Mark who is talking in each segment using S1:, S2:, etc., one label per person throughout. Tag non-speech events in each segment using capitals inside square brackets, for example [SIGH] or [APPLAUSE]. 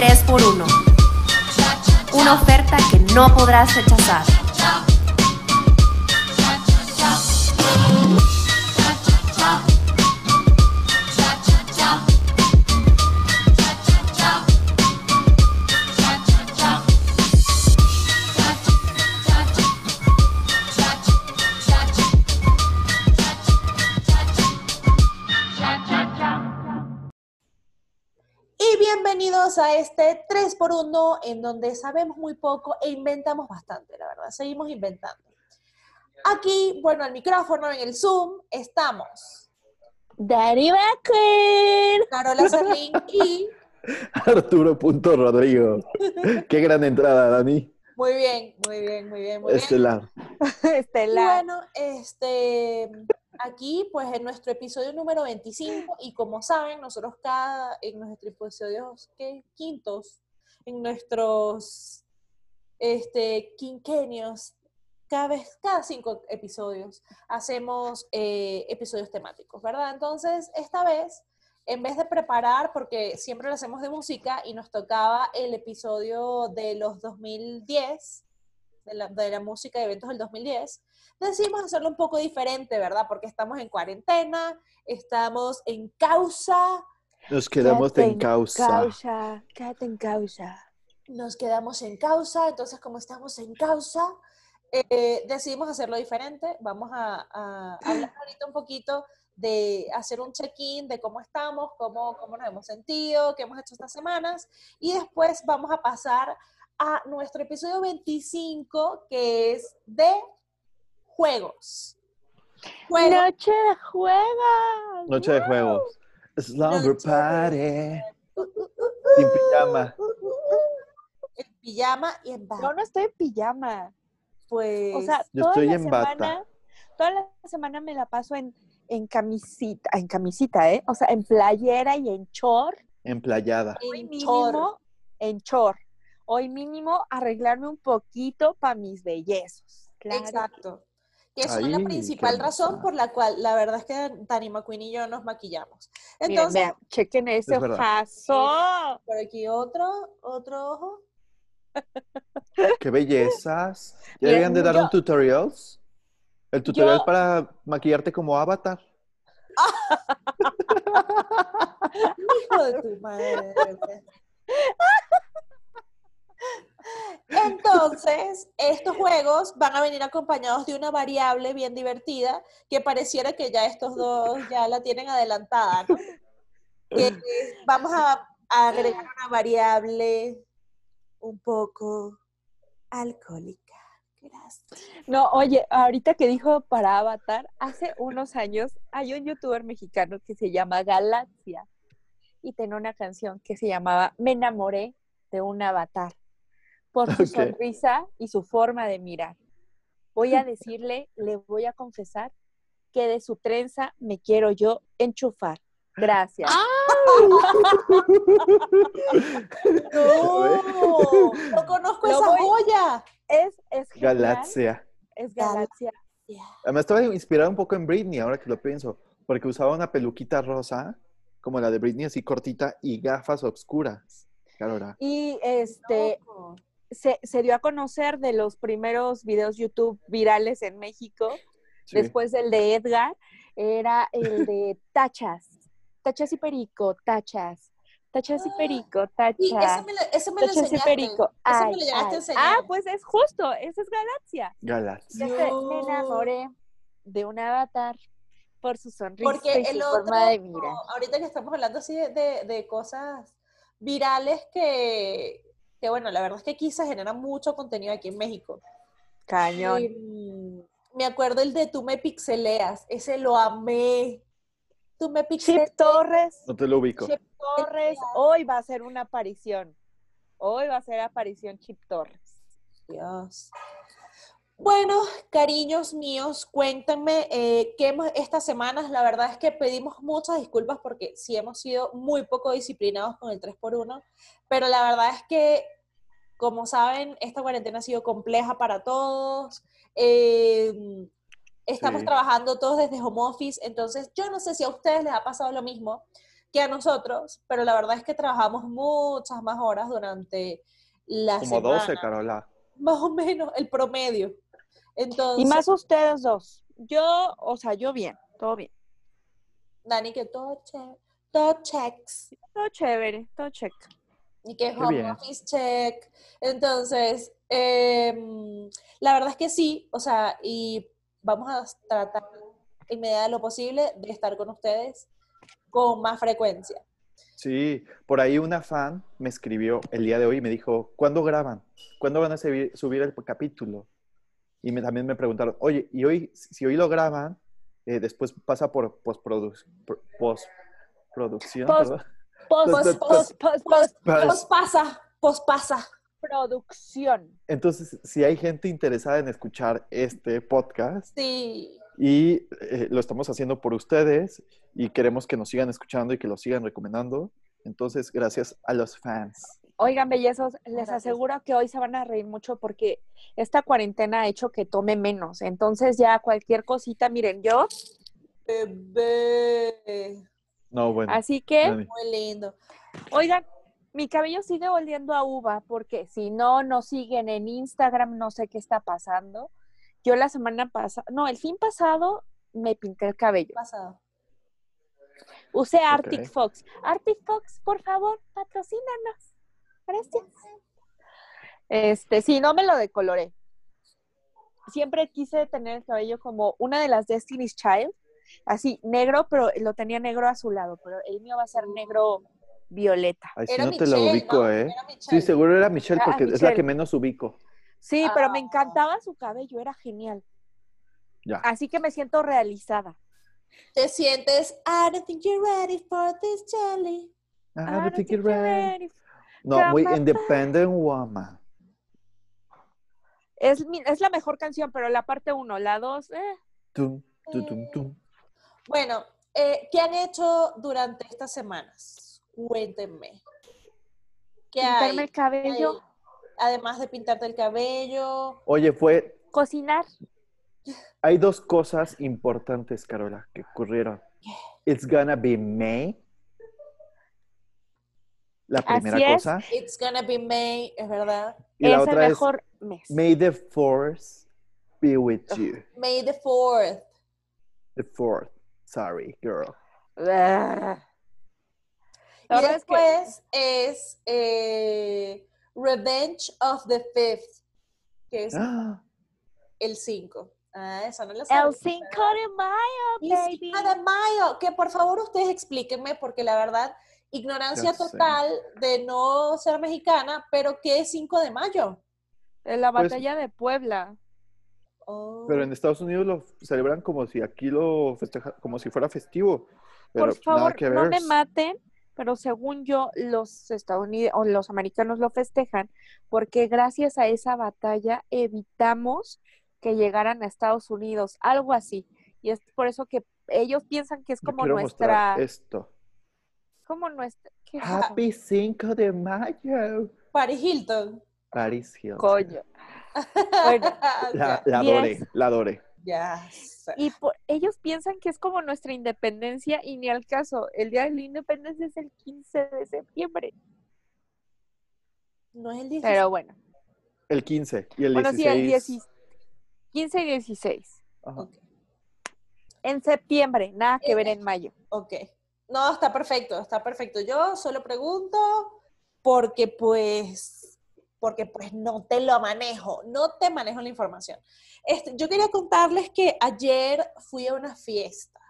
S1: Este por uno. Una oferta que no podrás rechazar.
S2: Y bienvenidos a este 3x1 en donde sabemos muy poco e inventamos bastante, la verdad, seguimos inventando. Aquí, bueno, el micrófono, en el Zoom, estamos
S3: Daddy Queen.
S2: Carola Serrín y,
S3: [LAUGHS]
S4: Arturo.rodrigo. Qué gran entrada, Dani.
S2: muy bien, muy bien, muy bien, muy bien.
S4: Estelar.
S2: Y
S3: Estela.
S2: bueno, este, aquí pues en nuestro episodio número 25 y como saben, nosotros cada, en nuestros episodios ¿qué? quintos, en nuestros este, quinquenios, cada vez, cada cinco episodios hacemos eh, episodios temáticos, ¿verdad? Entonces, esta vez, en vez de preparar, porque siempre lo hacemos de música y nos tocaba el episodio de los 2010, de la, de la música de eventos del 2010, decidimos hacerlo un poco diferente, ¿verdad? Porque estamos en cuarentena, estamos en causa,
S4: Nos quedamos
S3: Quédate
S4: en causa.
S3: Causa, quédate en causa.
S2: nos quedamos en causa, entonces como estamos en causa, eh, decidimos hacerlo diferente. Vamos a, a hablar ahorita un poquito de hacer un check-in de cómo estamos, cómo, cómo nos hemos sentido, qué hemos hecho estas semanas, y después vamos a pasar a nuestro episodio 25, que es de juegos. Juegos.
S3: Noche de juegos.
S4: Noche de juegos. Slumber
S2: Noche de-
S4: party.
S2: Uh, uh, uh,
S4: Sin pijama.
S2: en pijama y en
S3: Yo
S2: bata.
S3: no estoy en pijama.
S2: Pues,
S3: O sea,
S4: Yo
S3: toda
S4: estoy
S3: la
S4: en
S3: semana,
S4: bata.
S3: toda la semana me la paso en, en camisita, en camisita, ¿eh? O sea, en playera y en chor.
S4: Emplayada.
S3: Hoy
S2: en
S3: mínimo,
S2: chor.
S3: en chor. Hoy mínimo arreglarme un poquito para mis bellezos. Claro.
S2: Exacto. Que es la
S4: Ahí,
S2: principal
S4: qué
S2: razón
S4: hermosa.
S2: por la cual la verdad es que Dani McQueen y yo nos maquillamos.
S3: Miren,
S2: Entonces,
S3: vean, chequen ese
S4: Es verdad.
S3: ojazo.
S2: por aquí otro, otro ojo.
S3: [LAUGHS]
S4: Qué bellezas. ¿Ya
S3: Mira,
S4: deberían de dar
S3: yo-
S4: un tutorials? El tutorial
S3: Yo-
S4: para maquillarte como avatar.
S2: Hijo de tu madre. Entonces, estos juegos van a venir acompañados de una variable bien divertida que pareciera que ya estos dos ya la tienen adelantada. ¿no? Que es- vamos a, a agregar una variable un poco alcohólica. Gracias.
S3: No, oye, ahorita que dijo para Avatar, hace unos años hay un youtuber mexicano que se llama Galaxia y tenía una canción que se llamaba Me enamoré de un avatar por su
S4: Ok.
S3: sonrisa y su forma de mirar. Voy
S4: [LAUGHS]
S3: a decirle, le voy a confesar que de su trenza me quiero yo enchufar. Gracias.
S2: No, no conozco
S3: Lo
S2: esa
S3: voy-
S2: joya.
S3: Es, es genial,
S4: Galaxia.
S3: Es Galaxia.
S4: Me estaba inspirada un poco en Britney, ahora que lo pienso. Porque usaba una peluquita rosa, como la de Britney, así cortita, y gafas oscuras. Carora.
S3: Y este,
S2: Loco.
S3: se, se dio a conocer de los primeros videos YouTube virales en México,
S4: Sí.
S3: después del de Edgar, era el
S2: [LAUGHS]
S3: de tachas, tachas y perico, tachas, tachas y
S2: Ah, [GASPS]
S3: perico,
S2: Sí, ese
S3: tachas,
S2: me lo, ese me lo
S3: tachas y
S2: enseñaste.
S3: perico.
S2: Ese
S3: Ay,
S2: me lo llegaste a
S3: ay.
S2: enseñar.
S3: Ah, pues es justo, esa es Galaxia.
S4: Galaxia.
S3: Ya sé,
S2: No.
S3: me enamoré de un avatar por su sonrisa
S2: Porque
S3: y su
S2: el otro,
S3: forma de mirar.
S2: ahorita que estamos hablando así de, de- de cosas virales que, que, bueno, la verdad es que aquí se genera mucho contenido aquí en México.
S3: Cañón.
S2: Y, mm, me acuerdo el de Tú me pixeleas, ese lo amé. Tú me pixeleas.
S3: Chip Torres.
S4: No te lo ubico.
S3: Chip Torres, hoy va a ser una aparición. Hoy va a ser aparición Chip Torres.
S2: Dios. Bueno, cariños míos, cuéntenme eh, qué hemos estas semanas. La verdad es que pedimos muchas disculpas porque sí hemos sido muy poco disciplinados con el 3x1, pero la verdad es que, como saben, esta cuarentena ha sido compleja para todos. Eh, estamos
S4: Sí.
S2: trabajando todos desde home office, entonces yo no sé si a ustedes les ha pasado lo mismo, que a nosotros, pero la verdad es que trabajamos muchas más horas durante la
S4: Como
S2: semana.
S4: 12, Carola.
S2: Más o menos, el promedio. Entonces,
S3: Y más ustedes dos. Yo, o sea, yo bien, todo bien.
S2: Dani, que todo, che- todo checks.
S3: Todo chévere, todo check.
S2: y que
S4: Qué
S2: home
S4: bien.
S2: office check. Entonces, em, la verdad es que sí, o sea, y vamos a tratar en medida de lo posible de estar con ustedes con más frecuencia.
S4: Sí, por ahí una fan me escribió el día de hoy y me dijo, ¿cuándo graban? ¿Cuándo van a subir, subir el capítulo? Y me- también me preguntaron, oye, y hoy, si hoy lo graban, eh, después pasa por postproduc- pro- postproducción.
S3: Post-
S4: perdón. [LAUGHS]
S2: Pues,
S3: Post,
S4: Post,
S3: post, post,
S4: post,
S3: post,
S4: Pas-
S2: Pospasa, pospasa.
S3: producción.
S4: Entonces, si hay gente interesada en escuchar este podcast
S2: Sí,
S4: y eh, lo estamos haciendo por ustedes y queremos que nos sigan escuchando y que lo sigan recomendando, entonces gracias a los fans.
S3: Oigan, bellezos, les
S2: Gracias.
S3: aseguro que hoy se van a reír mucho porque esta cuarentena ha hecho que tome menos. Entonces ya cualquier cosita, miren, yo.
S2: bebé.
S4: No, bueno.
S3: Así que,
S4: Dani.
S2: Muy lindo.
S3: oigan, mi cabello sigue oliendo a uva porque si no nos siguen en Instagram, no sé qué está pasando. Yo la semana pasada, no, el fin pasado me pinté el cabello.
S2: Pasado.
S3: Usé Arctic
S4: Ok.
S3: Fox. Arctic Fox, por favor, patrocínanos. Gracias. Este, sí, no me lo decoloré. Siempre quise tener el cabello como una de las Destiny's Child, así negro, pero lo tenía negro azulado, pero el mío va a ser negro violeta.
S4: Ay, si
S2: Era
S4: no te
S2: Michelle,
S4: lo ubico,
S2: ¿no?
S4: ¿eh?
S2: Era
S4: Sí,
S2: Michelle.
S4: seguro era Michelle
S3: Ah,
S4: porque es la
S3: Michelle.
S4: que menos ubico.
S3: Sí, pero me
S2: Ah.
S3: encantaba su cabello, era genial.
S4: Ya.
S3: Así que me siento realizada.
S2: Te sientes, I don't think you're ready for this jelly.
S4: Ah,
S3: I
S4: we
S3: don't
S4: think
S3: think
S4: it
S3: you're
S4: ran.
S3: ready.
S4: No, muy
S3: Come on.
S4: independent woman.
S3: Es, mi- es la mejor canción, pero la parte uno, la dos, eh,
S4: Tum, tu, tum, tum.
S2: Bueno, eh, ¿qué han hecho durante estas semanas? Cuéntenme. ¿Qué hay?
S3: pintarme el
S2: ¿Qué hay?
S3: cabello,
S2: Además de pintarte el cabello.
S4: Oye, fue.
S3: cocinar.
S4: Hay dos cosas importantes, Carola, que ocurrieron. It's gonna be May. La
S3: Así
S4: primera
S3: es.
S4: cosa.
S2: It's gonna be May, es verdad.
S4: Y
S3: es
S4: la otra
S3: el
S4: es
S3: mejor mes.
S4: May the Force be with you.
S2: May the 4th.
S4: The fourth. Sorry, girl.
S3: La
S2: Y
S3: Ah. verdad es que-
S2: después es eh, Revenge of the 5th, que es
S4: Ah,
S2: el 5. Ah, esa no la
S3: el
S2: sabía.
S3: 5 de mayo,
S2: Y
S3: baby.
S2: sí, nada, Mayo, que por favor ustedes explíquenme, porque la verdad, ignorancia
S4: Ya sé.
S2: total de no ser mexicana, pero ¿qué es 5 de mayo?
S3: En la
S4: Pues-
S3: batalla de Puebla.
S2: Oh.
S4: Pero en Estados Unidos lo celebran como si aquí lo festeja, como si fuera festivo. Pero
S3: Por
S4: nada
S3: favor,
S4: que
S3: no
S4: ver.
S3: me maten, pero según yo, los estadounidenses o los americanos lo festejan porque gracias a esa batalla evitamos que llegaran a Estados Unidos, algo así. Y es por eso que ellos piensan que es
S4: Yo
S3: como
S4: quiero
S3: nuestra,
S4: mostrar Ah, esto.
S3: como nuestra, ¿qué es eso?
S4: Happy 5 de mayo.
S2: Paris Hilton.
S4: Paris Hilton.
S3: coño. Bueno,
S4: La,
S2: [LAUGHS] ya,
S4: la
S3: Yes.
S4: adoré, la adoré.
S2: ya sé.
S3: Y po- ellos piensan que es como nuestra independencia y ni al caso. El día de la independencia es el 15 de septiembre.
S2: No es el 16.
S3: Pero bueno.
S4: El 15 y el
S3: Bueno,
S4: 16.
S3: sí, el 16 15 y 16.
S4: Ajá.
S2: Ok.
S3: En septiembre, nada que ver
S2: Eh,
S3: en mayo.
S2: Ok. No, está perfecto, está perfecto. Yo solo pregunto porque pues porque pues no te lo manejo, no te manejo la información. Este, yo quería contarles que ayer fui a una fiesta.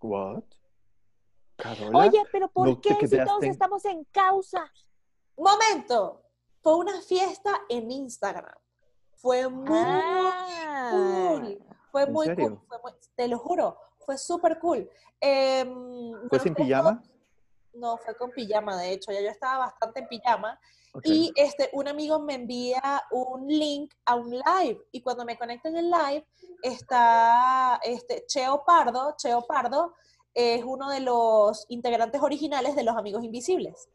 S4: What? Carola.
S3: Oye, pero ¿por
S4: no te
S3: qué si todos
S4: quedaste en-
S3: estamos en causa?
S2: Momento, fue una fiesta en Instagram. Fue muy
S3: Ah.
S2: cool. Fue
S4: ¿En
S2: muy
S4: serio?
S2: cool. fue muy- te lo juro, fue súper cool. Em, bueno,
S4: ¿Fue sin
S2: ustedes
S4: pijama?
S2: No, fue con pijama, de hecho, ya yo estaba bastante en pijama.
S4: Ok.
S2: Y este, un amigo me envía un link a un live. Y cuando me conecto en el live, está este, Cheo Pardo. Cheo Pardo es uno de los integrantes originales de Los Amigos Invisibles.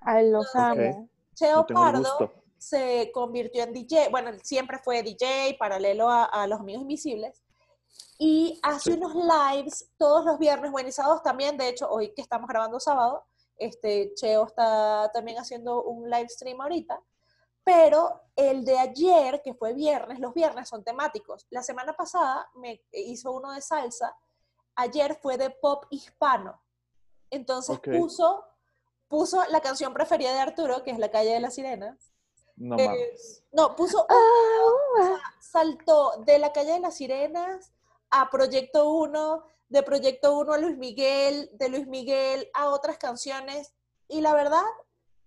S3: Ay, los amo.
S2: Cheo
S4: No tengo el
S2: Pardo
S4: gusto.
S2: se convirtió en DJ, bueno, él siempre fue DJ paralelo a, a Los Amigos Invisibles, Y hace
S4: Sí.
S2: unos lives todos los viernes, bueno, y sábados también, de hecho, hoy que estamos grabando sábado, este, Cheo está también haciendo un live stream ahorita, pero el de ayer, que fue viernes, los viernes son temáticos. La semana pasada me hizo uno de salsa, ayer fue de pop hispano. Entonces
S4: Ok.
S2: puso, puso la canción preferida de Arturo, que es La calle de las sirenas.
S4: No
S2: Eh,
S4: mames.
S2: no, puso un-
S3: Ah, [LAUGHS]
S2: saltó de la calle de las sirenas a Proyecto 1, de Proyecto 1 a Luis Miguel, de Luis Miguel a otras canciones. Y la verdad,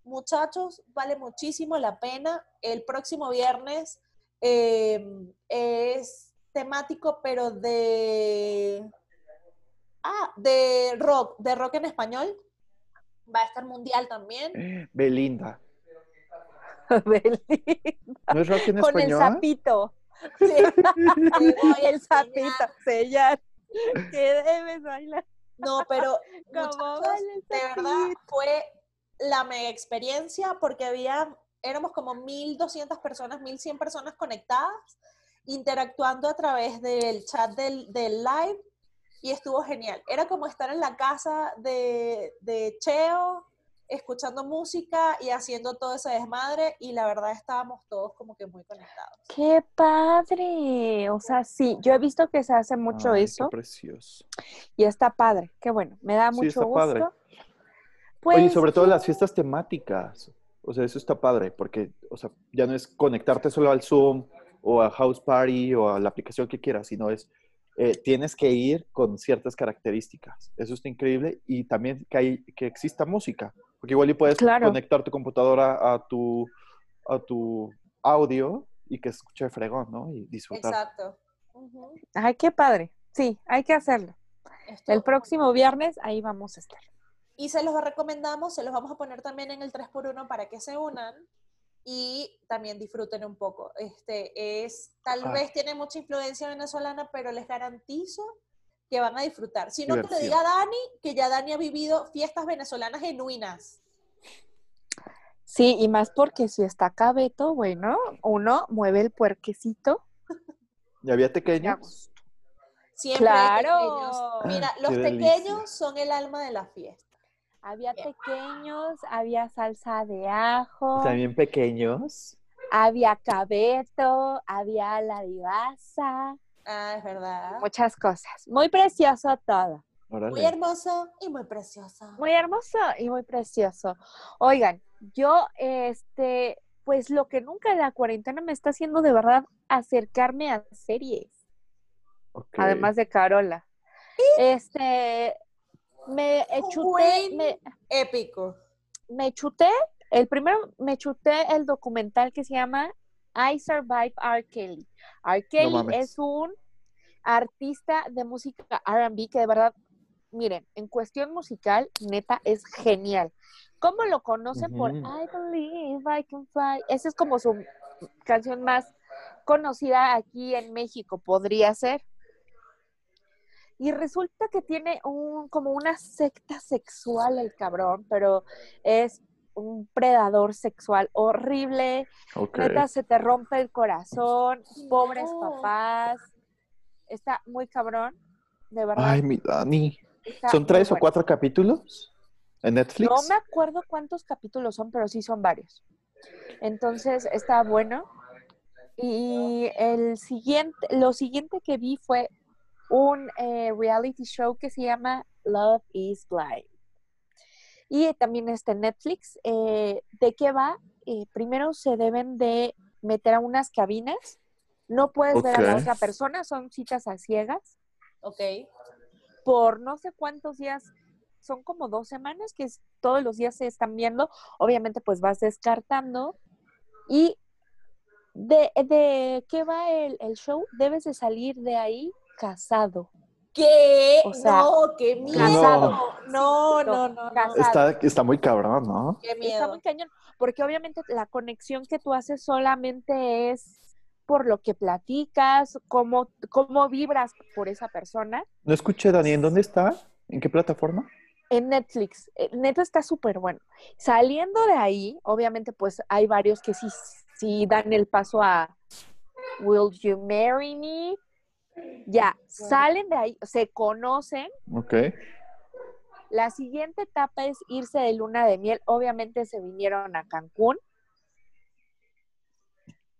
S2: muchachos, vale muchísimo la pena. El próximo viernes eh, es temático, pero de... Ah, de rock, de rock en español. Va a estar mundial también. [LAUGHS] Eh,
S4: Belinda.
S3: Belinda.
S4: ¿No es rock en
S3: Con el
S4: español?
S3: sapito.
S2: Sí. Te voy a
S3: El sapito.
S2: enseñar.
S3: Sellar. Que debes bailar.
S2: No, pero
S3: [LAUGHS] Como
S2: muchachos,
S3: baila el
S2: de verdad
S3: sapito.
S2: fue la mega experiencia porque había, éramos como 1200 personas, 1100 personas conectadas, interactuando a través del chat del, del live y estuvo genial. Era como estar en la casa de, de Cheo, escuchando música y haciendo todo ese desmadre y la verdad estábamos todos como que muy conectados.
S3: ¡Qué padre! O sea, sí, yo he visto que se hace mucho
S4: Ay, qué
S3: eso
S4: precioso.
S3: y está padre. Qué bueno, me da
S4: Sí,
S3: mucho
S4: está
S3: gusto.
S4: padre.
S3: Pues,
S4: Oye, sobre todo las fiestas temáticas. O sea, eso está padre, porque o sea, ya no es conectarte solo al Zoom o a House Party o a la aplicación que quieras, sino es eh, tienes que ir con ciertas características. Eso está increíble y también que, hay, que exista música, porque igual y puedes
S3: Claro.
S4: conectar tu computadora a tu, a tu audio y que escuche fregón, ¿no? Y disfrutar.
S2: Exacto. Ujú.
S3: Pues, Ay, qué padre. Sí, hay que hacerlo.
S2: Estuvo
S3: El próximo viernes ahí vamos a estar.
S2: Y se los recomendamos, se los vamos a poner también en el 3x1 para que se unan y también disfruten un poco. Este es, tal
S4: Ah.
S2: vez tiene mucha influencia venezolana, pero les garantizo que van a disfrutar. Si no, que lo
S4: Divertido.
S2: diga Dani, que ya Dani ha vivido fiestas venezolanas genuinas.
S3: Sí, y más porque si está acá Beto, bueno, uno mueve el puerquecito.
S4: ¿Y había pequeños?
S3: Vamos.
S2: Siempre hay
S3: ¡Claro!
S2: pequeños. Mira,
S4: Qué
S2: los
S4: delicia.
S2: pequeños son el alma de la fiesta.
S3: Había
S2: Bien.
S3: pequeños, había salsa de ajo,
S4: ¿También pequeños?
S3: había cabeto, había la divasa,
S2: Ah, es verdad.
S3: muchas cosas. Muy precioso todo.
S2: Muy
S4: Órale.
S2: hermoso y muy precioso.
S3: Muy hermoso y muy precioso. Oigan, yo, este, pues lo que nunca la cuarentena me está haciendo de verdad acercarme a series,
S4: Ok.
S3: además de Carola. Este, me eh, chuté,
S2: Buen-
S3: me,
S2: Épico.
S3: me chuté, el primero me chuté el documental que se llama I Survive R. Kelly. R. Kelly
S4: mames.
S3: es un artista de música RB que de verdad, miren, en cuestión musical, neta, es genial. ¿Cómo lo conocen por
S4: Ujú.
S3: I Believe I Can Fly? Esa es como su canción más conocida aquí en México, podría ser. Y resulta que tiene un, como una secta sexual el cabrón, pero es un predador sexual horrible.
S4: Ok.
S3: Neta, se te rompe el corazón. Pobres
S2: No.
S3: papás. Está muy cabrón, de verdad.
S4: Ay, mi Dani.
S3: está
S4: ¿Son
S3: muy
S4: tres o
S3: bueno.
S4: cuatro capítulos en Netflix?
S3: No me acuerdo cuántos capítulos son, pero sí son varios. Entonces está bueno. Y el siguiente, lo siguiente que vi fue un eh, reality show que se llama Love is Blind. Y eh, también está en Netflix. Eh, ¿De qué va? Eh, primero se deben de meter a unas cabinas. No puedes ver a la
S4: Ok.
S3: otra persona, son citas a ciegas
S2: Ok.
S3: por no sé cuántos días, son como dos semanas que es- todos los días se están viendo, obviamente pues vas descartando y de, de qué va el, el show, debes de salir de ahí casado.
S2: ¿Qué?
S3: O sea,
S2: no, qué miedo.
S3: casado.
S2: No, no, no. no.
S3: Casado.
S4: Está, está muy cabrón, ¿no?
S2: Qué miedo.
S3: Está muy cañón, porque obviamente la conexión que tú haces solamente es por lo que platicas, cómo, cómo vibras por esa persona.
S4: No escuché, Dani, ¿en dónde está? ¿En qué plataforma?
S3: En Netflix, eh, neta está súper bueno. Saliendo de ahí, obviamente, pues hay varios que sí, sí dan el paso a Will You Marry Me? Ya, salen de ahí, se conocen.
S4: Ok.
S3: La siguiente etapa es irse de luna de miel. Obviamente se vinieron a Cancún.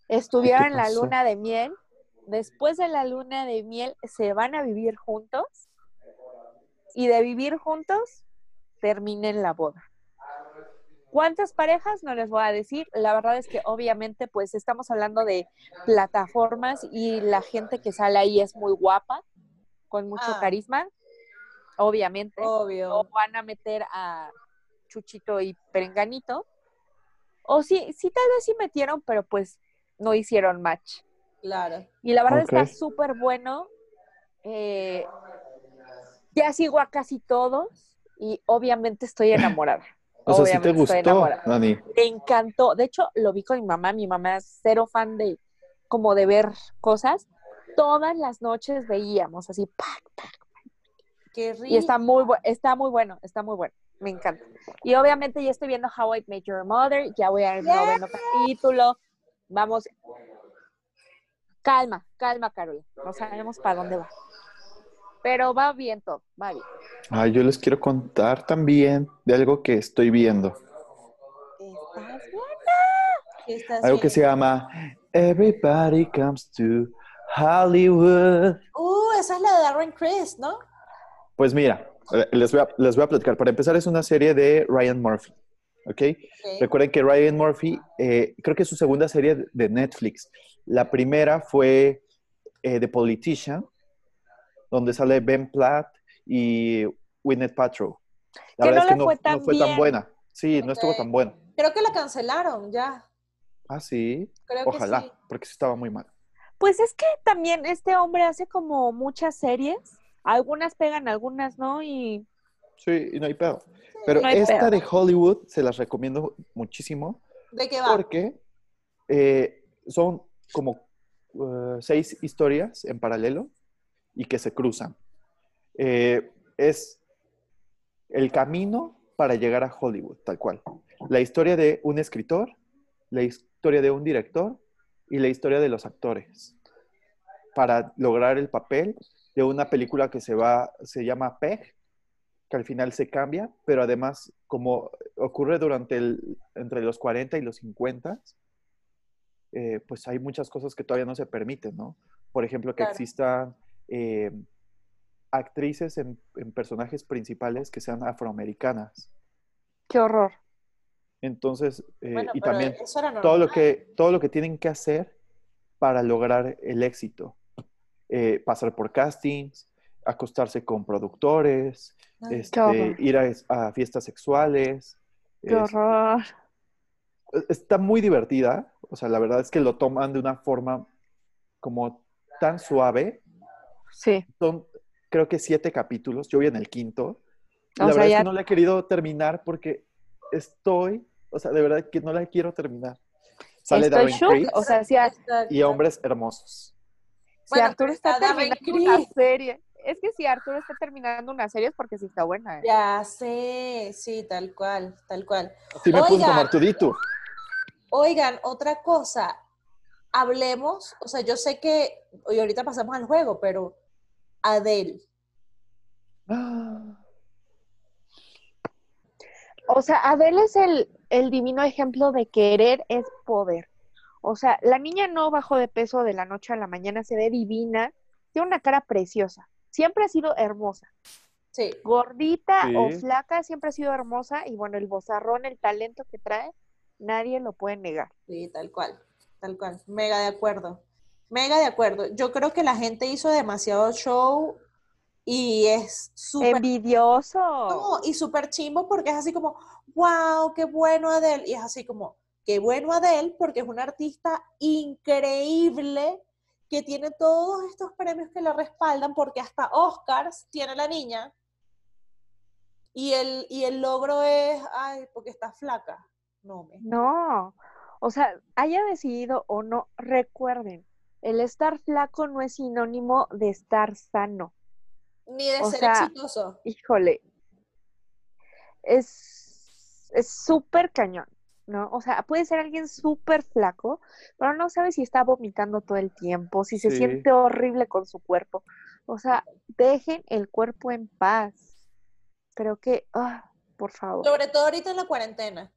S3: Estuvieron
S4: ¿Qué
S3: en la
S4: pasó?
S3: luna de miel. Después de la luna de miel se van a vivir juntos. Y de vivir juntos terminen la boda. ¿Cuántas parejas? No les voy a decir. La verdad es que obviamente pues estamos hablando de plataformas y la gente que sale ahí es muy guapa, con mucho
S2: Ah.
S3: carisma, obviamente o
S2: Obvio.
S3: van a meter a Chuchito y Perenganito. O sí, sí tal vez sí metieron, pero pues no hicieron match.
S2: Claro.
S3: Y la verdad
S4: Ok.
S3: está súper bueno. Eh, ya sigo a casi todos y obviamente estoy enamorada.
S4: [CLEARS THROAT] O sea, sí te
S3: Obviamente estoy
S4: gustó,
S3: enamorada.
S4: Dani.
S3: Me encantó. De hecho, lo vi con mi mamá. Mi mamá es cero fan de como de ver cosas. Todas las noches veíamos así, ¡pac!
S2: Qué rico.
S3: Y está muy, bu- está muy bueno, está muy bueno. Me encanta. Y obviamente ya estoy viendo How I Met Your Mother. Ya voy al noveno capítulo. Vamos. Calma, calma, Carol. No sabemos para dónde va. Pero va bien todo, va bien.
S4: Ay, yo les quiero contar también de algo que estoy viendo.
S3: ¿Estás bien?
S2: ¿Qué estás
S3: Ah,
S4: Algo que se
S2: viendo?
S4: llama Everybody Comes to Hollywood.
S2: Uh, esa es la de Darren Chris, ¿no?
S4: Pues mira, les voy, a, les voy a platicar. Para empezar, es una serie de Ryan Murphy. ¿Ok?
S2: Ok.
S4: Recuerden que Ryan Murphy, eh, creo que es su segunda serie de Netflix. La primera fue eh, The Politician, donde sale Ben Platt y Gwyneth Paltrow. La
S3: Que no
S4: verdad es que
S3: le
S4: no
S3: fue tan
S4: no fue tan
S3: bien.
S4: buena. Sí, no estuvo
S2: Ok.
S4: tan buena.
S2: Creo que la cancelaron ya.
S4: Ah, sí.
S2: Creo
S4: Ojalá,
S2: que sí.
S4: porque sí estaba muy mal.
S3: Pues es que también este hombre hace como muchas series. Algunas pegan, algunas no. Y
S4: Sí, y no hay pedo. Pero
S3: No hay
S4: esta
S3: pedo.
S4: de Hollywood se las recomiendo muchísimo
S2: ¿De qué va?
S4: porque eh, son como eh, seis historias en paralelo y que se cruzan. Eh, es el camino para llegar a Hollywood, tal cual. La historia de un escritor, la historia de un director y la historia de los actores para lograr el papel de una película que se va se llama Peg que al final se cambia, pero además como ocurre durante el, entre los 40 y los 50, eh, pues hay muchas cosas que todavía no se permiten, ¿no? Por ejemplo, que
S2: Claro.
S4: existan eh, actrices en, en personajes principales que sean afroamericanas.
S3: qué horror.
S4: Entonces, eh,
S2: Bueno,
S4: y
S2: pero
S4: también
S2: eso era normal.
S4: todo lo que todo lo que tienen que hacer para lograr el éxito Eh, pasar por castings acostarse con productores
S2: Ay,
S4: este,
S3: qué horror.
S4: ir a, es- a fiestas sexuales
S3: Qué
S4: Es-
S3: horror.
S4: está muy divertida o sea la verdad es que lo toman de una forma como tan suave
S3: Sí.
S4: son creo que siete capítulos yo vi en el quinto
S3: O sea,
S4: la verdad es
S3: ya-
S4: que no la he querido terminar porque estoy o sea de verdad que no la quiero terminar sale
S3: Estoy
S4: Darren
S3: shook.
S4: Criss
S3: O sea, si, a-
S2: Exacto.
S4: y hombres hermosos
S3: si
S2: Bueno,
S3: Arturo
S2: pero
S3: está
S2: está Darren
S3: terminando una
S2: Criss.
S3: serie. Es que si Arturo está terminando una serie es porque sí está buena. ¿eh?
S2: Ya sé, sí, tal cual, tal cual.
S4: Sí me puse
S2: Oiga.
S4: como Artudito. [GASPS]
S2: Oigan, otra cosa, hablemos, o sea, yo sé que, hoy ahorita pasamos al juego, pero Adele,
S3: O sea, Adele es el, el divino ejemplo de querer es poder. O sea, la niña no bajó de peso de la noche a la mañana, se ve divina, tiene una cara preciosa. Siempre ha sido hermosa.
S2: sí,
S3: Gordita o
S4: Sí.
S3: flaca, siempre ha sido hermosa. Y bueno, el bozarrón, el talento que trae, nadie lo puede negar.
S2: sí, tal cual, tal cual, mega de acuerdo, mega de acuerdo. Yo creo que la gente hizo demasiado show y es súper...
S3: Envidioso.
S2: No, y súper chimbo porque es así como, wow, qué bueno Adele. Y es así como, qué bueno Adele porque es una artista increíble que tiene todos estos premios que la respaldan porque hasta Oscars tiene la niña. Y el, y el logro es, ay, porque está flaca. No, me.
S3: No, o sea, haya decidido o no, recuerden, el estar flaco no es sinónimo de estar sano.
S2: Ni de
S3: O
S2: ser
S3: sea,
S2: exitoso.
S3: Híjole, es es súper cañón. ¿no? O sea, puede ser alguien súper flaco, pero no sabe si está vomitando todo el tiempo, si se
S4: Sí.
S3: siente horrible con su cuerpo. O sea, dejen el cuerpo en paz. Creo que, ah, por favor.
S2: Sobre todo ahorita en la cuarentena.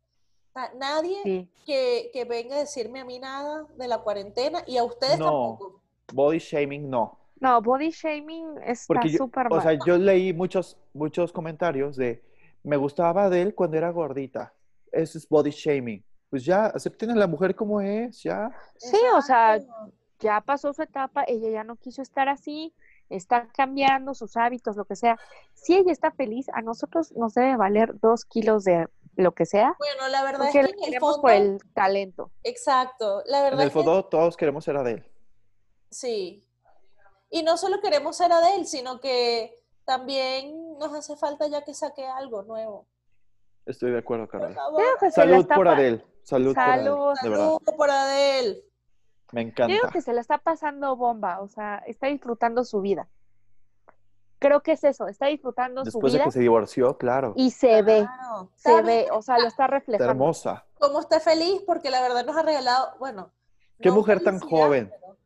S2: O sea, Nadie
S3: Sí.
S2: que, que venga a decirme a mí nada de la cuarentena y a ustedes
S4: No.
S2: tampoco.
S4: Body shaming, no.
S3: No, body shaming está
S4: Porque yo,
S3: súper mal.
S4: o sea, yo leí muchos, muchos comentarios de me gustaba de él cuando era gordita. Eso es body shaming. Pues ya, acepten a la mujer como es, ya.
S3: sí, o sea,
S2: Exacto.
S3: ya pasó su etapa, ella ya no quiso estar así, está cambiando sus hábitos, lo que sea. Si ella está feliz, a nosotros nos debe valer dos kilos de lo que sea,
S2: Bueno, la verdad
S3: porque
S2: es
S3: la
S2: que en el
S3: queremos
S2: fondo.
S3: por el talento.
S2: Exacto. La
S4: En
S2: verdad
S4: el
S2: es que
S4: fondo todos queremos ser Adele.
S2: Sí. Y no solo queremos ser Adele, sino que también nos hace falta ya que saque algo nuevo.
S4: Estoy de acuerdo,
S2: Por
S4: Carol.
S2: favor,
S3: Creo que se la
S4: Salud
S3: está
S4: por
S3: pa-
S4: Adele. Salud, por
S3: Salud.
S4: Adele. De verdad,
S2: saludo por Adele.
S4: me
S3: Yo digo
S4: encanta.
S3: que se la está pasando bomba, o sea, está disfrutando su vida. Creo que es eso, está disfrutando
S4: Después
S3: su
S4: de
S3: vida
S4: que se divorció, claro.
S3: y se ve,
S2: Claro.
S3: se
S2: ¿Sabes
S3: ve, o sea, lo está
S4: Está
S3: reflejando.
S4: hermosa.
S2: cómo está feliz? Porque la verdad nos ha regalado, bueno.
S4: Qué
S2: no
S4: mujer tan
S2: felicidad,
S4: joven.
S2: pero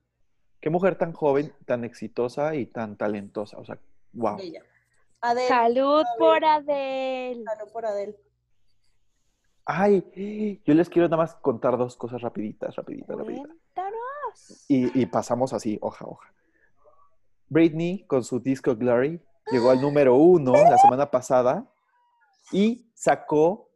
S4: Qué mujer tan joven, tan exitosa y tan talentosa. O sea, wow.
S2: bella. Adele,
S3: Salud por Adel.
S2: salud por Adele.
S4: Ay, yo les quiero nada más contar dos cosas rapiditas, rapiditas, rapiditas.
S3: Cuéntanos.
S4: Y, y pasamos así, hoja a hoja. Britney con su disco Glory llegó al número uno la semana pasada y sacó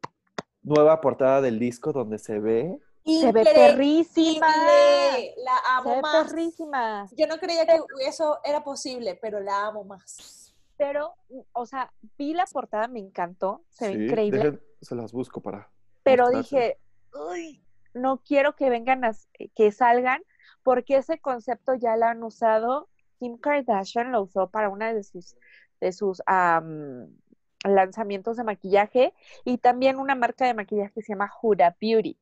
S4: nueva portada del disco donde se ve
S3: Se ve
S2: Increíble.
S3: perrísima.
S2: La
S3: Se
S2: amo
S3: ve
S2: más.
S3: perrísima.
S2: Yo no creía que eso era posible, pero la amo más.
S3: Pero, o sea, vi la portada, me encantó, se
S4: Sí,
S3: ve increíble,
S4: dejen- se las busco para.
S3: pero
S4: mostrarse.
S3: dije, uy, no quiero que vengan a, s- que salgan, porque ese concepto ya lo han usado, Kim Kardashian lo usó para una de sus, de sus am, lanzamientos de maquillaje y también una marca de maquillaje que se llama Huda Beauty.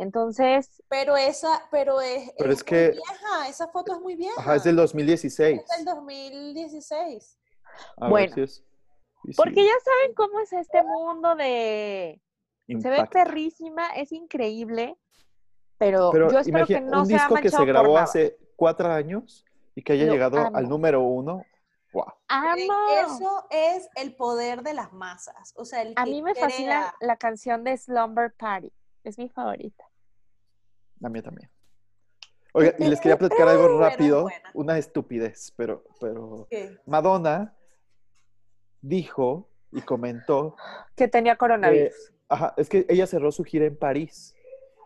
S3: Entonces,
S2: Pero esa, pero es,
S4: Pero es
S2: muy
S4: que-
S2: vieja, esa foto es muy vieja.
S4: Ajá, es del 2016.
S2: Es del 2016.
S4: A ver
S3: Bueno,
S4: si es- y sí,
S3: porque ya saben cómo es este mundo de, Se ve
S4: impacta.
S3: perrísima, es increíble, pero,
S4: Pero
S3: yo espero que
S4: imagina-
S3: no
S4: un
S3: sea
S4: disco que
S3: manchado
S4: se
S3: por
S4: grabó
S3: nada.
S4: hace cuatro años y que haya
S3: Lo
S4: llegado
S3: amo.
S4: al número uno. ¡Wow!
S2: Miren,
S3: ¡Amo!
S2: Eh, Eso es el poder de las masas. O sea, el
S3: A
S2: que
S3: mí me fascina
S2: crea-
S3: la canción de Slumber Party, es mi favorita.
S4: La mía también. Oiga,
S3: Este
S4: y
S3: [LAUGHS]
S4: les quería platicar algo
S2: Pero es
S4: rápido,
S2: buena.
S4: una estupidez, pero, pero
S2: ¿Qué?
S4: Madonna dijo y comentó,
S3: Que tenía
S4: Eh,
S3: coronavirus.
S4: ajá, es que ella cerró su gira en París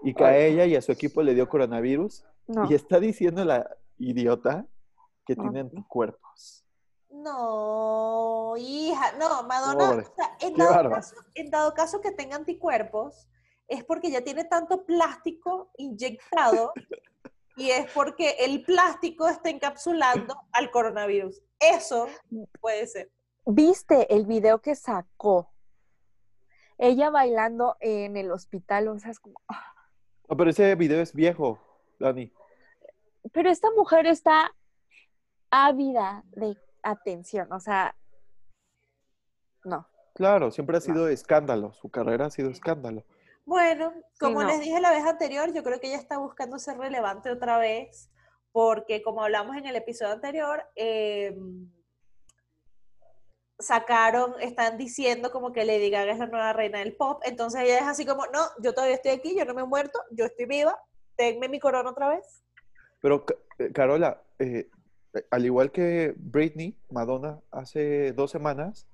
S4: y que a ella y a su equipo le dio coronavirus
S3: no. Ah,
S4: y está diciendo la idiota que
S3: No.
S4: tiene anticuerpos.
S2: No, hija, no, Madonna,
S4: Pobre.
S2: o sea, en,
S4: Qué
S2: dado
S4: bárbara.
S2: caso, en dado caso que tenga anticuerpos, es porque ya tiene tanto plástico
S4: [LAUGHS]
S2: inyectado y es porque el plástico está encapsulando al coronavirus. Eso puede ser.
S3: ¿Viste el video que sacó? Ella bailando en el hospital, o sea, es como, ah,
S4: No, pero ese video es viejo, Dani.
S3: pero esta mujer está ávida de atención, o sea, no.
S4: Claro, siempre ha sido escándalo, su carrera ha sido escándalo.
S2: Bueno, como
S3: no.
S2: les dije la vez anterior, yo creo que ella está buscando ser relevante otra vez, porque como hablamos en el episodio anterior, eh, sacaron, están diciendo como que Lady Gaga es la nueva reina del pop, entonces ella es así como, no, yo todavía estoy aquí, yo no me he muerto, yo estoy viva, tenme mi corona otra vez.
S4: Pero, Ca- eh, Carola, eh, eh, al igual que Britney, Madonna, hace dos semanas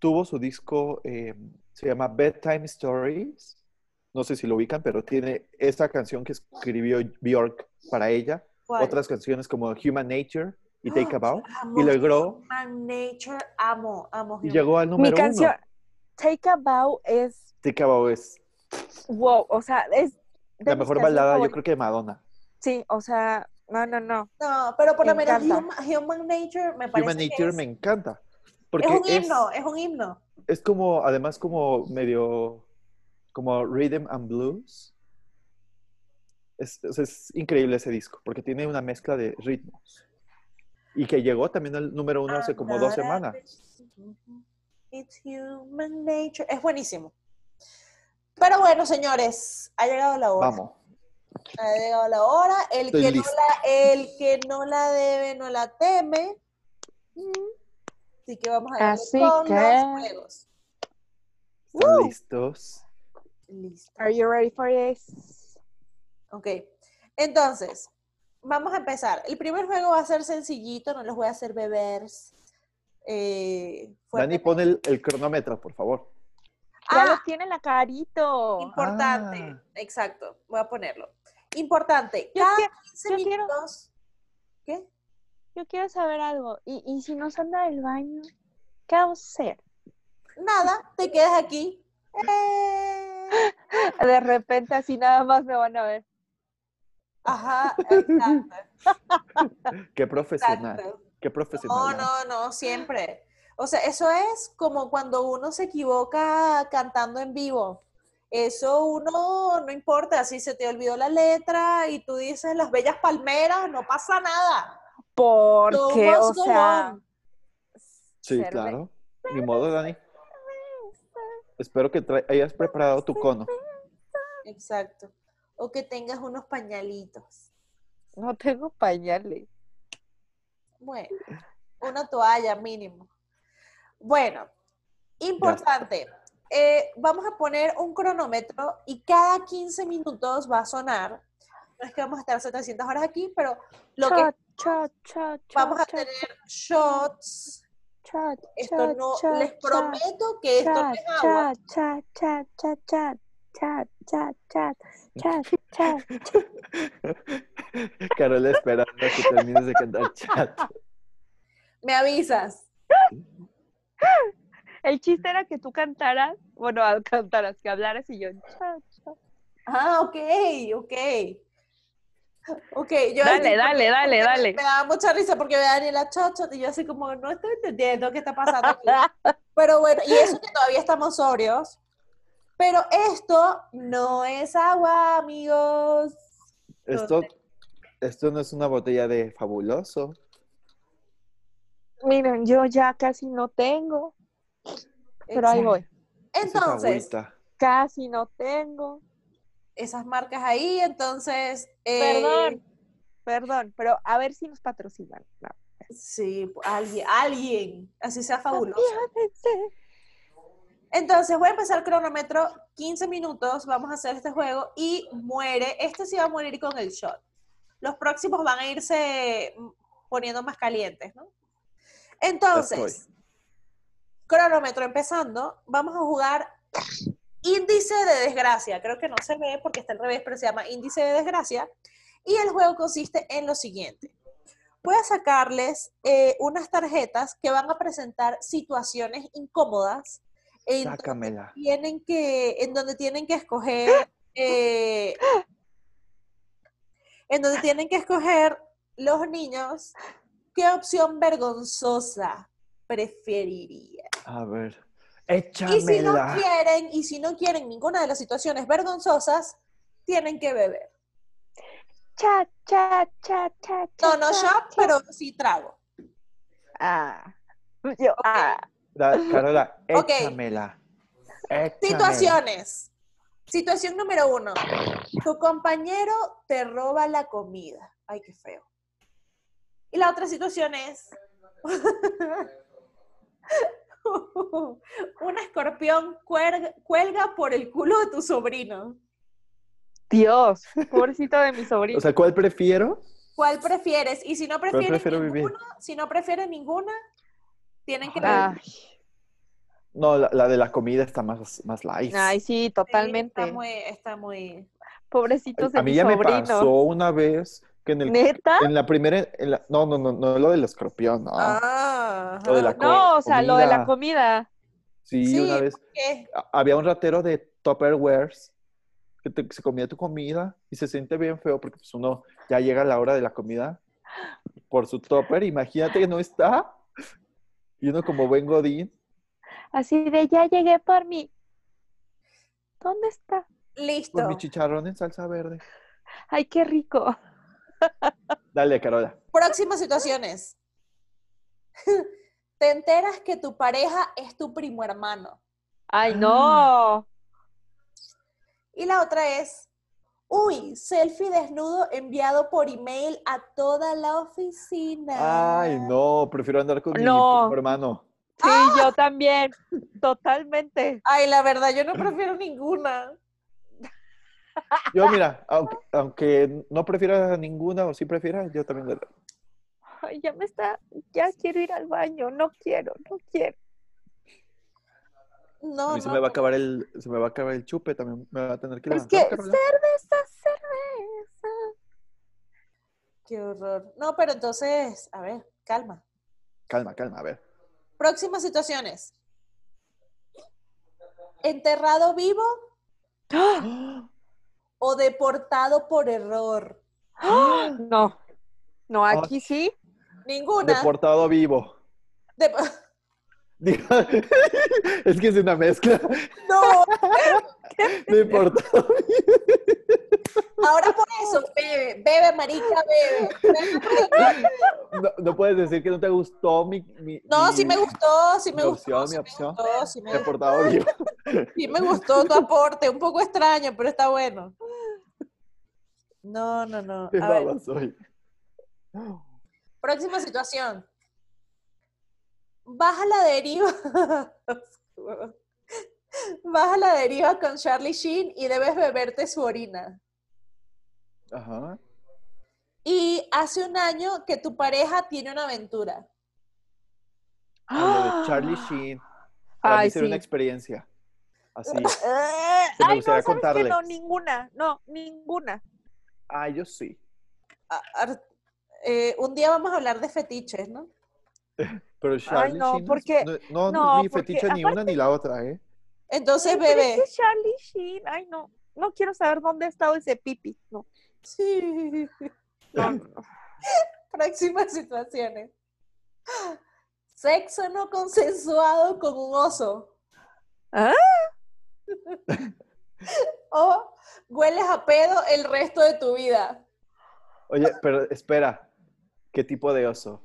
S4: tuvo su disco, eh, se llama Bedtime Stories. No sé si lo ubican, pero tiene esta canción que escribió Bjork para ella,
S2: ¿Cuál?
S4: otras canciones como Human Nature y
S3: Ah,
S4: Take a Bow,
S2: Amo
S4: y logró
S2: Human Nature, amo, amo.
S4: y
S2: Human-
S4: llegó al número
S3: Mi canción,
S4: uno.
S3: Take a Bow, es
S4: Take a Bow es
S3: Wow, o sea, es de
S4: la
S3: mis
S4: mejor
S3: canciones
S4: balada, yo
S3: favoritas.
S4: creo que de Madonna.
S3: Sí, o sea, no, no, no.
S2: No, pero por lo
S3: Me
S2: menos
S3: encanta.
S2: Human, Human Nature me parece
S4: Human
S2: que
S4: Nature
S2: es,
S4: me encanta. Porque
S2: es un
S4: es-
S2: himno, es un himno.
S4: es como, además, como medio, como rhythm and blues. Es, es- es increíble ese disco, porque tiene una mezcla de ritmos. Y que llegó también al número uno hace como dos semanas.
S2: It's human nature. Es buenísimo. Pero bueno, señores, ha llegado la hora.
S4: Vamos.
S2: Ha llegado la hora. El
S4: Estoy
S2: que, no
S4: listo.
S2: la, el que no la debe, no la teme. Así que vamos a darle
S3: Así
S2: con
S3: que-
S2: los juegos.
S4: ¿Están
S3: Woo.
S4: listos?
S2: Listo.
S3: Are you ready for this?
S2: Ok. Entonces, vamos a empezar. El primer juego va a ser sencillito, no los voy a hacer beber. eh,
S4: Dani,
S2: fuertemente.
S4: pon el, el cronómetro, por favor.
S3: Ya
S2: Ah,
S3: los tiene la carito.
S2: Importante,
S4: Ah.
S2: exacto, voy a ponerlo. Importante,
S3: Yo
S2: cada
S3: quiero-
S2: 15
S3: yo quiero-
S2: minutos. ¿Qué?
S3: Yo quiero saber algo. ¿Y, y si nos anda del baño? ¿Qué vamos a hacer?
S2: Nada, te quedas aquí. ¡Eh!
S3: De repente así nada más me van a ver.
S2: Ajá, exacto,
S4: Qué profesional.
S2: exacto.
S4: Qué profesional.
S2: No,
S4: ¿eh?
S2: no, no, siempre. O sea, eso es como cuando uno se equivoca cantando en vivo. Eso uno no importa, si se te olvidó la letra y tú dices las bellas palmeras, no pasa nada. Tú
S3: Porque, o
S2: must go
S3: sea.
S2: on.
S4: Sí,
S3: ser de-
S4: claro. Ni modo, Dani. Espero que tra- hayas preparado tu cono.
S2: Exacto. O que tengas unos pañalitos.
S3: No tengo pañales.
S2: Bueno, una toalla mínimo. Bueno, importante. eh, vamos a poner un cronómetro y cada 15 minutos va a sonar. No es que vamos a estar 700 horas aquí, pero lo que
S3: Cha, cha, cha, cha,
S2: vamos a
S3: cha,
S2: tener shots.
S3: cha,
S2: Esto
S3: cha,
S2: no,
S3: cha,
S2: les
S3: cha,
S2: prometo que esto no
S3: cha,
S2: es agua.
S3: cha, cha, cha, cha, cha, cha, cha, cha,
S4: [LAUGHS]
S3: cha.
S4: Carol esperando que termines de cantar
S3: [LAUGHS]
S4: chat.
S2: Me avisas.
S3: El chiste era que tú cantaras, bueno, cantaras, que hablaras y yo, cha, cha.
S2: Ah, ok, ok. Ok, yo
S3: Dale, dale, dale,
S2: Porque
S3: dale.
S2: Me, me daba mucha risa porque ve a Daniela Chochot y yo así como, no estoy entendiendo qué está pasando aquí.
S3: [LAUGHS]
S2: Pero bueno, y eso que todavía estamos sobrios. Pero esto no es agua, amigos.
S4: Esto, esto no es una botella de fabuloso.
S3: Miren, yo ya casi no tengo, pero ahí
S2: Exacto.
S3: voy.
S4: Eso es
S2: Entonces,
S4: agüita.
S3: Casi no tengo.
S2: esas marcas ahí, entonces... eh,
S3: Perdón, perdón, pero a ver si nos patrocinan. No.
S2: Sí, alguien, alguien, así sea fabuloso.
S3: Fíjense.
S2: Entonces voy a empezar el cronómetro, 15 minutos, vamos a hacer este juego y muere, este sí va a morir con el shot. Los próximos van a irse mm, poniendo más calientes, ¿no? Entonces, cronómetro empezando, vamos a jugar índice de desgracia, creo que no se ve porque está al revés, pero se llama índice de desgracia, y el juego consiste en lo siguiente. Voy a sacarles eh, unas tarjetas que van a presentar situaciones incómodas. e en
S4: Sácamela.
S2: tienen que, en donde tienen que escoger, eh, en donde tienen que escoger los niños, ¿qué opción vergonzosa preferiría?
S4: A ver.
S2: Y si no
S4: Échamela.
S2: quieren, y si no quieren ninguna de las situaciones vergonzosas, tienen que beber.
S3: Cha, cha, cha, cha,
S2: No,
S3: cha,
S2: no
S3: cha,
S2: shot,
S3: cha.
S2: pero sí trago.
S3: Ah. Yo, ah.
S4: Da- Carola,
S2: Ok.
S4: échamela. Échamela.
S2: Situaciones. Situación número uno. Tu compañero te roba la comida. Ay, qué feo. Y la otra situación es [LAUGHS] un escorpión cuerg- cuelga por el culo de tu sobrino.
S3: Dios, pobrecito de mi sobrino.
S4: O sea, ¿cuál prefiero?
S2: ¿Cuál prefieres? Y si no prefieres
S4: prefiero
S2: ninguna,
S4: vivir.
S2: si no prefieres ninguna, tienen que
S3: ay,
S4: No, la, la de la comida está más, más light.
S3: ay, sí,
S2: Está
S3: totalmente.
S2: muy, está muy.
S3: Pobrecitos de
S4: a mí
S3: mi
S4: ya me
S3: sobrino.
S4: pasó una vez que en el
S3: ¿Neta?
S4: En la primera, en la- no, no, no, no lo del escorpión, no.
S2: Ah,
S4: Lo de la
S2: ajá.
S4: co-
S3: No, o sea, lo de la comida.
S4: sí,
S2: sí,
S4: una vez
S2: ¿qué?
S4: a- había un ratero de Tupperwares que te- que se comía tu comida y se siente bien feo porque pues uno ya llega la hora de la comida por su topper, imagínate que no está. Y uno como buen godín,
S3: Así de ya llegué por mí. ¿Dónde está?
S2: Listo.
S4: con mi chicharrón en salsa verde.
S3: Ay, qué rico.
S4: Dale, Carola.
S2: Próximas situaciones. [LAUGHS] Te enteras
S4: [GASPS]
S2: que tu pareja es tu primo hermano.
S3: Ay, no.
S2: Y la otra es, uy, selfie desnudo enviado por email a toda la oficina.
S4: Ay, no, prefiero andar con
S3: No.
S4: mi primo hermano.
S3: Sí,
S4: ¡Ah!
S3: yo también. Totalmente.
S2: Ay, la verdad, yo no prefiero ninguna.
S4: Yo, mira, aunque, aunque no prefieras a ninguna o sí prefieras, yo también. le-
S3: Ay, ya me está, ya quiero ir al baño. No quiero, no quiero.
S4: A
S2: No,
S4: mí se
S2: no,
S4: me va a
S2: no.
S4: acabar el, se me va a acabar el chupe, también me va a tener que
S3: Es
S4: levantar.
S3: que
S4: Carolina.
S3: cerveza, cerveza.
S2: Qué horror. No, pero entonces, a ver, calma.
S4: Calma, calma, a ver.
S2: Próximas situaciones. Enterrado
S4: [GASPS]
S2: vivo
S3: ¡Ah!
S2: o deportado por error.
S3: ¡Ah! No, no,
S4: Ay.
S3: aquí sí.
S2: Ninguna.
S4: Deportado vivo. [LAUGHS]
S2: Dep-
S4: Digo, es que es una
S3: [LAUGHS]
S4: mezcla.
S2: [LAUGHS] no,
S4: Deportado
S2: ahora por eso, bebe, bebe, marica, bebe. Bebe, marica.
S4: No, no puedes decir que no te gustó mi. mi
S2: No,
S4: mi-
S2: sí me gustó, sí me
S4: mi
S2: gustó.
S4: opción,
S2: sí
S4: mi
S2: me
S4: opción.
S2: gustó, sí me gustó.
S4: Deportado
S3: [LAUGHS]
S4: vivo.
S2: Sí me gustó tu aporte, un poco extraño, pero está bueno. No, no, no.
S4: Qué
S2: A ver,
S4: baba soy.
S2: próxima situación. Baja la deriva. [LAUGHS] Baja la deriva con Charlie Sheen y debes beberte su orina.
S4: Ajá.
S2: Y hace un año que tu pareja tiene una aventura.
S4: Ah, lo
S3: [GASPS]
S4: de Charlie Sheen. Para mí
S3: Ay,
S4: sería
S3: sí.
S4: una experiencia.
S3: [LAUGHS]
S4: Así.
S3: Eh,
S4: Que me
S3: Ay, no,
S4: gustaría
S3: ¿sabes
S4: contarles.
S3: qué? No, ninguna. No, ninguna.
S4: Ah, yo sí.
S2: A- ar- eh, un día vamos a hablar de fetiches, ¿no?
S4: Pero Charlie
S3: no,
S4: Sheen.
S3: porque-
S4: No, no,
S3: no,
S4: ni
S3: porque
S4: fetiche ni una ni la otra, ¿eh?
S2: Entonces,
S3: Ay, pero es
S2: bebé.
S3: que Charlie Sheen. Ay, no. No quiero saber dónde ha estado ese pipi. No.
S2: Sí. [LAUGHS]
S3: no, no, no.
S2: Próximas situaciones. Sexo no consensuado con un oso.
S3: ¿Ah?
S2: [LAUGHS] O hueles a pedo el resto de tu vida.
S4: Oye, pero espera. ¿Qué tipo de oso?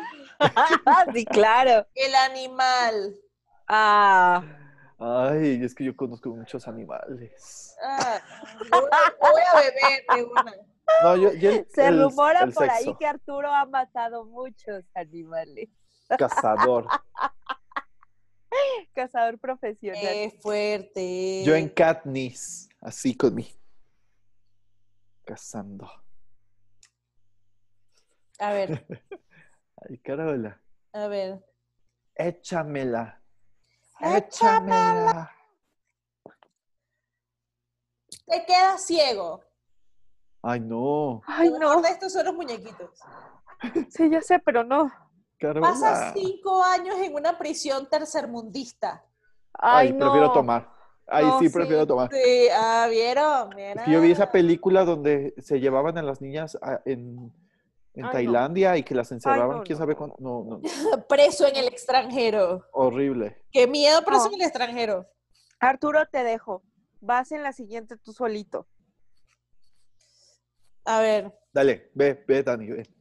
S3: [LAUGHS] sí, claro.
S2: El animal.
S3: Ah.
S4: Ay, es que yo conozco muchos animales.
S2: Ah, lo voy a- lo voy a beber de una.
S3: [LAUGHS]
S4: No, yo, yo el-
S3: Se
S4: el-
S3: rumora
S4: el
S3: por ahí
S4: sexo.
S3: que Arturo ha matado muchos animales. [LAUGHS]
S4: Cazador.
S3: Cazador profesional.
S2: Qué fuerte.
S4: Yo en Katniss, así con mi. Cazando.
S2: A
S4: [LAUGHS]
S2: ver,
S4: Ay, Carola.
S2: a ver.
S4: Échamela.
S2: Échamela.
S4: Échamela.
S2: Te quedas ciego.
S4: Ay, no.
S3: Ay,
S2: Lo
S3: no.
S2: mejor de estos son los muñequitos.
S3: Sí, yo sé, pero no.
S4: Carola.
S2: Pasas cinco años en una prisión tercermundista.
S3: Ay, no.
S4: prefiero tomar. Ay,
S3: No,
S4: sí, prefiero tomar.
S2: Sí, ah, ¿vieron?
S4: Es que yo vi esa
S2: Mira.
S4: película donde se llevaban a las niñas a- en,
S3: Ay,
S4: en
S3: no.
S4: Tailandia y que las encerraban,
S3: no,
S4: quién
S3: no,
S4: sabe
S3: no,
S4: cuándo. No, no,
S2: Preso en el extranjero.
S4: horrible.
S2: Qué miedo, preso
S3: No.
S2: en el extranjero.
S3: Arturo, te dejo. Vas en la siguiente tú solito.
S2: A ver,
S4: Dale, ve, ve, Dani, ve.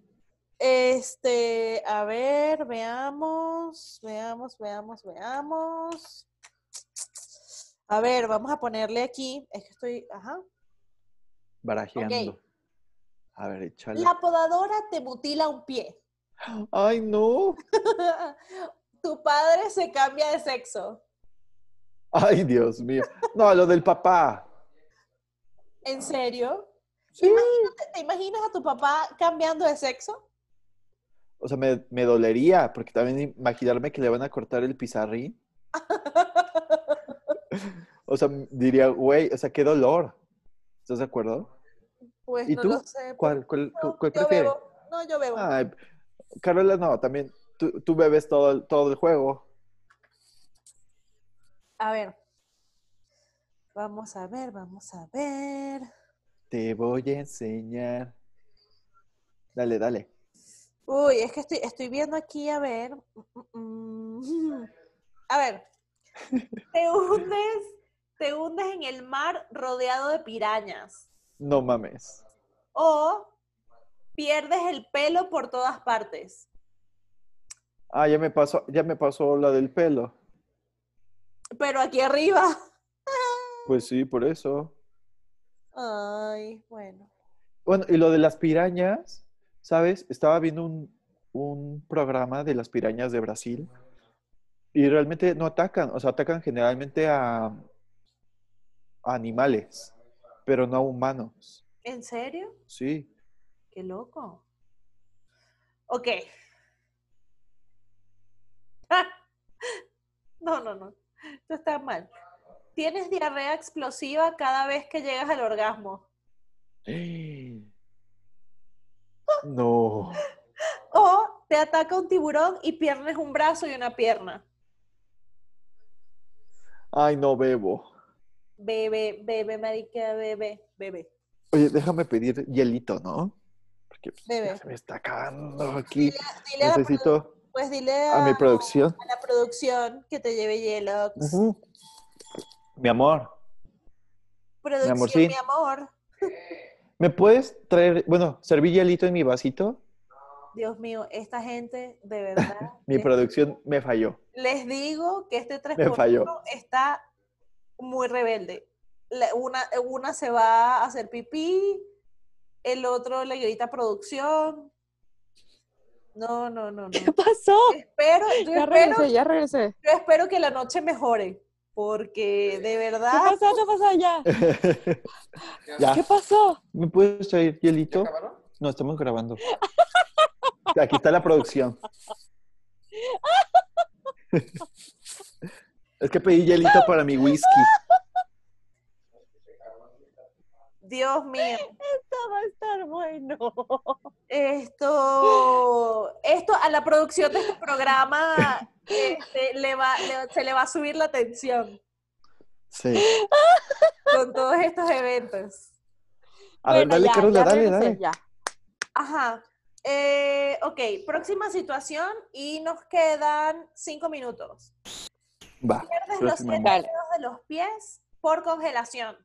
S2: este, a ver, veamos, veamos, veamos, veamos. A ver, vamos a ponerle aquí, es que estoy, ajá.
S4: Barajeando.
S2: Ok.
S4: A ver, échale.
S2: La podadora te mutila un pie. [LAUGHS]
S4: Ay, no.
S2: tu padre se cambia de sexo.
S4: Ay, Dios mío. No, lo del papá.
S2: ¿En serio?
S4: Sí.
S2: Imagínate- ¿Te imaginas a tu papá cambiando de sexo?
S4: O sea, me, me dolería, porque también imaginarme que le van a cortar
S2: [LAUGHS]
S4: el pizarrín. O sea, diría, güey, o sea, qué dolor. ¿Estás de acuerdo?
S2: Pues
S4: ¿Y
S2: no
S4: tú?
S2: lo sé.
S4: ¿Cuál, cuál,
S2: No,
S4: cu- cuál
S2: yo
S4: prefieres? Ah.
S2: bebo. No, yo bebo.
S4: Ay, Carola, no, también tú, tú bebes todo, el- todo el juego.
S2: A ver. Vamos a ver, vamos a ver.
S4: Te voy a enseñar. Dale, dale.
S2: Uy, es que estoy, estoy viendo aquí, a ver. Mm, mm, [LAUGHS] mm. A ver. Te hundes, te hundes en el mar rodeado de pirañas.
S4: No mames.
S2: O pierdes el pelo por todas partes.
S4: Ah, ya me pasó, ya me pasó la del pelo.
S2: Pero aquí arriba.
S4: Pues sí, por eso.
S2: [LAUGHS] Ay, bueno.
S4: Bueno, y lo de las pirañas, ¿sabes? Estaba viendo un, un programa de las pirañas de Brasil y realmente no atacan, o sea, atacan generalmente a, a animales, pero no a humanos.
S2: ¿En serio?
S4: Sí. [GASPS]
S2: Qué loco. Ok. [LAUGHS] no, no, no. Esto está mal. Tienes diarrea explosiva cada vez que llegas al orgasmo.
S4: No.
S2: O te ataca un tiburón y pierdes un brazo y una pierna.
S4: Ay, no bebo.
S2: Bebe, bebe, marica, bebe, bebe.
S4: Oye, déjame pedir hielito, ¿no? Porque pues,
S2: Bebe.
S4: [LAUGHS] ya se me está acabando aquí.
S2: Dile a la
S4: Necesito
S2: produ- pues dile a,
S4: a mi producción.
S2: a la producción que te lleve hielo.
S4: Ujú. Mi amor,
S2: Producción, mi amor.
S4: amorcín. ¿me puedes traer, bueno, servir hielito en mi vasito?
S2: Dios mío, esta gente de verdad.
S4: Mi
S2: les-
S4: producción me falló.
S2: Les digo que este 3
S4: falló.
S2: está muy rebelde. La- Una, una se va a hacer pipí, el otro le grita producción. No, no, no,
S3: ¿Qué
S2: no.
S3: [LAUGHS] pasó?
S2: Espero, yo
S3: Ya
S2: espero,
S3: regresé, ya regresé.
S2: yo espero que la noche mejore, porque de
S3: ¿Qué [LAUGHS]
S2: verdad
S3: pasó? ¿Qué pasó ya?
S4: ya.
S3: ¿Qué pasó?
S4: ¿Me puedes traer hielito? No, estamos grabando. Aquí está la producción. es que pedí hielito para mi whisky.
S2: Dios mío,
S3: Esto va a estar bueno.
S2: esto, esto a la producción de este
S3: [LAUGHS]
S2: programa este, le va, le- se le va a subir la tensión
S4: Sí.
S2: con todos estos eventos.
S4: A ver,
S3: Bueno,
S4: dale,
S3: ya,
S4: Carola,
S3: ya
S4: dale,
S3: regresé,
S4: dale.
S3: ya.
S2: Ajá. Eh, ok, próxima situación y nos quedan cinco minutos.
S4: Va.
S2: Pierdes los
S4: próxima
S2: siete
S4: amor.
S3: Dale.
S2: dedos de los pies por congelación.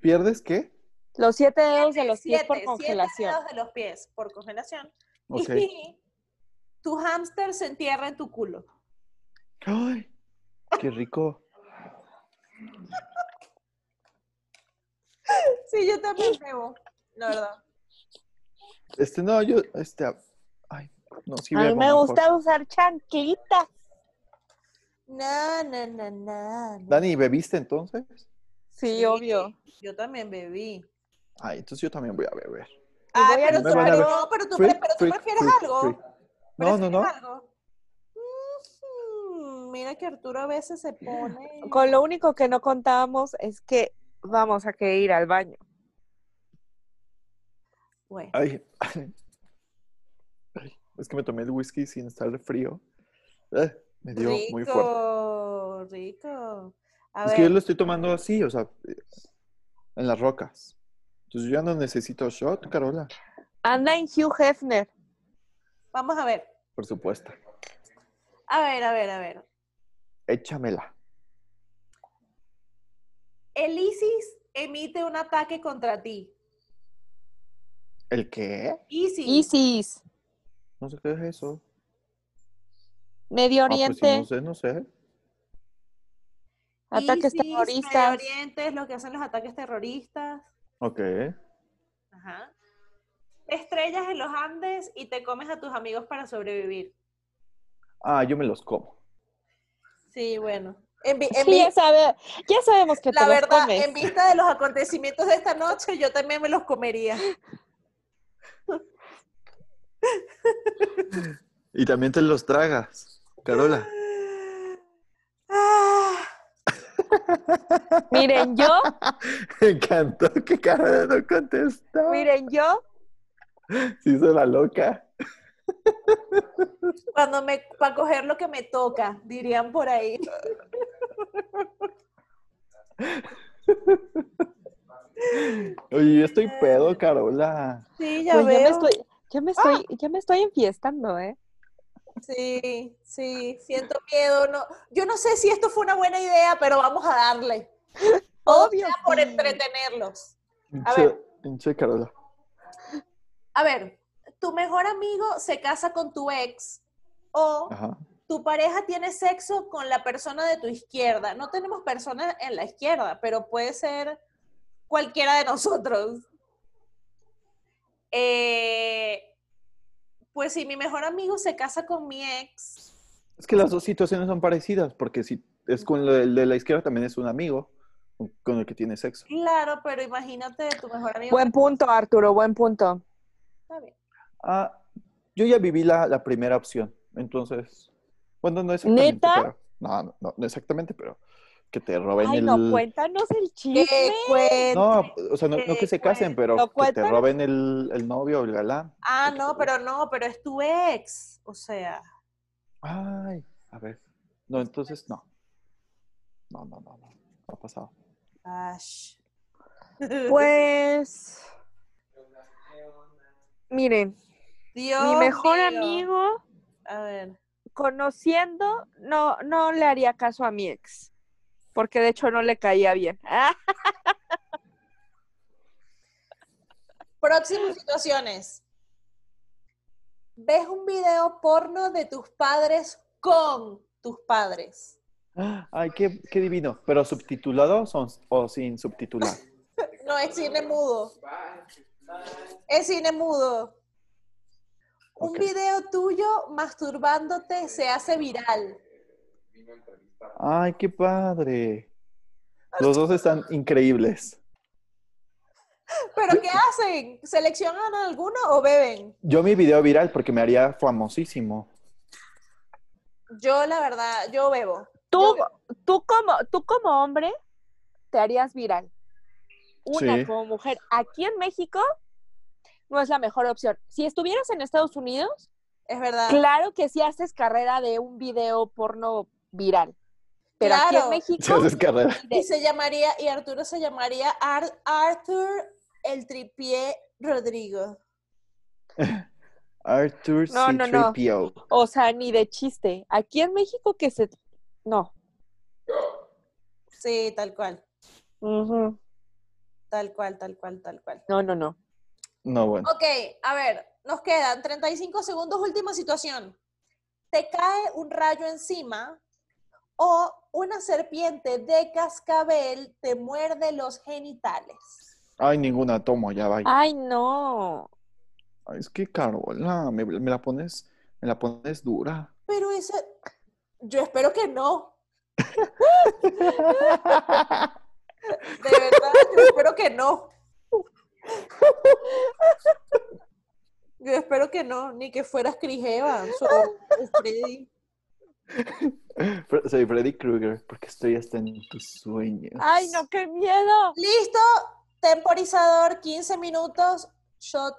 S4: ¿Pierdes qué?
S3: Los siete dedos de los pies
S2: Siete,
S3: por
S2: Siete
S3: congelación.
S2: dedos de los pies por congelación.
S4: Ok.
S2: Y tu hámster se entierra en tu culo.
S4: Ay, qué rico.
S2: Sí, yo también bebo, la verdad.
S4: Este, no, yo, este, ay, no, sí
S3: A mí
S4: bebo
S3: me
S4: mejor.
S3: gusta usar chanclitas.
S2: Na, na, na, na. na.
S4: Dani, ¿bebiste entonces?
S3: Sí,
S2: Sí,
S3: obvio.
S2: Yo también bebí.
S4: Ay, entonces yo también voy a beber.
S2: Ah,
S3: voy a
S2: pero,
S4: Me van a
S2: tú,
S4: ver.
S2: no, pero tú,
S4: Freak,
S2: pero tú
S4: freak,
S2: prefieres
S4: freak,
S2: algo.
S4: freak. No, no, no.
S2: ¿Prefieres algo? Mm, Mira que Arturo a veces se pone.
S3: Con lo único que no contábamos es que vamos a que ir al baño.
S2: Bueno,
S4: Ay, ay. Ay, es que me tomé el whisky sin estar frío. Eh, me dio muy fuerte.
S2: rico, rico. A
S4: Es
S2: ver,
S4: que yo lo estoy tomando así, o sea, eh, en las rocas. Entonces yo ya no necesito shot, Carola.
S3: Anda en Hugh Hefner.
S2: vamos a ver.
S4: Por supuesto.
S2: A ver, a ver, a ver.
S4: Échamela.
S2: El ISIS emite un ataque contra ti.
S4: ¿El qué?
S2: ISIS.
S3: Isis.
S4: No sé qué es eso.
S3: Medio
S4: Ah, pues sí,
S3: Oriente.
S4: no sé, no sé.
S3: Ataques
S2: ISIS, Medio
S3: terroristas.
S2: Oriente es lo que hacen los ataques terroristas.
S4: Ok.
S2: Ajá. Te estrellas en los Andes y te comes a tus amigos para sobrevivir.
S4: Ah, yo me los como.
S2: Sí, bueno. En, vi- en
S3: Sí,
S2: vi-
S3: ya, sabe- ya sabemos que te
S2: la
S3: los
S2: verdad, [LAUGHS]
S3: comes.
S2: en vista de los acontecimientos de esta noche, yo también me los comería.
S4: Y también te los tragas, Carola.
S2: Ah. [LAUGHS]
S3: Miren, yo,
S4: [LAUGHS] Me encantó que Carola no contestó.
S3: miren, yo,
S4: Se hizo la loca.
S2: Cuando me, para coger lo que me toca, dirían por ahí.
S4: Oye, yo estoy pedo, Carola.
S2: Sí, ya
S3: pues, yo me
S2: veo. ¡Ah!
S3: estoy, yo me estoy, yo me estoy enfiestando, ¿eh?
S2: Sí, sí, siento miedo. No, yo no sé si esto fue una buena idea, pero vamos a darle. Todo
S3: Obvio,
S2: sea por
S3: sí.
S2: entretenerlos. A
S4: Pinche-
S2: ver.
S4: Pinche Carola.
S2: A ver, tu mejor amigo se casa con tu ex o
S4: Ajá.
S2: tu pareja tiene sexo con la persona de tu izquierda. No tenemos personas en la izquierda, pero puede ser cualquiera de nosotros. Eh, pues si mi mejor amigo se casa con mi ex,
S4: Es que las dos situaciones son parecidas, porque si es con lo- el de la izquierda también es un amigo con- con el que tiene sexo.
S2: claro, pero imagínate tu mejor amigo.
S3: Buen punto, Arturo, buen punto.
S2: Está bien.
S4: Ah, yo ya viví la, la primera opción, entonces, bueno, no exactamente,
S3: ¿Neta?
S4: pero- no, no, no, no exactamente, pero que te roben
S3: Ay,
S4: el...
S3: no, cuéntanos el
S2: ¿Qué
S3: chisme.
S2: cuente?
S4: No, o sea, no, no que se casen, pero
S3: ¿Lo
S4: que te
S3: cuentan?
S4: roben el, el novio o el galán.
S2: Ah, no, pero no, pero es tu ex. O sea,
S4: Ay, a ver. No, entonces no. No, no, no, no. No ha pasado.
S2: ash.
S3: Pues. Miren,
S2: [LAUGHS] Dios
S3: mi mejor
S2: mío.
S3: amigo,
S2: A ver.
S3: conociendo, no, no le haría caso a mi ex. Porque de hecho no le caía bien. Ah,
S2: Próximas situaciones. Ves un video porno de tus padres con tus padres.
S4: Ay, qué, qué divino. ¿Pero subtitulado o son- o sin subtitular?
S2: No, es cine mudo. Es cine mudo. Un
S4: Ok.
S2: video tuyo masturbándote se hace viral.
S4: Ay, qué padre. Los dos están increíbles.
S2: ¿Pero qué hacen? ¿Seleccionan alguno o beben?
S4: Yo mi video viral porque me haría famosísimo. [LAUGHS]
S2: Yo, la verdad, yo bebo.
S3: tú, tú, como, tú como hombre te harías viral. Una
S4: Sí.
S3: como mujer aquí en México no es la mejor opción. Si estuvieras en Estados Unidos,
S2: Es verdad.
S3: claro que sí haces carrera de un video porno viral. Pero aquí
S2: Claro.
S3: en
S4: [LAUGHS] Si
S3: México
S4: haces carrera.
S2: Y se llamaría, y Arturo se llamaría Ar- Arthur el Tripié Rodrigo.
S4: Arthur
S3: No, no, no.
S4: C3PO.
S3: O sea, ni de chiste. Aquí en México que se... No.
S2: Sí, tal cual, tal cual, tal cual, tal cual.
S3: No, no, no.
S4: No, bueno.
S2: Ok, a ver, nos quedan 35 segundos, última situación. Te cae un rayo encima o una serpiente de cascabel te muerde los genitales.
S4: Ay, ninguna tomo, ya vaya.
S3: Ay, no.
S4: Ay, es que Carola, me, me la pones, me la pones
S3: [LAUGHS]
S4: dura.
S2: Pero eso, yo espero que no. De verdad, yo espero que no. Yo espero que no, ni que fueras Crijeva o Freddy.
S4: Fre- Soy Freddy Krueger porque estoy hasta en tus sueños.
S3: Ay, no, qué miedo.
S2: Listo, temporizador, 15 minutos, shot.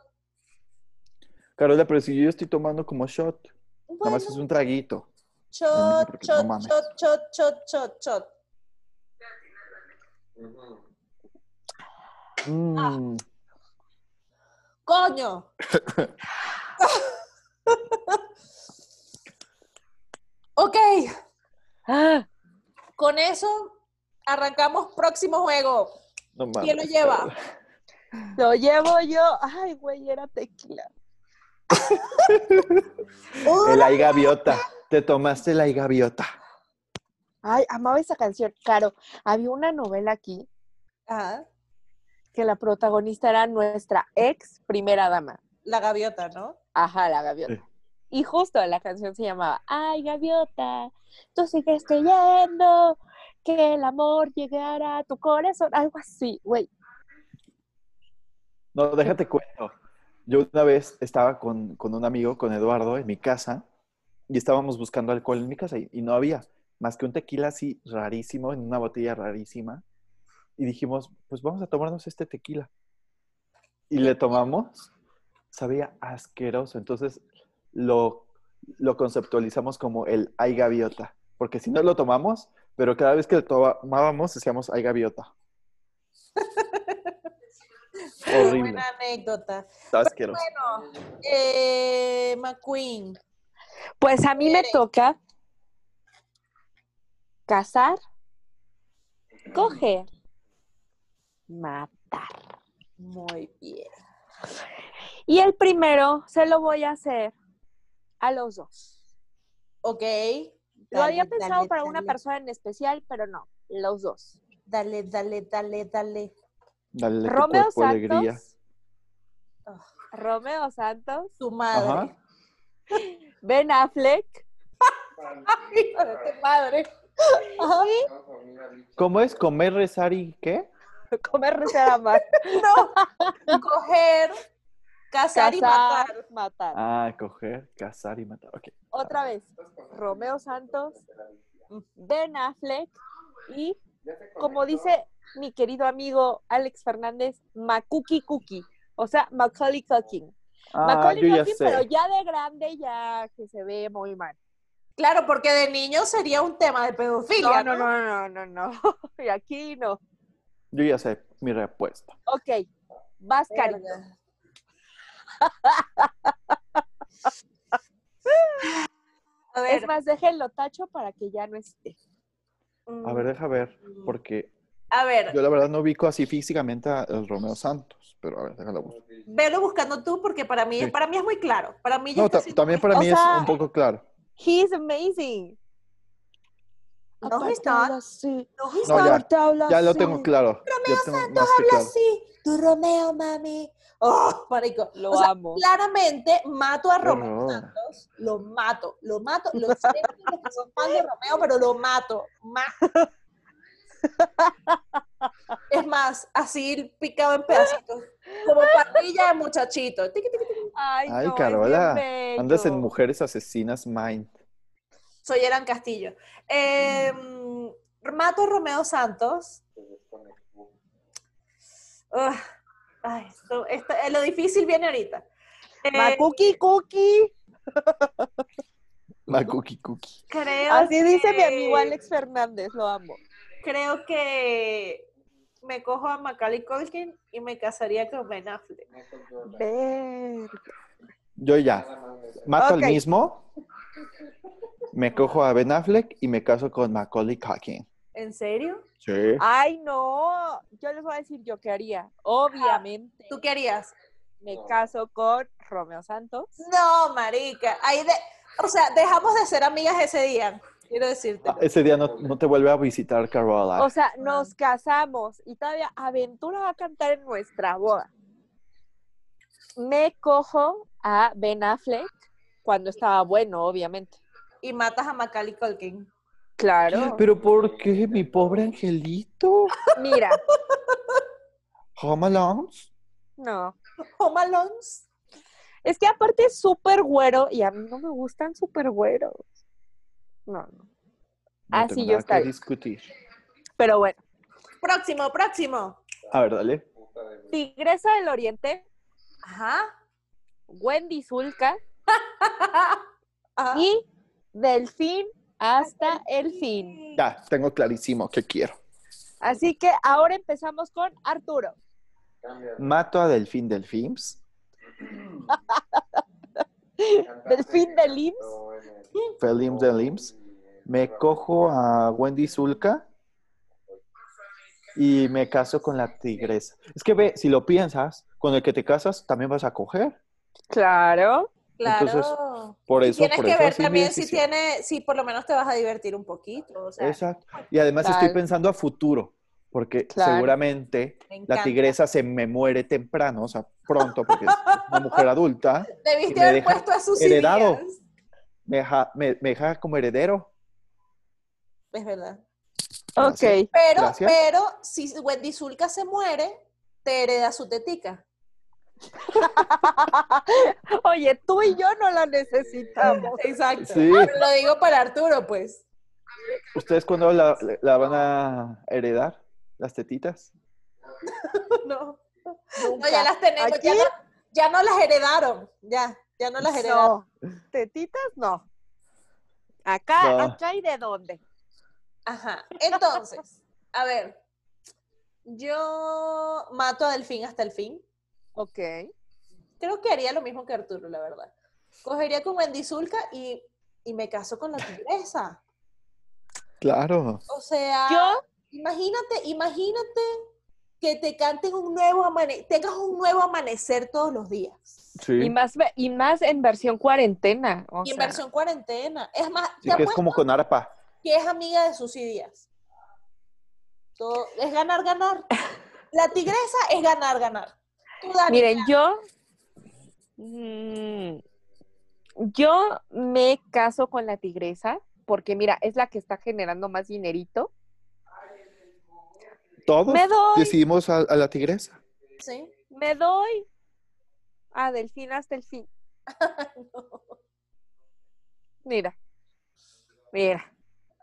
S4: Carola, pero si yo estoy tomando como shot, nada más es
S2: Bueno,
S4: un traguito.
S2: shot,
S4: porque no
S2: shot,
S4: mames.
S2: shot, shot, shot, shot, shot.
S3: Ah,
S4: Mm, [LAUGHS]
S2: Coño. ok,
S3: Ah,
S2: con eso arrancamos próximo juego.
S4: no
S2: ¿Quién lo
S4: mames,
S2: lleva?
S4: Carola.
S3: lo llevo yo. Ay, güey, era tequila.
S4: El ay gaviota. Te tomaste el ay gaviota.
S3: Ay, amaba esa canción. Claro, había una novela aquí
S2: Ajá,
S3: que la protagonista era nuestra ex primera dama.
S2: La gaviota, ¿no?
S3: Ajá, la gaviota.
S4: Sí.
S3: Y justo la canción se llamaba Ay, gaviota, tú sigues creyendo que el amor llegará a tu corazón. Algo así, güey.
S4: No, déjate cuento. Yo una vez estaba con, con un amigo, con Eduardo, en mi casa y estábamos buscando alcohol en mi casa y, y no había más que un tequila así rarísimo, en una botella rarísima. Y dijimos, pues vamos a tomarnos este tequila. Y le tomamos, sabía asqueroso. Entonces lo, lo conceptualizamos como el ay gaviota, porque si no lo tomamos, pero cada vez que lo tomábamos decíamos ay gaviota. Horrible,
S2: Buena anécdota.
S4: está asqueroso.
S2: Bueno, eh, McQueen.
S3: Pues a mí me
S2: Eres.
S3: toca cazar, coger, matar.
S2: Muy bien.
S3: Y el primero se lo voy a hacer a los dos.
S2: Ok.
S3: Lo
S2: Dale,
S3: había pensado
S2: dale,
S3: para una
S2: dale,
S3: persona en especial, pero no, los dos.
S2: Dale, dale, dale, dale.
S4: Dale tu
S3: Romeo
S4: cuerpo alegría.
S3: Santos. Oh,
S2: Ah.
S3: Romeo Santos,
S2: Tu [LAUGHS] madre.
S4: Ajá.
S3: Ben Affleck,
S2: Ahora te madre. Ajá.
S4: ¿Cómo es comer, rezar y qué?
S3: [LAUGHS] comer, rezar, amar,
S2: Coger, casar y matar.
S3: cazar, matar.
S4: Ah, coger, cazar y matar. Ok.
S3: Otra vez, Romeo Santos, Ben Affleck y, como dice mi querido amigo Alex Fernández, Makuki Cookie, o sea, Macaulay Culkin.
S4: Ah,
S3: Macaulay
S4: yo ya
S3: Culkin, pero
S4: sé.
S3: ya de grande, ya que se ve muy mal.
S2: Claro, porque de niño sería un tema de pedofilia.
S3: No, no, no, no, no, no. [LAUGHS] Y aquí no.
S4: Yo ya sé mi respuesta.
S3: Ok, vas, Cari.
S2: Verga. [LAUGHS] A ver,
S3: Es más, déjenlo tacho para que ya no esté.
S4: A ver, deja ver,
S2: mm,
S4: porque
S2: a ver,
S4: yo la verdad no ubico así físicamente a- al Romeo Santos, pero a ver, déjalo buscar.
S2: velo buscando tú porque para mí,
S4: Sí.
S2: para mí es muy claro. Para mí ya
S4: No,
S2: está
S4: ta-
S2: siendo
S4: también
S2: muy-
S4: para
S3: o
S4: mí
S3: sea-
S4: es un poco claro.
S3: He's amazing.
S2: No, he's
S3: Aparte habla
S2: not.
S3: así.
S2: No, he's
S4: No,
S2: not.
S4: ya.
S3: Aparte habla
S4: Ya lo
S3: así.
S4: tengo claro. Ya tengo más que
S2: Habla
S4: claro.
S2: así, tu Romeo, mami. Oh, marico.
S3: Lo
S2: O sea,
S3: amo.
S2: claramente mato a
S4: Qué
S2: Romeo
S4: horror.
S2: Santos. Lo mato, lo mato. Lo siento a los que son fan de Romeo, pero lo mato. ma- Es más, así picado en pedacitos. Como parrilla de muchachito. Tiqui, tiqui, tiqui.
S3: Ay,
S4: Ay,
S3: no, es
S4: Carola,
S3: bien bello.
S4: Andas en Mujeres Asesinas Mind.
S2: Soy Eran Castillo. Eh, mato a Romeo Santos. Ugh. Ay, esto- esto- eh, lo difícil viene ahorita. Eh,
S3: Macuki Cookie.
S4: Makuki Cookie.
S2: creo
S3: Así dice mi
S2: que-
S3: amigo Alex Fernández, lo amo.
S2: Creo que me cojo a Macaulay Culkin y me casaría con Ben Affleck.
S3: Ver.
S4: Yo ya. Mato
S3: Ok.
S4: al mismo. Me cojo a Ben Affleck y me caso con Macaulay Culkin.
S2: ¿En serio?
S4: Sí.
S3: Ay, no. Yo les voy a decir yo qué haría. Obviamente,
S2: ¿Tú qué harías?
S3: me caso con Romeo Santos.
S2: No, marica. Ahí de... O sea, dejamos de ser amigas ese día. Quiero decirte.
S4: Ah, Ese día no, no te vuelve a visitar Carola.
S3: O sea, nos casamos y todavía Aventura va a cantar en nuestra boda. Me cojo a Ben Affleck cuando estaba bueno, obviamente.
S2: Y matas a Macaulay Culkin.
S3: Claro.
S4: Pero ¿por qué mi pobre angelito?
S3: Mira,
S4: Home Alone.
S3: no.
S2: Home Alones.
S3: Es que aparte es súper güero y a mí no me gustan súper güeros. No, no.
S4: No
S3: Ah,
S4: tengo
S3: sí, yo
S4: nada
S3: estaría.
S4: que discutir.
S3: Pero bueno,
S2: Próximo, próximo.
S4: A ver, dale.
S3: Tigresa del Oriente,
S2: Ajá. [LAUGHS]
S3: Wendy Zulka
S2: Ajá.
S3: y Delfín hasta el fin.
S4: Ya, tengo clarísimo qué quiero.
S3: Así que ahora empezamos con Arturo.
S4: Mato a Delfín Delfims,
S3: Delfín del IMSS.
S4: Felims Delims. Me cojo a Wendy Zulka y me caso con la tigresa. Es que ve, si lo piensas, con el que te casas también vas a coger.
S3: Claro.
S2: Claro.
S4: entonces, Por eso,
S2: tienes
S4: por
S2: que
S4: eso
S2: ver
S4: así mi
S2: también si
S4: decisión.
S2: tiene, si por lo menos te vas a divertir un poquito. O sea,
S4: Exacto. Y además
S3: Claro.
S4: estoy pensando a futuro, porque
S3: Claro.
S4: seguramente
S2: Me encanta.
S4: la tigresa se me muere temprano, o sea, pronto, porque es una mujer adulta,
S2: Debiste
S4: me
S2: haber
S4: deja
S2: puesto a sus
S4: heredado.
S2: ideas.
S4: me deja, me- me deja como heredero.
S2: Es verdad.
S4: Gracias.
S3: Ok.
S2: Pero,
S4: Gracias.
S2: pero si Wendy Zulka se muere, te hereda su tetica.
S3: [LAUGHS] Oye, tú y yo no la necesitamos.
S2: Exacto.
S4: Sí.
S2: Pero Lo digo para Arturo, pues.
S4: ¿Ustedes cuándo la, la van a heredar? ¿Las tetitas?
S2: [LAUGHS] No,
S3: Nunca.
S2: [LAUGHS] no ya las tenemos. Ya
S3: Aquí,
S2: no, ya no las heredaron. Ya, ya no las heredaron.
S3: no. Tetitas, no. Acá,
S4: No.
S3: acá y de dónde.
S2: Ajá. Entonces, a ver. Yo mato a Delfín hasta el fin.
S3: Ok.
S2: Creo que haría lo mismo que Arturo, la verdad. Cogería con Wendy Zulka y, y me caso con la tigresa.
S4: Claro.
S2: O sea,
S3: Yo,
S2: imagínate, imagínate que te canten un nuevo amanecer, tengas un nuevo amanecer todos los días.
S4: Sí.
S3: Y, más, ve- y más en versión cuarentena. o
S2: y en
S3: sea,
S2: versión cuarentena. Es más,
S4: Sí,
S2: te
S4: que es
S2: apuesto
S4: como con arpa.
S2: que es amiga de Susy Díaz. Todo- es ganar,
S3: [LAUGHS]
S2: ganar. La tigresa es ganar, ganar. Tú, Dani,
S3: Miren, yo. mm, yo me caso con la tigresa porque, mira, es la que está generando más dinerito.
S4: Todos
S3: Me doy.
S4: decidimos a, a la tigresa.
S2: ¿sí?
S3: Me doy a Delfín hasta
S2: [LAUGHS]
S3: el fin. Mira. Mira.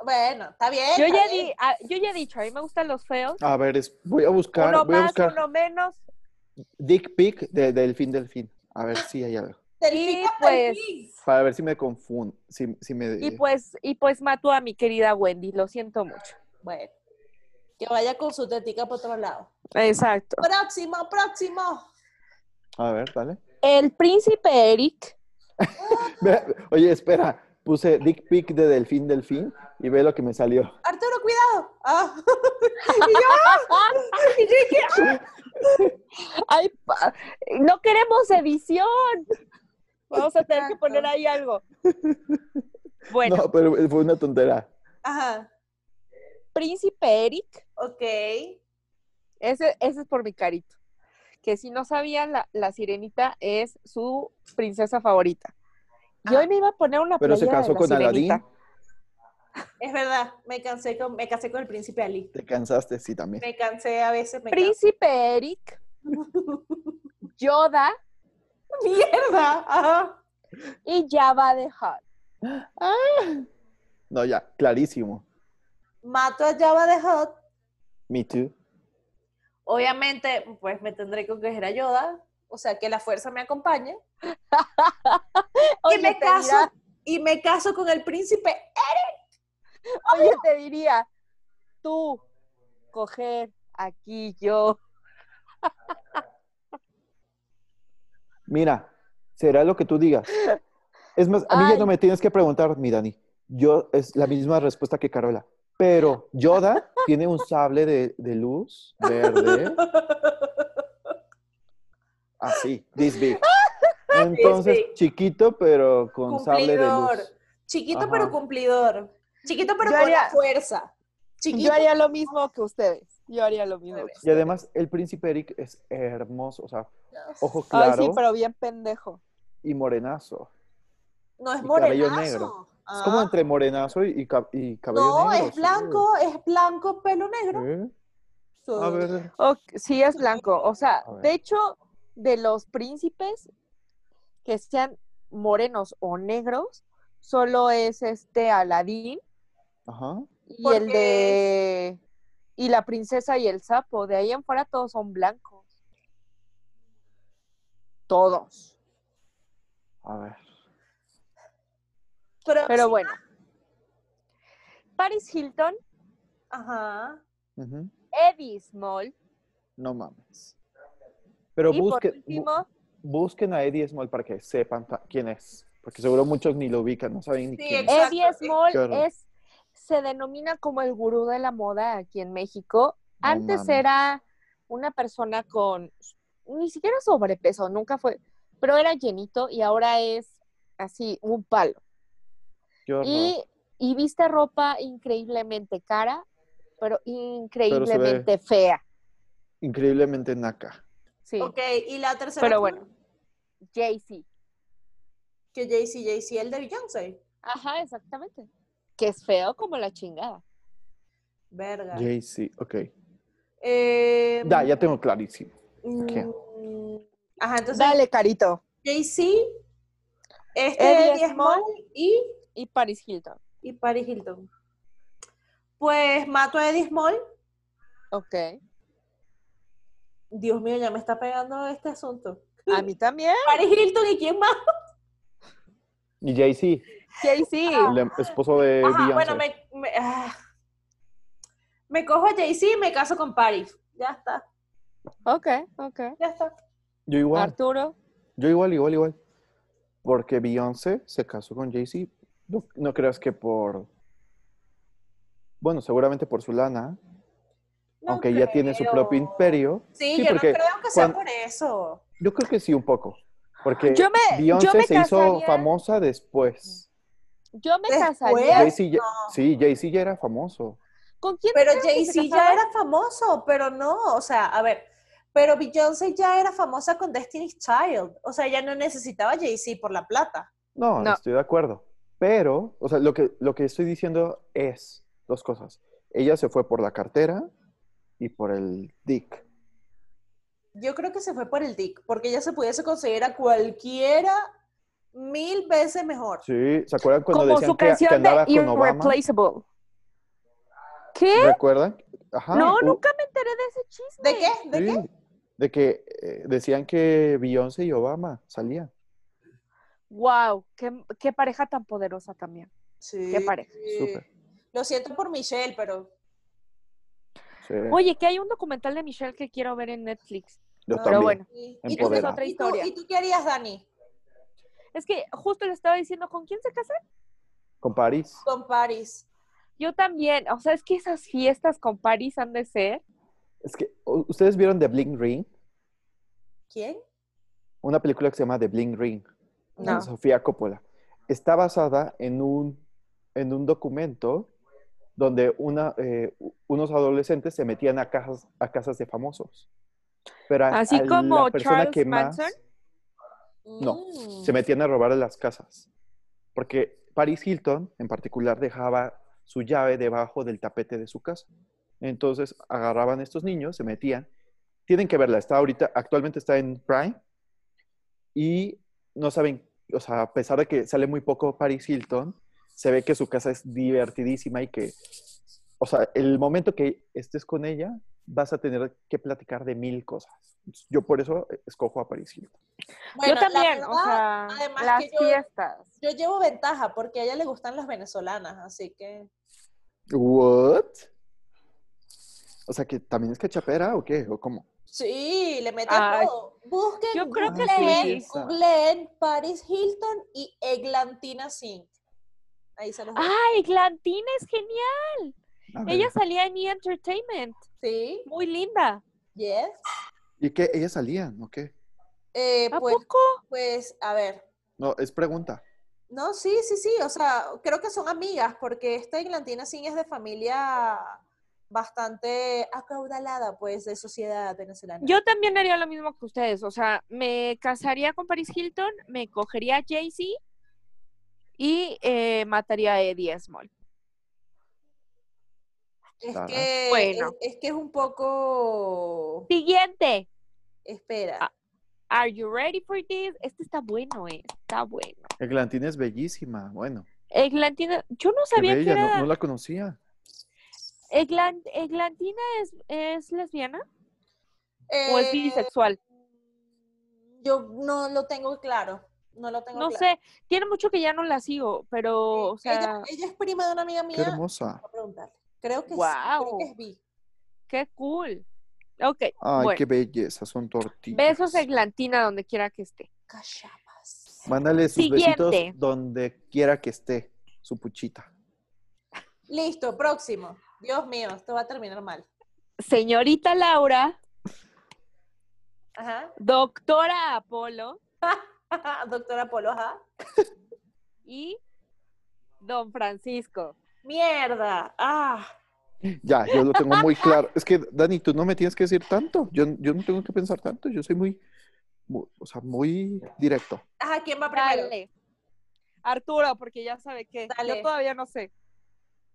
S2: Bueno, está bien.
S3: Yo
S2: está
S3: ya,
S2: bien.
S3: di, ah, yo ya he dicho, a mí me gustan los feos.
S4: A ver, es- voy a buscar,
S3: uno
S4: voy a
S3: más,
S4: buscar
S3: uno menos.
S4: Dick Pic de Delfín Delfín. A ver si hay algo.
S2: Delfín
S3: y,
S2: hasta
S3: pues,
S2: el fin.
S4: Para ver si me confundo. Si, si me,
S3: Y pues, y pues mató a mi querida Wendy, lo siento mucho.
S2: Bueno, que vaya con su tetica por otro lado.
S3: Exacto.
S2: Próximo, próximo.
S4: A ver, dale.
S3: El príncipe Eric.
S4: Ve- Oye, espera. Puse Dick Pic de Delfín Delfín y ve lo que me salió.
S2: Arturo, cuidado. Ah. [LAUGHS]
S3: Ay, pa- no queremos edición. Vamos a tener que
S2: Exacto.
S3: poner ahí algo. Bueno,
S4: No, pero fue una tontera.
S2: Ajá.
S3: príncipe Eric.
S2: Ok.
S3: Ese, ese es por mi carito. Que si no sabían, la, la sirenita es su princesa favorita. Y
S2: Ah.
S3: hoy me iba a poner una
S4: Pero se
S3: playera de
S4: casó
S3: la
S4: con Aladín.
S3: sirenita.
S2: Es verdad, me cansé con, me casé con el príncipe Ali.
S4: Te cansaste, sí, también.
S2: Me cansé a veces. Me canso. [LAUGHS]
S3: Príncipe Eric. Yoda
S2: Mierda. Ajá.
S3: y Java de Hutt.
S4: No, ya, clarísimo.
S2: Mato a Java de Hot.
S4: Me too.
S2: Obviamente, pues me tendré que coger a Yoda. O sea, que la fuerza me acompañe.
S3: Oye,
S2: y me
S3: te
S2: caso.
S3: dirá-
S2: Y me caso con el príncipe.
S3: oye, te diría, tú coger aquí yo.
S4: Mira, será lo que tú digas. Es más, a mí ya
S3: Ay.
S4: no me tienes que preguntar, mi Dani. Yo es la misma respuesta que Carola. Pero Yoda tiene un sable de, de luz verde, así, this
S2: [LAUGHS]
S4: big. Entonces,
S2: big.
S4: chiquito, pero con sable de
S2: Cumplidor.
S4: luz.
S2: Chiquito
S4: Ajá.
S2: pero cumplidor. Chiquito pero
S3: Yo
S2: con la
S3: haría-
S2: fuerza. Chiquito.
S3: Yo haría lo mismo que ustedes. Yo haría lo mismo. que
S4: Y además, el príncipe Eric es hermoso, o sea, ojo
S3: Ay,
S4: claro
S3: sí, pero bien pendejo.
S4: y morenazo.
S2: No es
S4: y cabello
S2: morenazo.
S4: negro.
S2: Ah.
S4: Es como entre morenazo y, y cab- y cabello
S2: No,
S4: negro,
S2: es
S4: sí.
S2: blanco, es blanco, pelo negro.
S4: Sí.
S2: Sí.
S4: A ver,
S3: O- sí, es blanco. O sea,
S4: A ver.
S3: de hecho, de los príncipes que sean morenos o negros, solo es este Aladín
S4: ajá.
S3: y
S2: Porque-
S3: el de. Y la princesa y el sapo. De ahí en fuera todos son blancos. Todos.
S4: A ver.
S2: Pero,
S3: Pero bueno. Paris Hilton,
S2: Ajá.
S4: Ujú.
S3: Eddie Small.
S4: No mames. Pero
S3: y por
S4: busque- bu-
S3: último,
S4: busquen a Eddie Small para que sepan ta- quién es. Porque seguro muchos ni lo ubican, no saben ni
S2: Sí,
S4: quién es.
S2: exacto,
S3: Eddie
S2: sí.
S3: Small
S4: Claro.
S3: es, se denomina como el gurú de la moda aquí en México.
S4: No
S3: Antes
S4: mames.
S3: era una persona con ni siquiera sobrepeso, nunca fue, pero era llenito y ahora es así, un palo.
S4: Qué horror.
S3: Y, y viste ropa increíblemente cara, pero increíblemente fea.
S4: Increíblemente naca.
S3: Sí,
S2: Ok, y la tercera.
S3: pero
S2: fue
S3: bueno, Jay-Z.
S2: Que Jay-Z, Jay-Z, el de Beyoncé.
S3: Ajá, exactamente. Que es feo como la chingada.
S2: Verga.
S4: Jay-Z, ok.
S2: Eh,
S4: Da, ya tengo clarísimo.
S2: mm, Ajá, entonces
S3: Dale, carito.
S2: Jay-Z, este
S3: Eddie
S2: Eddie Small y,
S3: Y Paris Hilton.
S2: y Paris Hilton. Pues mato a Eddie Small.
S3: Ok.
S2: Dios mío, ya me está pegando este asunto.
S3: A mí también. [LAUGHS]
S2: Paris Hilton y quién más.
S4: Y Jay-Z,
S3: Jay-Z.
S4: el em- esposo de
S2: Ah. Ajá,
S4: Beyoncé.
S2: bueno, me, me, ah. me cojo a Jay-Z y me caso con Paris. Ya está,
S3: Ok, ok.
S2: ya está.
S4: Yo igual,
S3: Arturo.
S4: yo igual, igual, igual. Porque Beyoncé se casó con Jay-Z. No, no creas que por... Bueno, seguramente por su lana.
S2: No
S4: aunque ella tiene su propio
S2: creo.
S4: imperio.
S2: Sí,
S4: Sí,
S2: yo no
S4: porque
S2: creo que sea
S4: cuan-
S2: por eso.
S4: Yo creo que sí, un poco. Porque
S3: Yo me- yo
S4: Eh, Beyoncé
S3: me
S4: se hizo
S3: casaría- Mm.
S4: famosa después.
S3: Yo me
S2: Después-
S3: casaría.
S4: Jay-Z ya, sí, Jay-Z ya era famoso.
S3: ¿Con quién?
S2: Pero
S3: crees que se
S2: [LAUGHS] Jay-Z ya
S3: [LAUGHS] casara?
S2: era famoso, pero no, o sea, a ver, pero Beyoncé ya era famosa con Destiny's Child, o sea, ya no necesitaba a Jay-Z por la plata.
S4: No,
S3: No.
S4: estoy de acuerdo. Pero, o sea, lo que, lo que estoy diciendo es dos cosas. Ella se fue por la cartera y por el dick.
S2: Yo creo que se fue por el dick, porque ella se pudiese conseguir a cualquiera mil veces mejor.
S4: Sí, ¿se acuerdan cuando
S3: Como
S4: decían
S3: su
S4: que, que
S3: canción
S4: andaba
S3: de
S4: con Obama?
S3: Irreplaceable. ¿Qué?
S4: ¿Recuerdan? Ajá,
S3: no,
S4: u-
S3: nunca me enteré de ese chisme.
S2: ¿De qué? ¿De qué?
S4: sí, de que eh, decían que Beyoncé y Obama salían.
S3: Wow, qué, qué pareja tan poderosa también.
S2: Sí.
S3: Qué pareja.
S4: Súper.
S2: Lo siento por Michelle, pero
S4: Sí,
S3: Oye, que hay un documental de Michelle que quiero ver en Netflix.
S4: yo
S2: pero
S4: también.
S3: bueno.
S2: sí.
S4: En
S2: ¿Y tú-
S4: poder. Esa es
S3: otra
S2: y tú-
S3: historia.
S2: ¿Y tú qué harías, Dani?
S3: Es que justo le estaba diciendo, ¿con quién se casa?
S4: Con París.
S2: Con Paris.
S3: Yo también. O sea, es que esas fiestas con París han de ser.
S4: Es que, ¿u- ¿ustedes vieron The Bling Ring?
S2: ¿Quién?
S4: Una película que se llama The Bling Ring. de
S3: No.
S4: Sofía Coppola. Está basada en un, en un documento donde una, eh, u- unos adolescentes se metían a casas, a casas de famosos. Pero a-
S3: Así
S4: a la
S3: como
S4: persona
S3: Charles
S4: que
S3: Manson.
S4: No,
S2: Mm.
S4: más se metían a robar a las casas. Porque Paris Hilton, en particular, dejaba su llave debajo del tapete de su casa. Entonces agarraban a estos niños, se metían. Tienen que verla, está ahorita, actualmente está en Prime. Y no saben, o sea, a pesar de que sale muy poco Paris Hilton, se ve que su casa es divertidísima y que, o sea, el momento que estés con ella, vas a tener que platicar de mil cosas. Yo por eso escojo a Paris Hilton.
S2: Bueno,
S3: Yo
S2: la
S3: también, o
S2: verdad,
S3: sea,
S2: además
S3: las
S2: que yo-
S3: fiestas.
S2: Yo llevo ventaja porque a ella le gustan las venezolanas, así que.
S4: ¿What? O sea, que también es cachapera o qué? ¿O cómo?
S2: Sí, le meten
S3: Ay.
S2: todo. Busquen
S3: Yo creo que
S2: googleen-
S4: sí.
S2: googleen Paris Hilton y Eglantina Singh. Ahí se los dejo.
S3: ¡Ay, Glantina es genial!
S4: A ver.
S3: Ella salía en E! Entertainment.
S2: Sí,
S3: Muy linda.
S2: yes.
S4: ¿Y qué? ¿Ellas salían o qué?
S2: Eh,
S3: ¿A
S2: pues,
S3: poco?
S2: pues, a ver.
S4: No, es pregunta.
S2: No, sí, sí, sí. O sea, creo que son amigas porque esta Eglantina Singh es de familia bastante acaudalada, pues, de sociedad venezolana.
S3: Yo también haría lo mismo que ustedes. O sea, me casaría con Paris Hilton, me cogería a Jay-Z y eh, mataría a Eddie Small.
S2: es,
S4: Claro.
S2: que,
S3: Bueno.
S2: es, es que es un poco.
S3: Siguiente.
S2: Espera.
S3: Ah. Are you ready for this? Este está bueno, eh. Está bueno.
S4: Eglantina es bellísima. Bueno,
S3: Eglantina, yo no
S4: qué
S3: sabía que
S4: bella. no-
S3: era. eh,
S4: No, la conocía.
S3: Eglan- Eglantina es, es lesbiana o es
S2: Eh,
S3: bisexual.
S2: Em, Yo no lo tengo claro. No lo tengo
S3: No
S2: claro.
S3: sé, tiene mucho que ya no la sigo, pero, o sea,
S2: ella, ella es prima de una amiga
S4: Qué
S2: mía. Voy
S4: hermosa.
S2: a preguntarle. Creo que sí. Creo
S3: Guau.
S2: que es bi.
S3: qué cool. Ok,
S4: Ay,
S3: bueno.
S4: qué belleza. Son tortillas.
S3: Besos a Eglantina donde quiera que esté.
S2: Cachapas.
S4: Mándale sus
S3: Siguiente.
S4: besitos donde quiera que esté su puchita.
S2: Listo, próximo. Dios mío, esto va a terminar mal.
S3: Señorita Laura,
S2: Ajá. [LAUGHS]
S3: doctora Apolo
S2: Doctora Polo, ajá.
S3: y don Francisco.
S2: Mierda. Ah.
S4: Ya, yo lo tengo muy claro. Es que, Dani, tú no me tienes que decir tanto. Yo, yo no tengo que pensar tanto. Yo soy muy, muy- o sea, muy directo.
S2: Ajá, ¿quién va primero?
S3: Dale. Arturo, porque ya sabe que
S2: Dale.
S3: yo todavía no sé.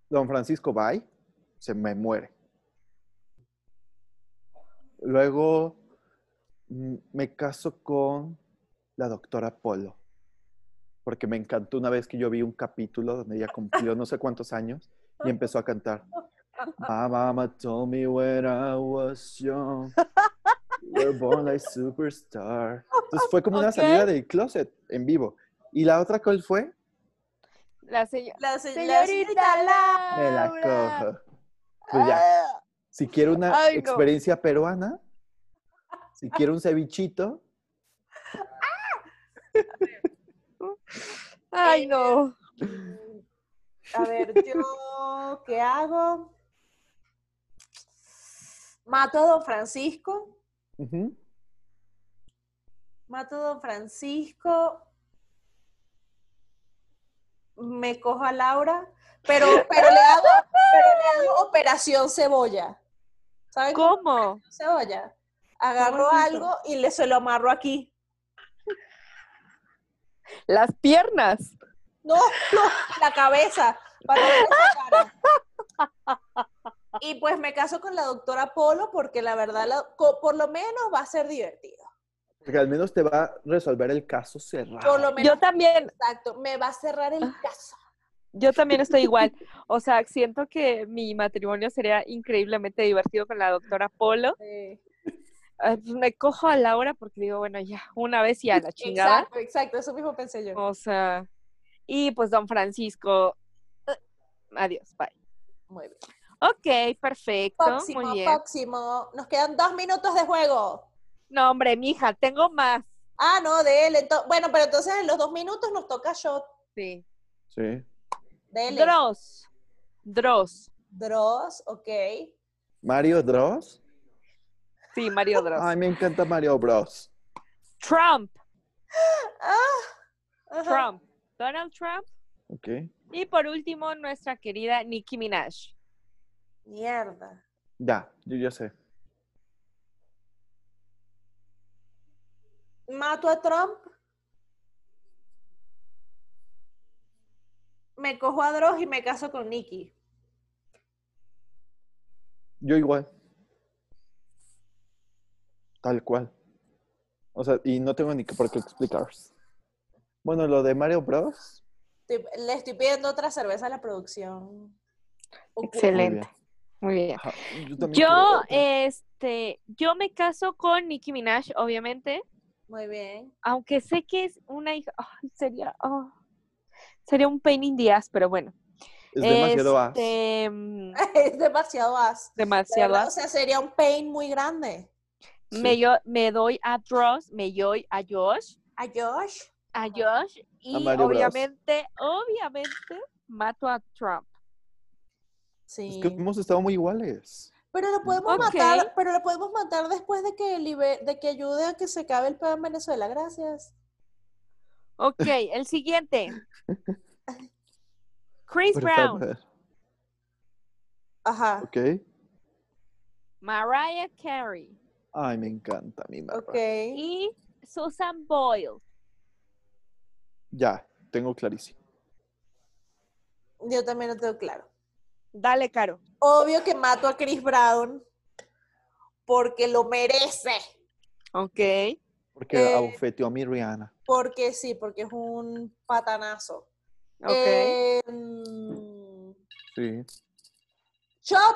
S4: Don Francisco bye, se me muere. Luego mm, me caso con la doctora Polo, porque me encantó una vez que yo vi un capítulo donde ella cumplió no sé cuántos años y empezó a cantar. My mama told me when I was young, we were born like superstar. Entonces fue como una
S3: Ok.
S4: salida del closet en vivo. ¿Y la otra cuál fue?
S3: La señora.
S2: La, se- la
S3: Señorita Laura.
S4: Me la cojo. Pues ya. Si quiero una
S3: Ay, no.
S4: experiencia peruana,
S3: [LAUGHS]
S4: si quiero un cevichito,
S3: Ay, no. [LAUGHS]
S2: A ver, yo, ¿qué hago? Mato a Don Francisco.
S4: Ujú.
S2: Mato a Don Francisco. Me cojo a Laura. Pero, pero, le, hago, pero le hago operación cebolla. ¿Sabes cómo?
S3: ¿Cómo?
S2: Cebolla. Agarro
S3: ¿Cómo es eso?
S2: algo y le se lo amarro aquí.
S3: Las piernas.
S2: No, no, la cabeza. Para no ver esa cara. Y pues me caso con la doctora Polo porque la verdad, la- co- por lo menos va a ser divertido.
S4: Porque al menos te va a resolver el caso cerrado.
S2: Por lo menos,
S3: Ah. Yo Ah. también,
S2: exacto, me va a cerrar el caso.
S3: Yo también estoy igual. O sea, siento que mi matrimonio sería increíblemente divertido con la doctora Polo. Eh, pues, Me cojo a Laura porque digo, bueno, ya, una vez y a la chingada. Oh.
S2: Exacto, exacto, eso mismo pensé yo.
S3: O sea, y pues don Francisco. eh, Adiós, bye.
S2: Muy bien.
S3: Ok, perfecto.
S2: Próximo,
S3: muy bien.
S2: próximo. Nos quedan dos minutos de juego.
S3: No, hombre, mija, tengo más.
S2: Ah, no, de él. ento- bueno, pero entonces en los dos minutos nos toca shot.
S3: Sí.
S4: Sí.
S2: De él.
S3: Dross. Dross.
S2: Dross, ok.
S4: Mario Dross.
S3: Sí, Mario Dross.
S4: Ay, me encanta Mario Bros.
S3: Trump.
S2: Ajá.
S3: Trump. Donald Trump.
S4: Ok.
S3: Y por último, nuestra querida Nicki Minaj.
S2: Mierda.
S4: Ya, yo ya sé.
S2: Mato a Trump. Me cojo a Dross y me caso con Nicky.
S4: Yo igual. Tal cual. O sea, y no tengo ni que- por qué explicar. Bueno, lo de Mario Bros.
S2: Estoy- le estoy pidiendo otra cerveza a la producción. Ocu-
S4: muy bien.
S3: Excelente. Muy bien.
S4: Ajá, Yo, también quiero
S3: Yo,
S4: otra.
S3: este, yo me caso con Nicki Minaj, obviamente,
S2: Muy bien. [LAUGHS]
S3: aunque sé que es una hija, ay, sería, ah, sería un pain in the ass, pero bueno.
S4: es
S3: eh,
S4: demasiado as.
S3: Este, mm,
S2: es demasiado as. La
S3: demasiado
S2: verdad, O
S3: as.
S2: sea, sería un pain muy grande.
S3: Me, yo, me doy a Dross, me doy a Josh,
S2: A Josh.
S3: a Josh, y
S4: Mario Bros.
S3: obviamente, obviamente, mato a Trump.
S2: Sí.
S4: Es
S3: este,
S4: que hemos estado muy iguales.
S2: Pero lo podemos
S3: Ok.
S2: matar, pero lo podemos matar después de que libe- de que ayude a que se acabe el pedo en Venezuela. Gracias.
S3: Ok, el
S4: [LAUGHS]
S3: siguiente. Chris
S4: Por
S3: Brown,
S4: favor.
S2: Ajá.
S4: Ok.
S3: Mariah Carey
S4: Ay, me encanta mi mamá.
S2: Ok.
S3: y Susan Boyle.
S4: Ya, tengo clarísimo.
S2: Yo también lo tengo claro.
S3: Dale, Caro.
S2: Obvio que mato a Chris Brown porque lo merece.
S3: Ok.
S4: Porque
S2: Eh,
S4: abofeteó a mi Rihanna.
S2: Porque sí, porque es un patanazo.
S3: Ok.
S2: Eh, mm,
S4: Sí.
S2: Chop.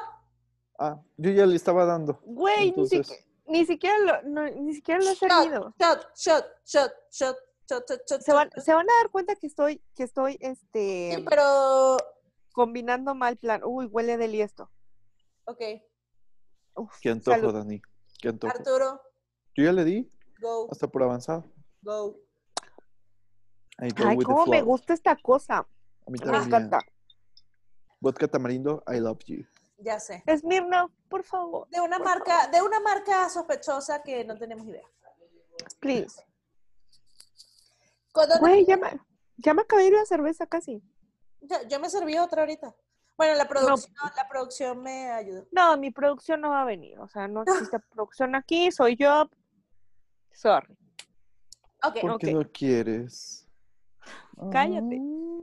S4: Ah, yo ya le estaba dando.
S3: Güey, ni,
S4: Entonces,
S3: siqui- ni siquiera lo, no, ni siquiera lo he servido.
S2: Shot, shot, shot, shot, shot, shot, shot, shot,
S3: Se van,
S2: shot.
S3: se van a dar cuenta que estoy, que estoy este
S2: Sí, pero.
S3: combinando mal plan. Uy, huele del y esto.
S2: Ok.
S3: Uf,
S4: ¿qué antojo,
S3: salud.
S4: Dani? ¿Qué antojo?
S2: Arturo,
S4: Yo ya le di
S2: go,
S4: hasta por avanzado.
S2: go.
S4: I go
S3: Ay,
S4: with the
S3: cómo me
S4: flow.
S3: gusta esta cosa.
S4: A mí
S3: Me
S4: también.
S3: encanta.
S4: Vodka tamarindo, I love you.
S2: Ya sé.
S3: Esmirno, por favor,
S2: De una marca, de una marca sospechosa que no tenemos idea.
S3: please.
S2: Cuando-
S3: Güey, ya me, ya me acabé la cerveza casi.
S2: yo, yo me serví otra ahorita. Bueno, la producción, la producción me ayudó.
S3: No, mi producción no va a venir. O sea, no existe producción aquí, soy yo. Sorry.
S2: Ok.
S4: ¿Por qué
S3: ok.
S4: no quieres? Mm.
S3: Cállate. Mm.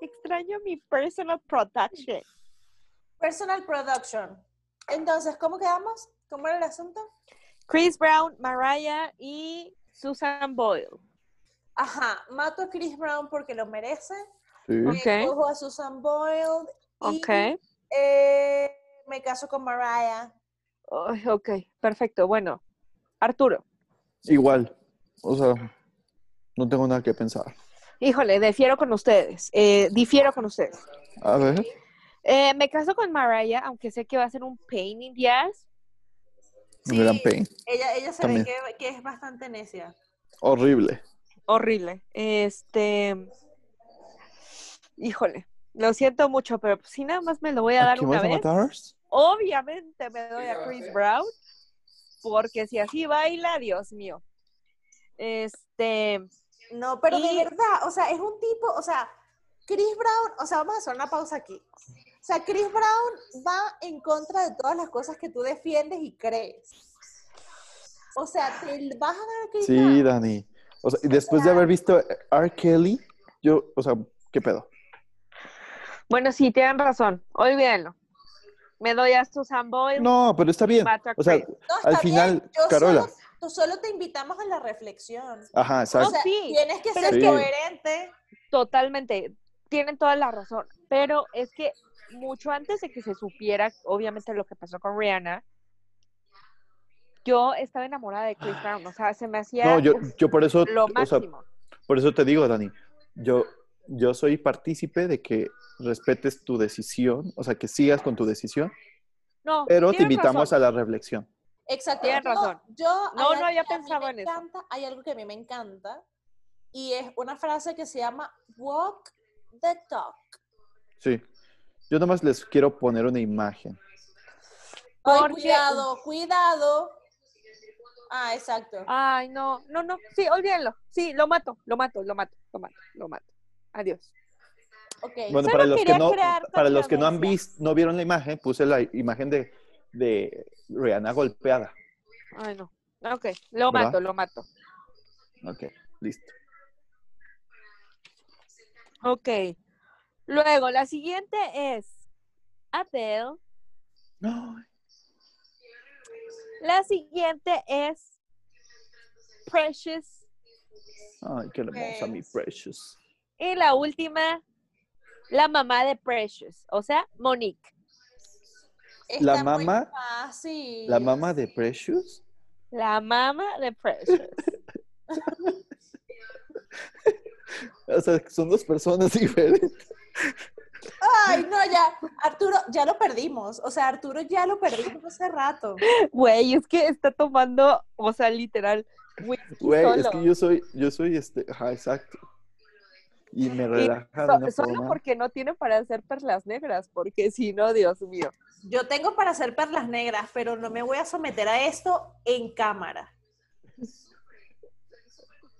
S3: Extraño mi personal production.
S2: Personal production. Entonces, ¿cómo quedamos? ¿Cómo era el asunto?
S3: Chris Brown, Mariah y Susan Boyle.
S2: Ajá, mato a Chris Brown porque lo merece.
S4: Ah, Sí.
S2: Me
S3: Ok.
S2: cojo a Susan Boyle. Y,
S3: Ok.
S2: eh, me caso con Mariah.
S3: Ay, ok, perfecto. Bueno, Arturo.
S4: Igual. O sea, no tengo nada que pensar.
S3: Híjole, difiero con ustedes. eh, difiero con ustedes.
S4: A ver.
S3: Eh, me caso con Mariah, aunque sé que va a ser un pain in the ass.
S2: Sí.
S4: Gran pain.
S2: Ella, ella se
S4: También.
S2: ve que, que es bastante necia.
S4: Horrible.
S3: Horrible. Este. Híjole, lo siento mucho, pero si nada más me lo voy a
S4: ¿A
S3: dar
S4: quién
S3: una
S4: vas a
S3: vez.
S4: matar?
S3: Obviamente me doy
S5: Sí, la
S3: a Chris
S5: bajé.
S3: Brown, porque si así baila, Dios mío. Este,
S2: No, pero
S3: Y-
S2: de verdad, o sea, es un tipo, o sea, Chris Brown, o sea, vamos a hacer una pausa aquí. O sea, Chris Brown va en contra de todas las cosas que tú defiendes y crees. O sea, te vas a dar a Chris
S4: Sí,
S2: Brown.
S4: Dani. O sea, y después de haber visto R. Kelly, yo, o sea, ¿qué pedo?
S3: bueno, sí, tienen razón. Olvídenlo. Me doy a Susan Boyle.
S4: No, pero está bien.
S3: Mato a
S4: O sea,
S3: Chris.
S2: No,
S4: al
S2: está bien,
S4: final,
S2: yo
S4: Carola.
S2: solo- tú solo te invitamos a la reflexión.
S4: Ajá,
S2: O
S4: exacto.
S2: sea,
S3: sí,
S2: tienes que
S3: pero
S2: ser
S4: es que-
S2: coherente.
S3: Totalmente, tienen toda la razón, pero es que mucho antes de que se supiera, obviamente, lo que pasó con Rihanna, yo estaba enamorada de Chris Brown, o sea, se me hacía
S4: No, yo,
S3: uf,
S4: yo por eso,
S3: lo
S4: o sea,
S3: máximo.
S4: por eso te digo, Dani, yo, yo soy partícipe de que respetes tu decisión, o sea, que sigas con tu decisión,
S3: no,
S4: pero te
S3: tienes
S4: invitamos
S3: razón.
S4: a la reflexión.
S2: Exacto.
S3: Tienes
S2: Yo-
S3: razón.
S2: Yo, hay
S3: No, no
S2: algo
S3: había
S2: que a mí
S3: pensado
S2: me
S3: en eso.
S2: encanta- Hay algo que a mí me encanta y es una frase que se llama walk the talk.
S4: Sí. Yo nomás les quiero poner una imagen.
S2: Ay,
S3: Porque-
S2: cuidado, cuidado. Ah, exacto.
S3: Ay, no, no, no, sí, olvídenlo, sí, lo mato, lo mato, lo mato, lo mato, lo mato. Adiós.
S2: Ok.
S4: Bueno,
S3: Solo
S4: para los que
S3: quería
S4: no,
S3: crear
S4: para los que no han
S3: controversia.
S4: visto, no vieron la imagen, puse la imagen de, de Rihanna golpeada.
S3: Ay, no. Ok, lo
S4: ¿Verdad?
S3: mato, lo mato.
S4: Ok, listo.
S3: Ok. Luego, la siguiente es Adele. La siguiente es Precious.
S4: Ay, qué hermosa,
S3: Pues,
S4: mi precious.
S3: Y la última, la mamá de Precious, o sea, Monique.
S4: la
S2: Está muy
S4: mamá-
S2: fácil.
S4: ¿La mamá de Precious?
S3: La mamá de Precious.
S4: O sea, son dos personas [LAUGHS] diferentes.
S2: Ay, no, ya. Arturo, ya lo perdimos. O sea, Arturo ya lo perdimos hace rato.
S3: [LAUGHS] Güey, es que está tomando, o sea, literal, whisky
S4: Güey, es
S3: solo.
S4: que yo soy, yo soy este, ajá, exacto. Y me
S3: Y so-
S4: relaja de una
S3: solo
S4: forma.
S3: porque no tiene para hacer perlas negras, porque si no, Dios mío.
S2: Yo tengo para hacer perlas negras, pero no me voy a someter a esto en cámara.
S3: I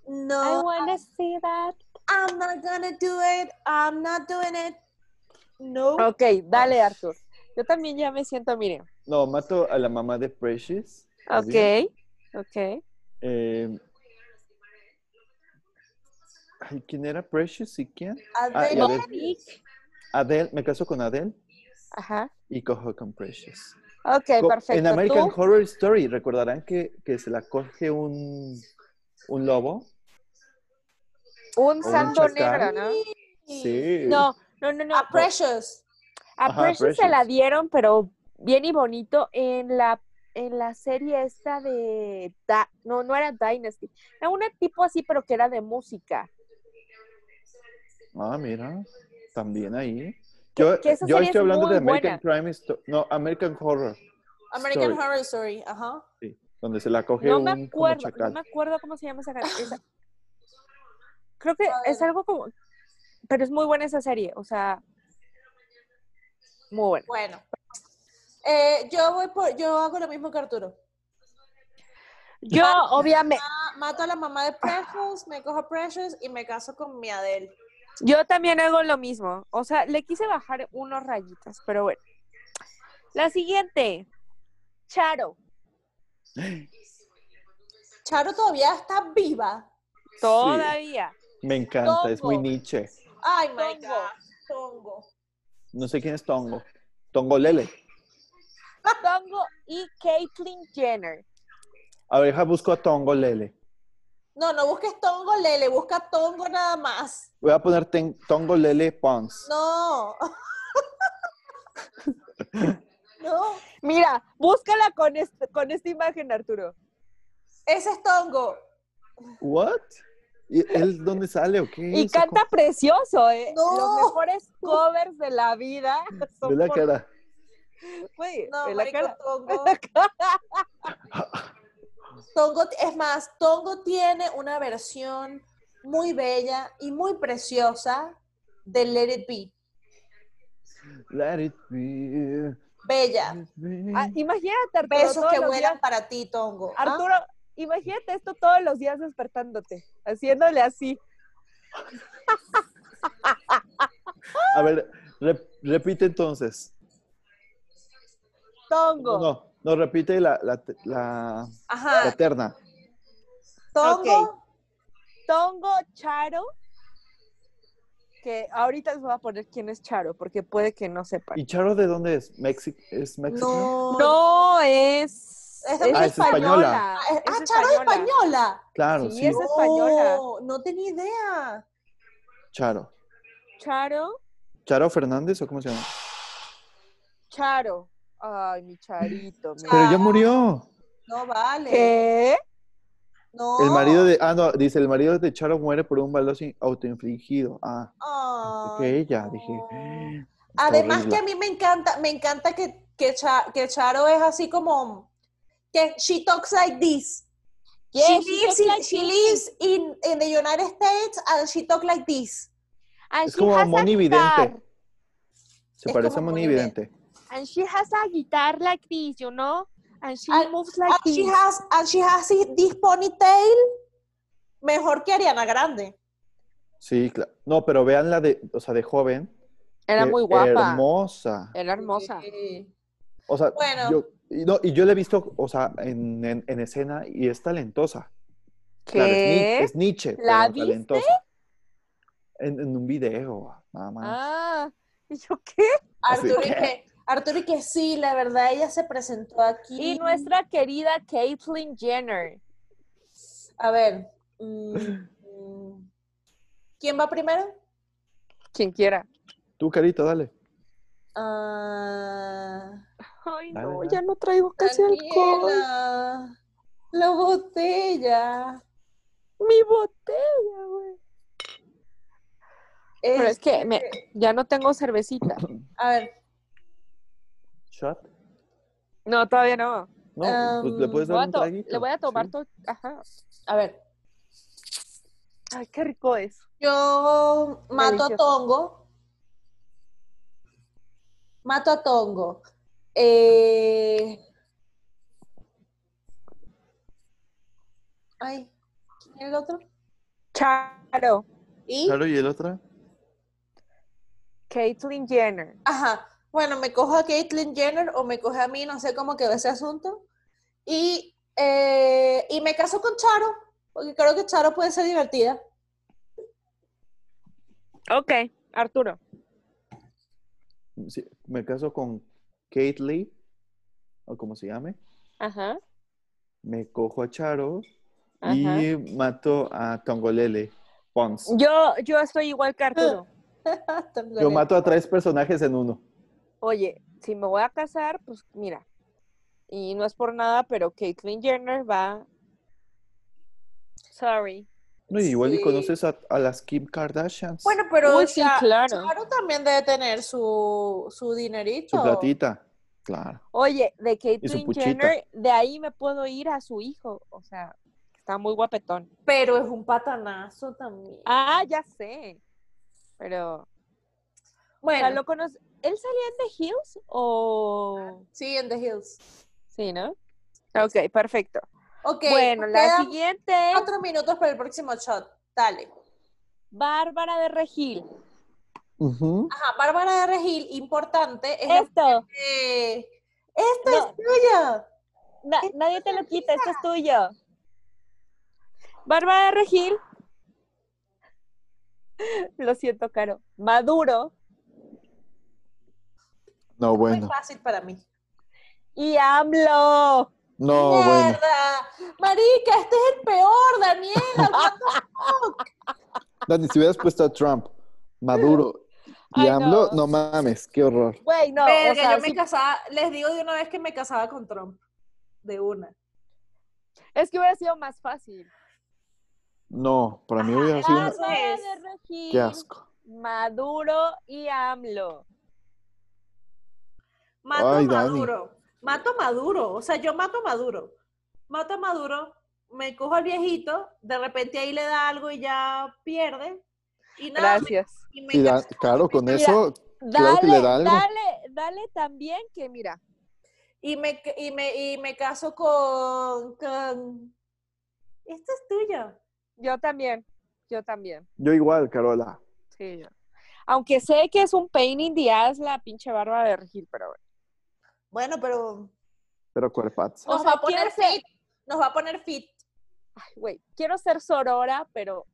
S2: No,
S3: wanna see that.
S2: I'm not gonna do it. I'm not doing it. No.
S3: Ok, dale, Arthur. Yo también ya me siento, miren.
S4: No, mato a la mamá de Precious. más bien.
S3: Ok, ok.
S4: Eh, ay, ¿Quién era Precious y quién? Ah, y
S2: Adele,
S4: Adele. Adele, me caso con Adele
S3: Ajá.
S4: y cojo con Precious.
S3: Ok,
S4: Co-
S3: Eh, perfecto.
S4: En American
S3: ¿Tú?
S4: Horror Story, recordarán que, que se la coge un, un lobo.
S3: Un
S4: o un
S3: santo
S4: chacal.
S3: negro, ¿no?
S4: Sí.
S3: No, no, no, no.
S2: a Ah, Precious.
S3: A
S4: Ajá,
S3: Precious, se
S4: Precious.
S3: la dieron, pero bien y bonito en la en la serie esta de Da- no no era Dynasty, era una tipo así pero que era de música.
S4: Ah, mira, también ahí.
S3: Que-
S4: Yo,
S3: que esa
S4: yo
S3: serie
S4: estoy
S3: es
S4: hablando de
S3: muy
S4: American Crime Story, no, American Horror,
S2: American
S4: Story.
S2: Horror Story. Ajá.
S4: donde se la coge
S3: No
S4: un
S3: me
S4: como
S3: acuerdo, no
S4: chacal.
S3: me acuerdo cómo se llama esa canción. esa- Creo que
S2: A ver.
S3: es algo como pero es muy buena esa serie, o sea, muy buena.
S2: Bueno. Eh, yo voy por, yo hago lo mismo que Arturo.
S3: Yo obviamente
S2: Ah, Mato a la mamá de Precious, me cojo a Precious y me caso con mi Adele.
S3: Yo también hago lo mismo. O sea, le quise bajar unos rayitos, pero bueno. La siguiente. Charo.
S2: Charo todavía está viva.
S4: Sí,
S3: Todavía.
S4: me encanta, es muy
S3: Tongo.
S4: Nietzsche.
S2: Ay, my
S3: Tongo.
S2: God. Tongo.
S4: No sé quién es Tongo. Tongo Lele.
S3: Tongo y Caitlyn Jenner.
S4: A ver, deja, busco a Tongo Lele.
S2: No, no busques Tongo, Lele, busca Tongo nada más.
S4: Voy a poner ten- Tongo Lele Pons.
S2: No. [LAUGHS] no.
S3: Mira, búscala con, este- con esta imagen, Arturo.
S2: Ese es Tongo.
S4: ¿What? ¿Y él dónde sale o qué?
S3: Y
S4: O sea,
S3: canta precioso, ¿eh?
S2: No.
S3: Los mejores covers de la vida.
S4: ¿cómo?
S3: son
S4: Ve la
S3: por-
S4: cara.
S3: Güey,
S2: No,
S3: ve la
S2: marico,
S3: cara.
S2: Tongo.
S4: [LAUGHS]
S2: Tongo, t- es más, Tongo tiene una versión muy bella y muy preciosa de Let It Be.
S4: Let it be.
S2: Bella,
S3: Ah,
S4: Mm.
S3: imagínate, Arturo.
S2: besos
S3: todos
S2: que
S3: los
S2: vuelan
S3: días-
S2: para ti, Tongo. ¿ah?
S3: Arturo, imagínate esto todos los días despertándote, haciéndole así.
S4: A ver, rep- repite entonces.
S3: Tongo.
S4: No, no, repite la, la, la, la
S2: Ajá,
S4: terna.
S2: Tongo,
S3: ok. Tongo, Charo. Que ahorita les voy a poner quién es Charo, porque puede que no sepan.
S4: ¿Y Charo de dónde es? ¿Mexi ¿Es
S2: no.
S4: mexicano?
S3: No, es.
S2: Es
S4: Ah, es española.
S2: Ah, Charo es española.
S4: Claro,
S3: Sí,
S4: sí,
S3: es española.
S2: No, no tenía idea.
S4: Charo.
S3: Charo,
S4: ¿Charo Fernández o cómo se llama?
S3: Charo. Ay, mi charito. mi-
S2: Charo.
S4: Pero ya murió.
S2: No vale.
S3: ¿Qué?
S2: No.
S4: El marido de. Ah, no, dice: el marido de Charo muere por un valor sin- autoinfligido. Ah,
S2: Ay,
S4: que ella,
S2: no.
S4: dije. está
S2: Además
S4: horrible.
S2: que a mí me encanta, me encanta que, que, Cha- que Charo es así como que she talks like this. she
S3: Yes, she
S2: lives,
S3: talks
S2: in,
S3: like
S2: she
S3: this.
S2: lives in, in the United States and she talks like this.
S3: And
S4: Es
S3: she
S4: como
S3: has
S4: Moni
S3: guitar.
S4: Vidente. Se
S2: Es
S4: parece a
S2: como
S4: Moni
S2: Moni
S4: Vidente.
S3: And she has a guitar like this, you know? And she
S2: And-
S3: moves like
S2: and
S3: this.
S2: she has and she has this ponytail mejor que Ariana Grande.
S4: Sí, claro. No, pero vean la de, o sea, de joven.
S3: Era
S4: Qué
S3: muy guapa.
S4: Hermosa.
S3: Era hermosa.
S2: Sí.
S4: O sea,
S2: Bueno.
S4: yo, y, no, y yo la he visto, o sea, en, en- en escena y es talentosa. Claro, es, Ni-
S3: ¿Qué?
S4: es Nietzsche,
S3: ¿La
S4: pero
S3: viste?
S4: talentosa. En, en un video, nada más.
S3: Ah, ¿y yo qué?
S4: Así
S2: Arturo y
S4: que- [LAUGHS]
S2: que Arturo y que sí, la verdad ella se presentó aquí.
S3: Y nuestra querida Caitlyn Jenner.
S2: A ver. mm, mm. ¿Quién va primero?
S3: Quien quiera.
S4: Tú, Carito, dale.
S2: Ah,
S3: Ay,
S4: Dale,
S3: no,
S4: dale.
S3: ya no traigo casi alcohol.
S2: Daniela, La botella.
S3: Mi botella, güey. Pero es que me- ya no tengo cervecita.
S2: A ver,
S4: ¿Shot?
S3: No, todavía no.
S4: No,
S2: Ah,
S4: pues le puedes
S3: Um, Voy
S4: dar
S3: a
S4: un
S3: to-
S4: traguito.
S3: le voy a tomar
S4: sí.
S3: todo. Ajá.
S2: a ver.
S3: Ay, qué rico es.
S2: Yo mato
S3: Delicioso.
S2: a Tongo. Mato a Tongo. Eh, Ay, ¿quién era el otro?
S3: Charo.
S2: Y,
S4: Claro, ¿y el otro?
S3: Caitlyn Jenner.
S2: ajá, bueno, me cojo a Caitlyn Jenner o me coge a mí, no sé cómo quedó ese asunto. Y, eh, y me caso con Charo, porque creo que Charo puede ser divertida.
S3: Ok, Arturo.
S4: Sí, me caso con Kate Lee, o como se llame.
S3: Ajá.
S4: Me cojo a Charo
S3: Ajá.
S4: y mato a Tongolele Pons.
S3: Yo, yo estoy igual que Arturo.
S2: [LAUGHS]
S4: Yo mato a tres personajes en uno.
S3: Oye, si me voy a casar, pues mira. Y no es por nada, pero Caitlyn Jenner va. Sorry.
S4: No, y igual
S2: Sí.
S4: y conoces a, a las Kim Kardashians.
S2: Bueno, pero
S3: Uy, sí,
S2: Cha-
S3: claro.
S2: Charo también debe tener su, su dinerito.
S4: su platita. Claro.
S3: Oye, de
S4: su
S3: Caitlyn
S4: puchita.
S3: Jenner, de ahí me puedo ir a su hijo. O sea, está muy guapetón.
S2: Pero es un patanazo también.
S3: Ah, ya sé. Pero. o sea,
S2: bueno,
S3: lo conoce- ¿Él salía en The Hills o.?
S2: sí, en The Hills.
S3: Sí, ¿no? Ok, perfecto.
S2: Ok,
S3: bueno,
S2: nos
S3: la
S2: quedan
S3: siguiente es
S2: cuatro minutos para el próximo shot. Dale.
S3: Bárbara de Regil.
S2: Ajá, Bárbara de Regil, importante. Es la
S3: Esto,
S2: que- ¡Esta
S3: No.
S2: es tuya!
S3: na- nadie te lo quita, esto es tuyo. Bárbara de Regil. [LAUGHS] Lo siento, Caro. Maduro
S4: No,
S2: Muy
S4: bueno.
S2: fácil para mí.
S3: y AMLO.
S4: No, bueno.
S2: ¡Mierda! ¡Marica, este es el peor, [LAUGHS] Daniela! what the fuck?
S4: Dani, si hubieras puesto a Trump, Maduro y
S3: Ay,
S4: AMLO,
S3: no.
S4: no mames, qué horror.
S3: Güey, no,
S2: Verga,
S3: o sea,
S2: yo me
S3: sí-
S2: casaba, les digo de una vez que me casaba con Trump. De una.
S3: es que hubiera sido más fácil.
S4: No, para mí hubiera sido.
S2: Ah,
S4: un-
S3: Bárbara
S2: es.
S3: de Regil,
S4: Qué asco.
S3: Maduro y AMLO.
S2: Mato
S4: Ay,
S2: a
S4: Dani.
S2: Maduro. Mato a Maduro. O sea, yo mato a Maduro. Mato a Maduro, me cojo al viejito, de repente ahí le da algo y ya pierde. Y nada,
S3: Gracias.
S2: y me
S4: Y da-
S2: caso.
S4: claro, con
S3: Mira.
S4: eso, Claro que
S3: Dale,
S4: le da algo.
S3: dale, dale también que mira,
S2: Y me, y me, y me caso con, con... Esto es tuyo.
S3: yo también, yo también,
S4: Yo igual, Carola.
S3: sí, yo. Aunque sé que es un pain in the ass la pinche barba de regir, pero bueno.
S2: Bueno, pero
S4: Pero cuerpazo.
S3: O
S2: nos
S3: sea,
S2: va a poner
S3: ¿quieres ser-
S2: fit. Nos va a poner fit.
S3: Ay, güey, quiero ser sorora, pero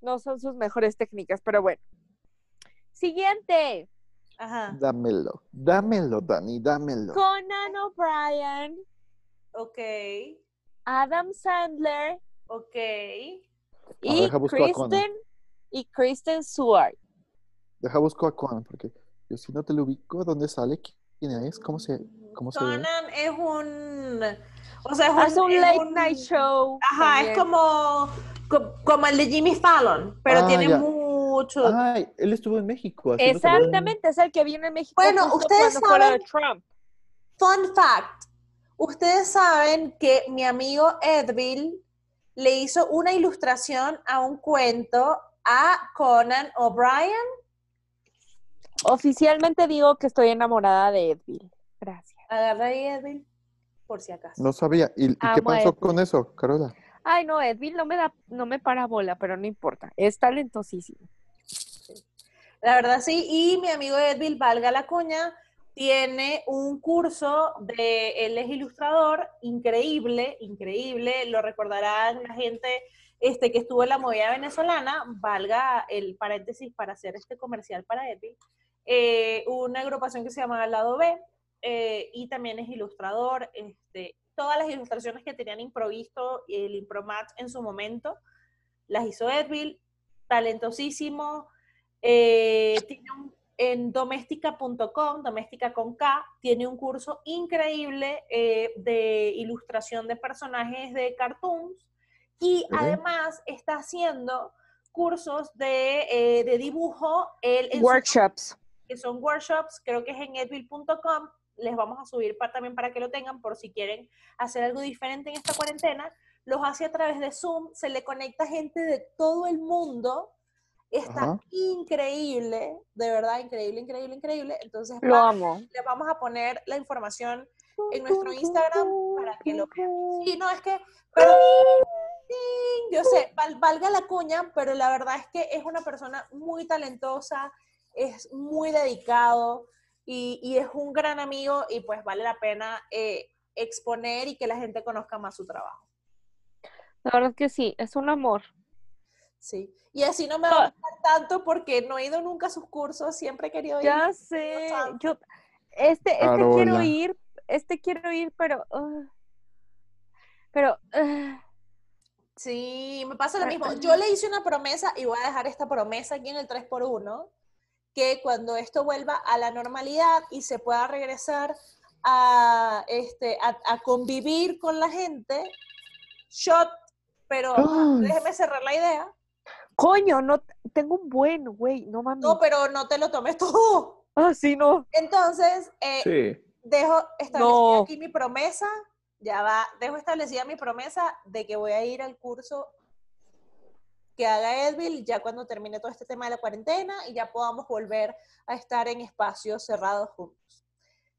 S3: no son sus mejores técnicas, pero bueno. Siguiente,
S2: Ajá,
S4: Dámelo. Dámelo, Dani, dámelo.
S3: Conan O'Brien,
S2: ok,
S3: Adam Sandler
S2: ok.
S4: A ver,
S3: y
S4: deja busco a Conan.
S3: Kristen y Kristen Stewart.
S4: Deja busco a Conan, porque yo si no te lo ubico, ¿dónde sale? ¿Quién es? ¿Cómo se, cómo se ve?
S2: Conan es un... O sea, es
S3: Hace un
S2: es
S3: late
S2: un-
S3: night show.
S2: Ajá,
S3: también.
S2: es como, co- como el de Jimmy Fallon, pero
S4: Ah,
S2: tiene
S4: ya. Ah.
S2: mucho...
S4: Ay, él estuvo en México. haciendo televisión.
S3: Exactamente, es el que viene en México.
S2: Bueno,
S3: justo
S2: ustedes
S3: cuando fue lo
S2: saben-
S3: de Trump.
S2: Fun fact. Ustedes saben que mi amigo Edville le hizo una ilustración a un cuento a Conan O'Brien.
S3: Oficialmente digo que estoy enamorada de Edville. Gracias.
S2: Agarra ahí, Edville, por si acaso.
S4: No sabía. ¿Y, y qué
S3: Amo a
S4: pasó
S3: Edwin.
S4: con eso, Carola?
S3: Ay, no, Edville no me da, no me para bola, pero no importa. Es talentosísimo.
S2: La verdad sí, y mi amigo Edville, valga la cuña, tiene un curso de, él es ilustrador, increíble, increíble, lo recordarán la gente este, que estuvo en la movida venezolana, valga el paréntesis para hacer este comercial para Edville, eh, una agrupación que se llama Al Lado B, eh, y también es ilustrador, este, todas las ilustraciones que tenían improvisto y el impromat en su momento, las hizo Edville, talentosísimo, eh, tiene un- en doméstica.com, doméstica con K, tiene un curso increíble eh, de ilustración de personajes de cartoons y
S4: Ok.
S2: además está haciendo cursos de, eh, de dibujo. Él en su-
S3: Workshops.
S2: que son workshops, creo que es en edville.com, les vamos a subir pa- también para que lo tengan por si quieren hacer algo diferente en esta cuarentena, los hace a través de Zoom, se le conecta gente de todo el mundo, está
S4: Ajá.
S2: increíble, de verdad, increíble, increíble, increíble, entonces
S3: Lo
S2: va-
S3: amo.
S2: les vamos a poner la información en nuestro Instagram para que lo vean. Sí, no, es que, pero, sí, yo sé, val- valga la cuña, pero la verdad es que es una persona muy talentosa, es muy dedicado y, y es un gran amigo y pues vale la pena eh, exponer y que la gente conozca más su trabajo.
S3: La verdad que sí, es un amor.
S2: Sí, y así no me va a gustar tanto porque no he ido nunca a sus cursos, siempre he querido ir.
S3: Ya sé. Yo, este, este quiero
S4: Carola.
S3: ir, este quiero ir, pero. ah, pero. ah,
S2: Sí, me pasa lo mismo. Yo le hice una promesa y voy a dejar esta promesa aquí en el 3x1, que cuando esto vuelva a la normalidad y se pueda regresar a, este, a, a convivir con la gente, shot, pero
S4: Ay.
S2: déjeme cerrar la idea.
S3: coño, no tengo un buen, güey. No mames.
S2: No, pero no te lo tomes tú.
S3: Ah, sí, no.
S2: Entonces, eh,
S4: Sí.
S2: dejo establecida
S3: No.
S2: aquí mi promesa, ya va, dejo establecida mi promesa de que voy a ir al curso que haga Edville ya cuando termine todo este tema de la cuarentena y ya podamos volver a estar en espacios cerrados juntos.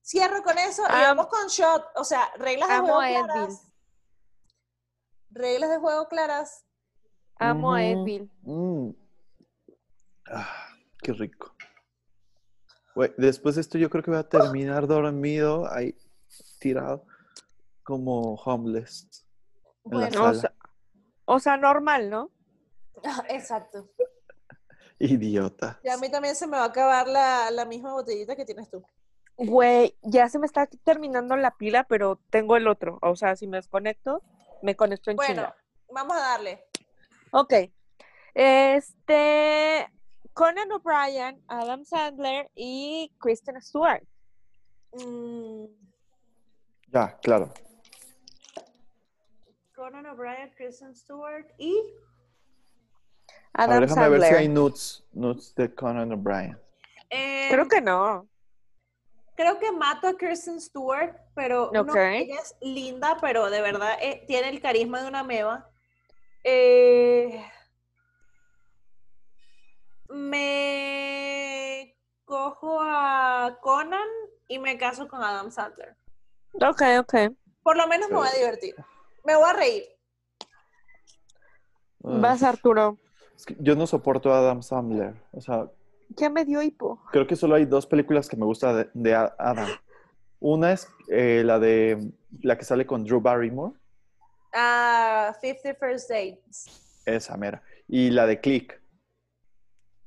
S2: Cierro con eso y
S3: Am-
S2: vamos con shot, o sea, reglas de
S3: Amo
S2: juego
S3: a Edville.
S2: claras. Reglas de juego claras.
S3: Amo a
S4: Ujú.
S3: Edville.
S4: Mm. Ah, qué rico. Güey, después de esto yo creo que voy a terminar dormido, ahí tirado, como homeless. en la
S3: [LAUGHS]
S2: Bueno,
S3: O
S4: sala.
S3: sea, o sea, normal, ¿no?
S2: exacto.
S4: Idiota.
S2: Y a mí también se me va a acabar la, la misma botellita que tienes tú.
S3: Güey, ya se me está terminando la pila, pero tengo el otro. O sea, si me desconecto, me conecto en
S2: Bueno,
S3: chinga.
S2: vamos a darle.
S3: Ok. Este. Conan O'Brien, Adam Sandler y Kristen Stewart.
S2: Mm,
S4: Ya, claro.
S2: Conan O'Brien, Kristen Stewart y
S4: A ver,
S3: Adam
S4: déjame ver si hay
S3: Sandler.
S4: nudes, nudes de Conan O'Brien.
S2: eh,
S3: Creo que no.
S2: creo que mato a Kristen Stewart, pero no,
S3: Ok.
S2: ella es linda, pero de verdad eh, tiene el carisma de una meba. Eh, me y me caso con Adam Sandler.
S3: Ok, ok.
S2: Por lo menos me voy a divertir. Me voy a reír.
S4: Ah,
S3: Vas, Arturo.
S4: es que yo no soporto a Adam Sandler. O sea,
S3: Ya me dio hipo.
S4: creo que solo hay dos películas que me gustan de, de A- Adam. Una es eh, la de la que sale con Drew Barrymore,
S2: Ah, 50 First Dates.
S4: esa mera, y la de Click.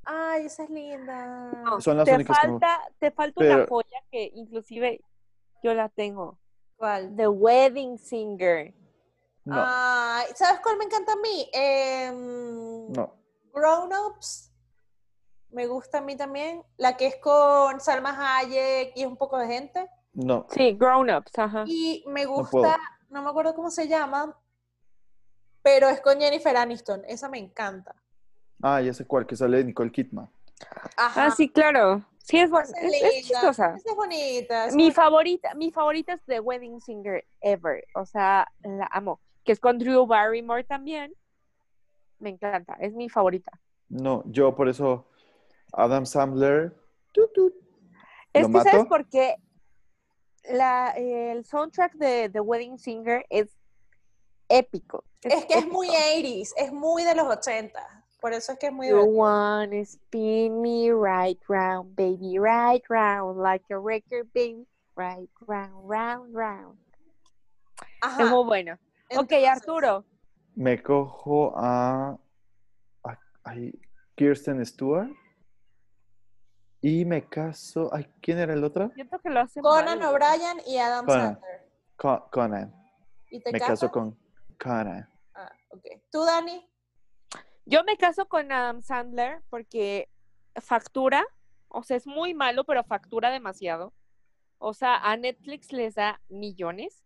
S2: Ay, esa es linda.
S3: No.
S4: Son las
S3: Te
S4: únicas que me-
S3: falta, te falta una
S4: Pero-
S3: joya que inclusive yo la tengo.
S2: ¿Cuál?
S3: The Wedding Singer.
S4: No,
S2: Ay, ¿sabes cuál me encanta a mí? Em,
S4: no.
S2: Grown Ups. Me gusta a mí también. La que es con Salma Hayek y es un poco de gente.
S4: No,
S3: Sí, Grown Ups, ajá.
S2: Y me
S4: puedo.
S2: gusta, no, me acuerdo cómo se llama, pero es con Jennifer Aniston. Esa me encanta.
S4: ah, ya sé cuál, que sale Nicole Kidman.
S2: Ajá.
S3: Ah, sí, claro. Sí, es, bu-
S2: Esa
S3: es, es
S2: linda,
S3: chistosa.
S2: Esa es bonita. esa
S3: Mi
S2: es bonita.
S3: favorita, mi favorita es The Wedding Singer Ever. O sea, la amo. Que es con Drew Barrymore también. Me encanta. Es mi favorita.
S4: No, yo por eso Adam Sandler. tut, tut.
S3: Es
S4: ¿Lo
S3: que, ¿sabes
S4: mato?
S3: por qué? La, el soundtrack de The Wedding Singer es épico.
S2: Es que es muy
S3: épico.
S2: 80s, es muy de los 80. Por eso es que es muy
S3: You
S2: divertido.
S3: wanna spin me right round, baby, right round, like a record, baby, right round, round, round.
S2: Ajá.
S3: Es muy bueno. ok,
S2: Ah, entonces,
S3: Arturo.
S4: Me cojo a, a- ay, Kirsten Stewart y me caso. Ay, ¿quién era el otro?
S3: Siento que lo hacen
S2: Conan
S3: mal.
S2: O'Brien y Adam
S4: Conan.
S2: Sandler.
S4: Co- Conan.
S2: ¿Y te
S4: Me
S2: casas?
S4: caso con Conan.
S2: Ah, ok. ¿Tú, Dani?
S3: Yo me caso con Adam Sandler porque factura, o sea, es muy malo, pero factura demasiado. O sea, a Netflix les da millones.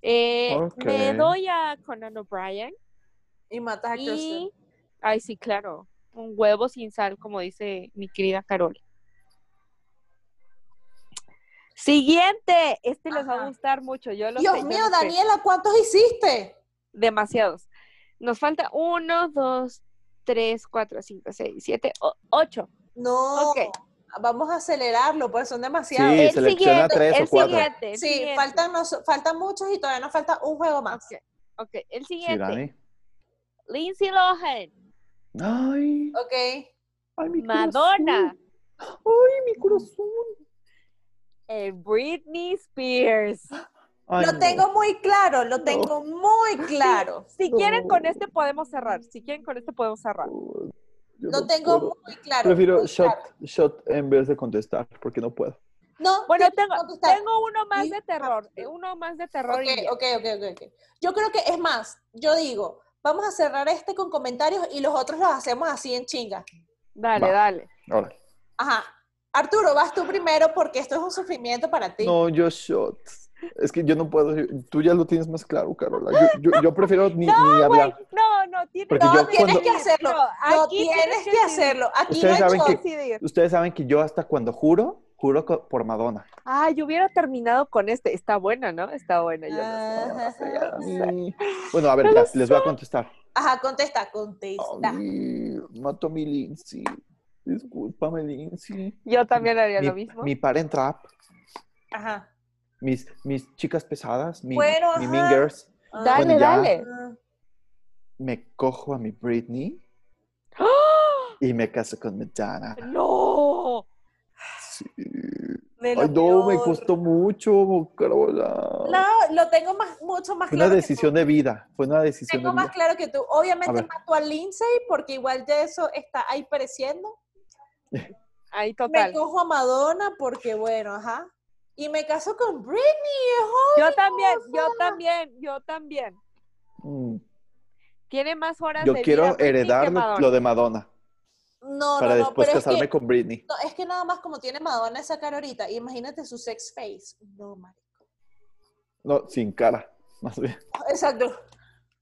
S3: Eh, Me
S4: Ok.
S3: doy a Conan O'Brien
S2: Y matas a Kirsten.
S3: y... Ay, sí, claro. Un huevo sin sal, como dice mi querida Carol. Siguiente. Este les va
S2: Ajá.
S3: a gustar mucho. Yo lo sé,
S2: Dios
S3: yo
S2: mío,
S3: lo sé.
S2: Daniela, ¿cuántos hiciste?
S3: demasiados. Nos falta uno, dos, tres, cuatro, cinco, seis, siete, o- ocho.
S2: No.
S3: Ok.
S2: Vamos a acelerarlo, pues son
S4: Sí,
S2: demasiados. Eh,
S3: El
S4: selecciona
S3: siguiente,
S4: tres
S3: el
S4: o cuatro.
S3: siguiente. el
S2: Sí,
S3: siguiente.
S2: faltan, nos- faltan muchos y todavía nos falta un juego más.
S3: Ok, ok, el
S4: Sí,
S3: siguiente.
S4: Dani.
S3: Lindsay Lohan,
S4: Ay,
S2: Ok.
S4: ay, mi
S3: Madonna,
S4: corazón. Ay, mi corazón.
S3: eh, Britney Spears.
S4: Ay,
S2: lo
S4: no.
S2: tengo muy claro, lo tengo
S4: [LAUGHS]
S2: muy claro.
S3: Si quieren
S4: No.
S3: con este podemos cerrar. Si quieren con este podemos cerrar.
S4: Yo
S2: Lo
S4: no
S2: tengo
S4: puedo.
S2: muy claro.
S4: Prefiero
S2: muy
S4: shot,
S2: claro.
S4: shot en vez de contestar, porque no puedo.
S2: No,
S3: Bueno,
S2: tienes que
S3: tengo,
S2: contestar.
S3: tengo uno más
S2: Sí,
S3: de terror. eh, Uno más de terror.
S2: Ok,
S3: y ya.
S2: ok, ok, ok, ok. Yo creo que es más, yo digo, vamos a cerrar este con comentarios y los otros los hacemos así en chinga.
S3: Dale,
S4: Va.
S3: dale.
S4: Ahora.
S2: Ajá. Arturo, vas tú primero porque esto es un sufrimiento para ti.
S4: No, yo shot. Es que yo no puedo. Tú ya lo tienes más claro, Carola. Yo, yo- yo
S2: [LAUGHS]
S4: prefiero ni, ni hablar.
S3: Güey, no, no, tienes,
S4: Porque
S2: No,
S4: yo
S2: tienes
S4: cuando-
S2: que hacerlo. No, tienes que hacerlo. Aquí no
S4: Ustedes
S2: hay
S4: saben que-
S2: shot.
S3: Decidir.
S4: Ustedes saben que yo hasta cuando juro, juro co- por Madonna.
S3: Ah, yo hubiera terminado con este. Está buena, ¿no? Está buena. Yo
S2: Ah.
S3: no sé, no sé, yo no sé.
S4: Ay. Bueno, a ver, ya, les voy a contestar.
S2: Ajá, contesta, contesta.
S4: Ay, mato a mi Lindsay. Discúlpame, Lindsay.
S3: Yo también haría lo
S4: Mi,
S3: mismo.
S4: mi parent trap,
S2: Ajá.
S4: mis, mis chicas pesadas, mi,
S2: Bueno,
S4: mi
S2: ajá.
S4: mingers.
S2: Ah,
S3: dale,
S4: bueno, ya.
S3: dale.
S2: ah.
S4: Me cojo a mi Britney
S3: ¡Ah!
S4: y me caso con Madonna.
S3: ¡No!
S4: Sí.
S2: De lo
S4: Ay, no, me
S2: peor.
S4: costó mucho, Carola.
S2: No, lo tengo más, mucho más
S4: Fue una
S2: claro. que tú.
S4: decisión de vida. Fue una decisión
S2: Tengo
S4: de
S2: más
S4: vida.
S2: claro que tú.
S4: A
S2: Obviamente
S4: ver.
S2: mató a Lindsay porque igual ya eso está ahí pereciendo.
S3: Ahí
S2: Me
S3: total.
S2: cojo a Madonna porque, bueno, ajá. Y me caso con Britney, es obvio.
S3: Yo también, yo también, yo también.
S4: Mm,
S3: Tiene más horas
S4: Yo
S3: de vida
S4: quiero
S3: Britney que
S4: heredar lo,
S3: Madonna.
S4: lo de Madonna
S2: No,
S4: para
S2: no, no,
S4: después
S2: pero es
S4: casarme
S2: que,
S4: con Britney.
S2: no, es que nada más como tiene Madonna esa cara ahorita, imagínate su sex face. No, marico.
S4: No, sin cara, más bien.
S2: Exacto.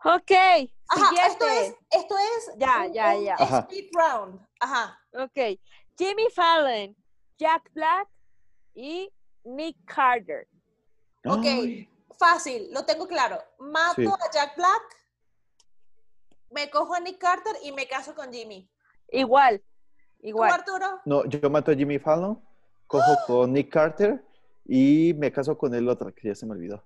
S3: Ok,
S2: Ajá,
S3: siguiente.
S2: esto es, esto es
S3: Ya, ya, ya.
S4: Ajá.
S2: speed round. Ajá.
S3: Ok. Jimmy Fallon, Jack Black y Nick Carter.
S4: [GASPS]
S2: Ok.
S4: Ay,
S2: Fácil, lo tengo claro. Mato
S4: Sí.
S2: a Jack Black, me cojo a Nick Carter y me caso con Jimmy.
S3: Igual,
S2: ¿Tú,
S3: igual.
S2: Arturo? [GASPS]
S4: No, yo mato a Jimmy Fallon, cojo con Nick Carter Y me caso con el otro, que ya se me olvidó.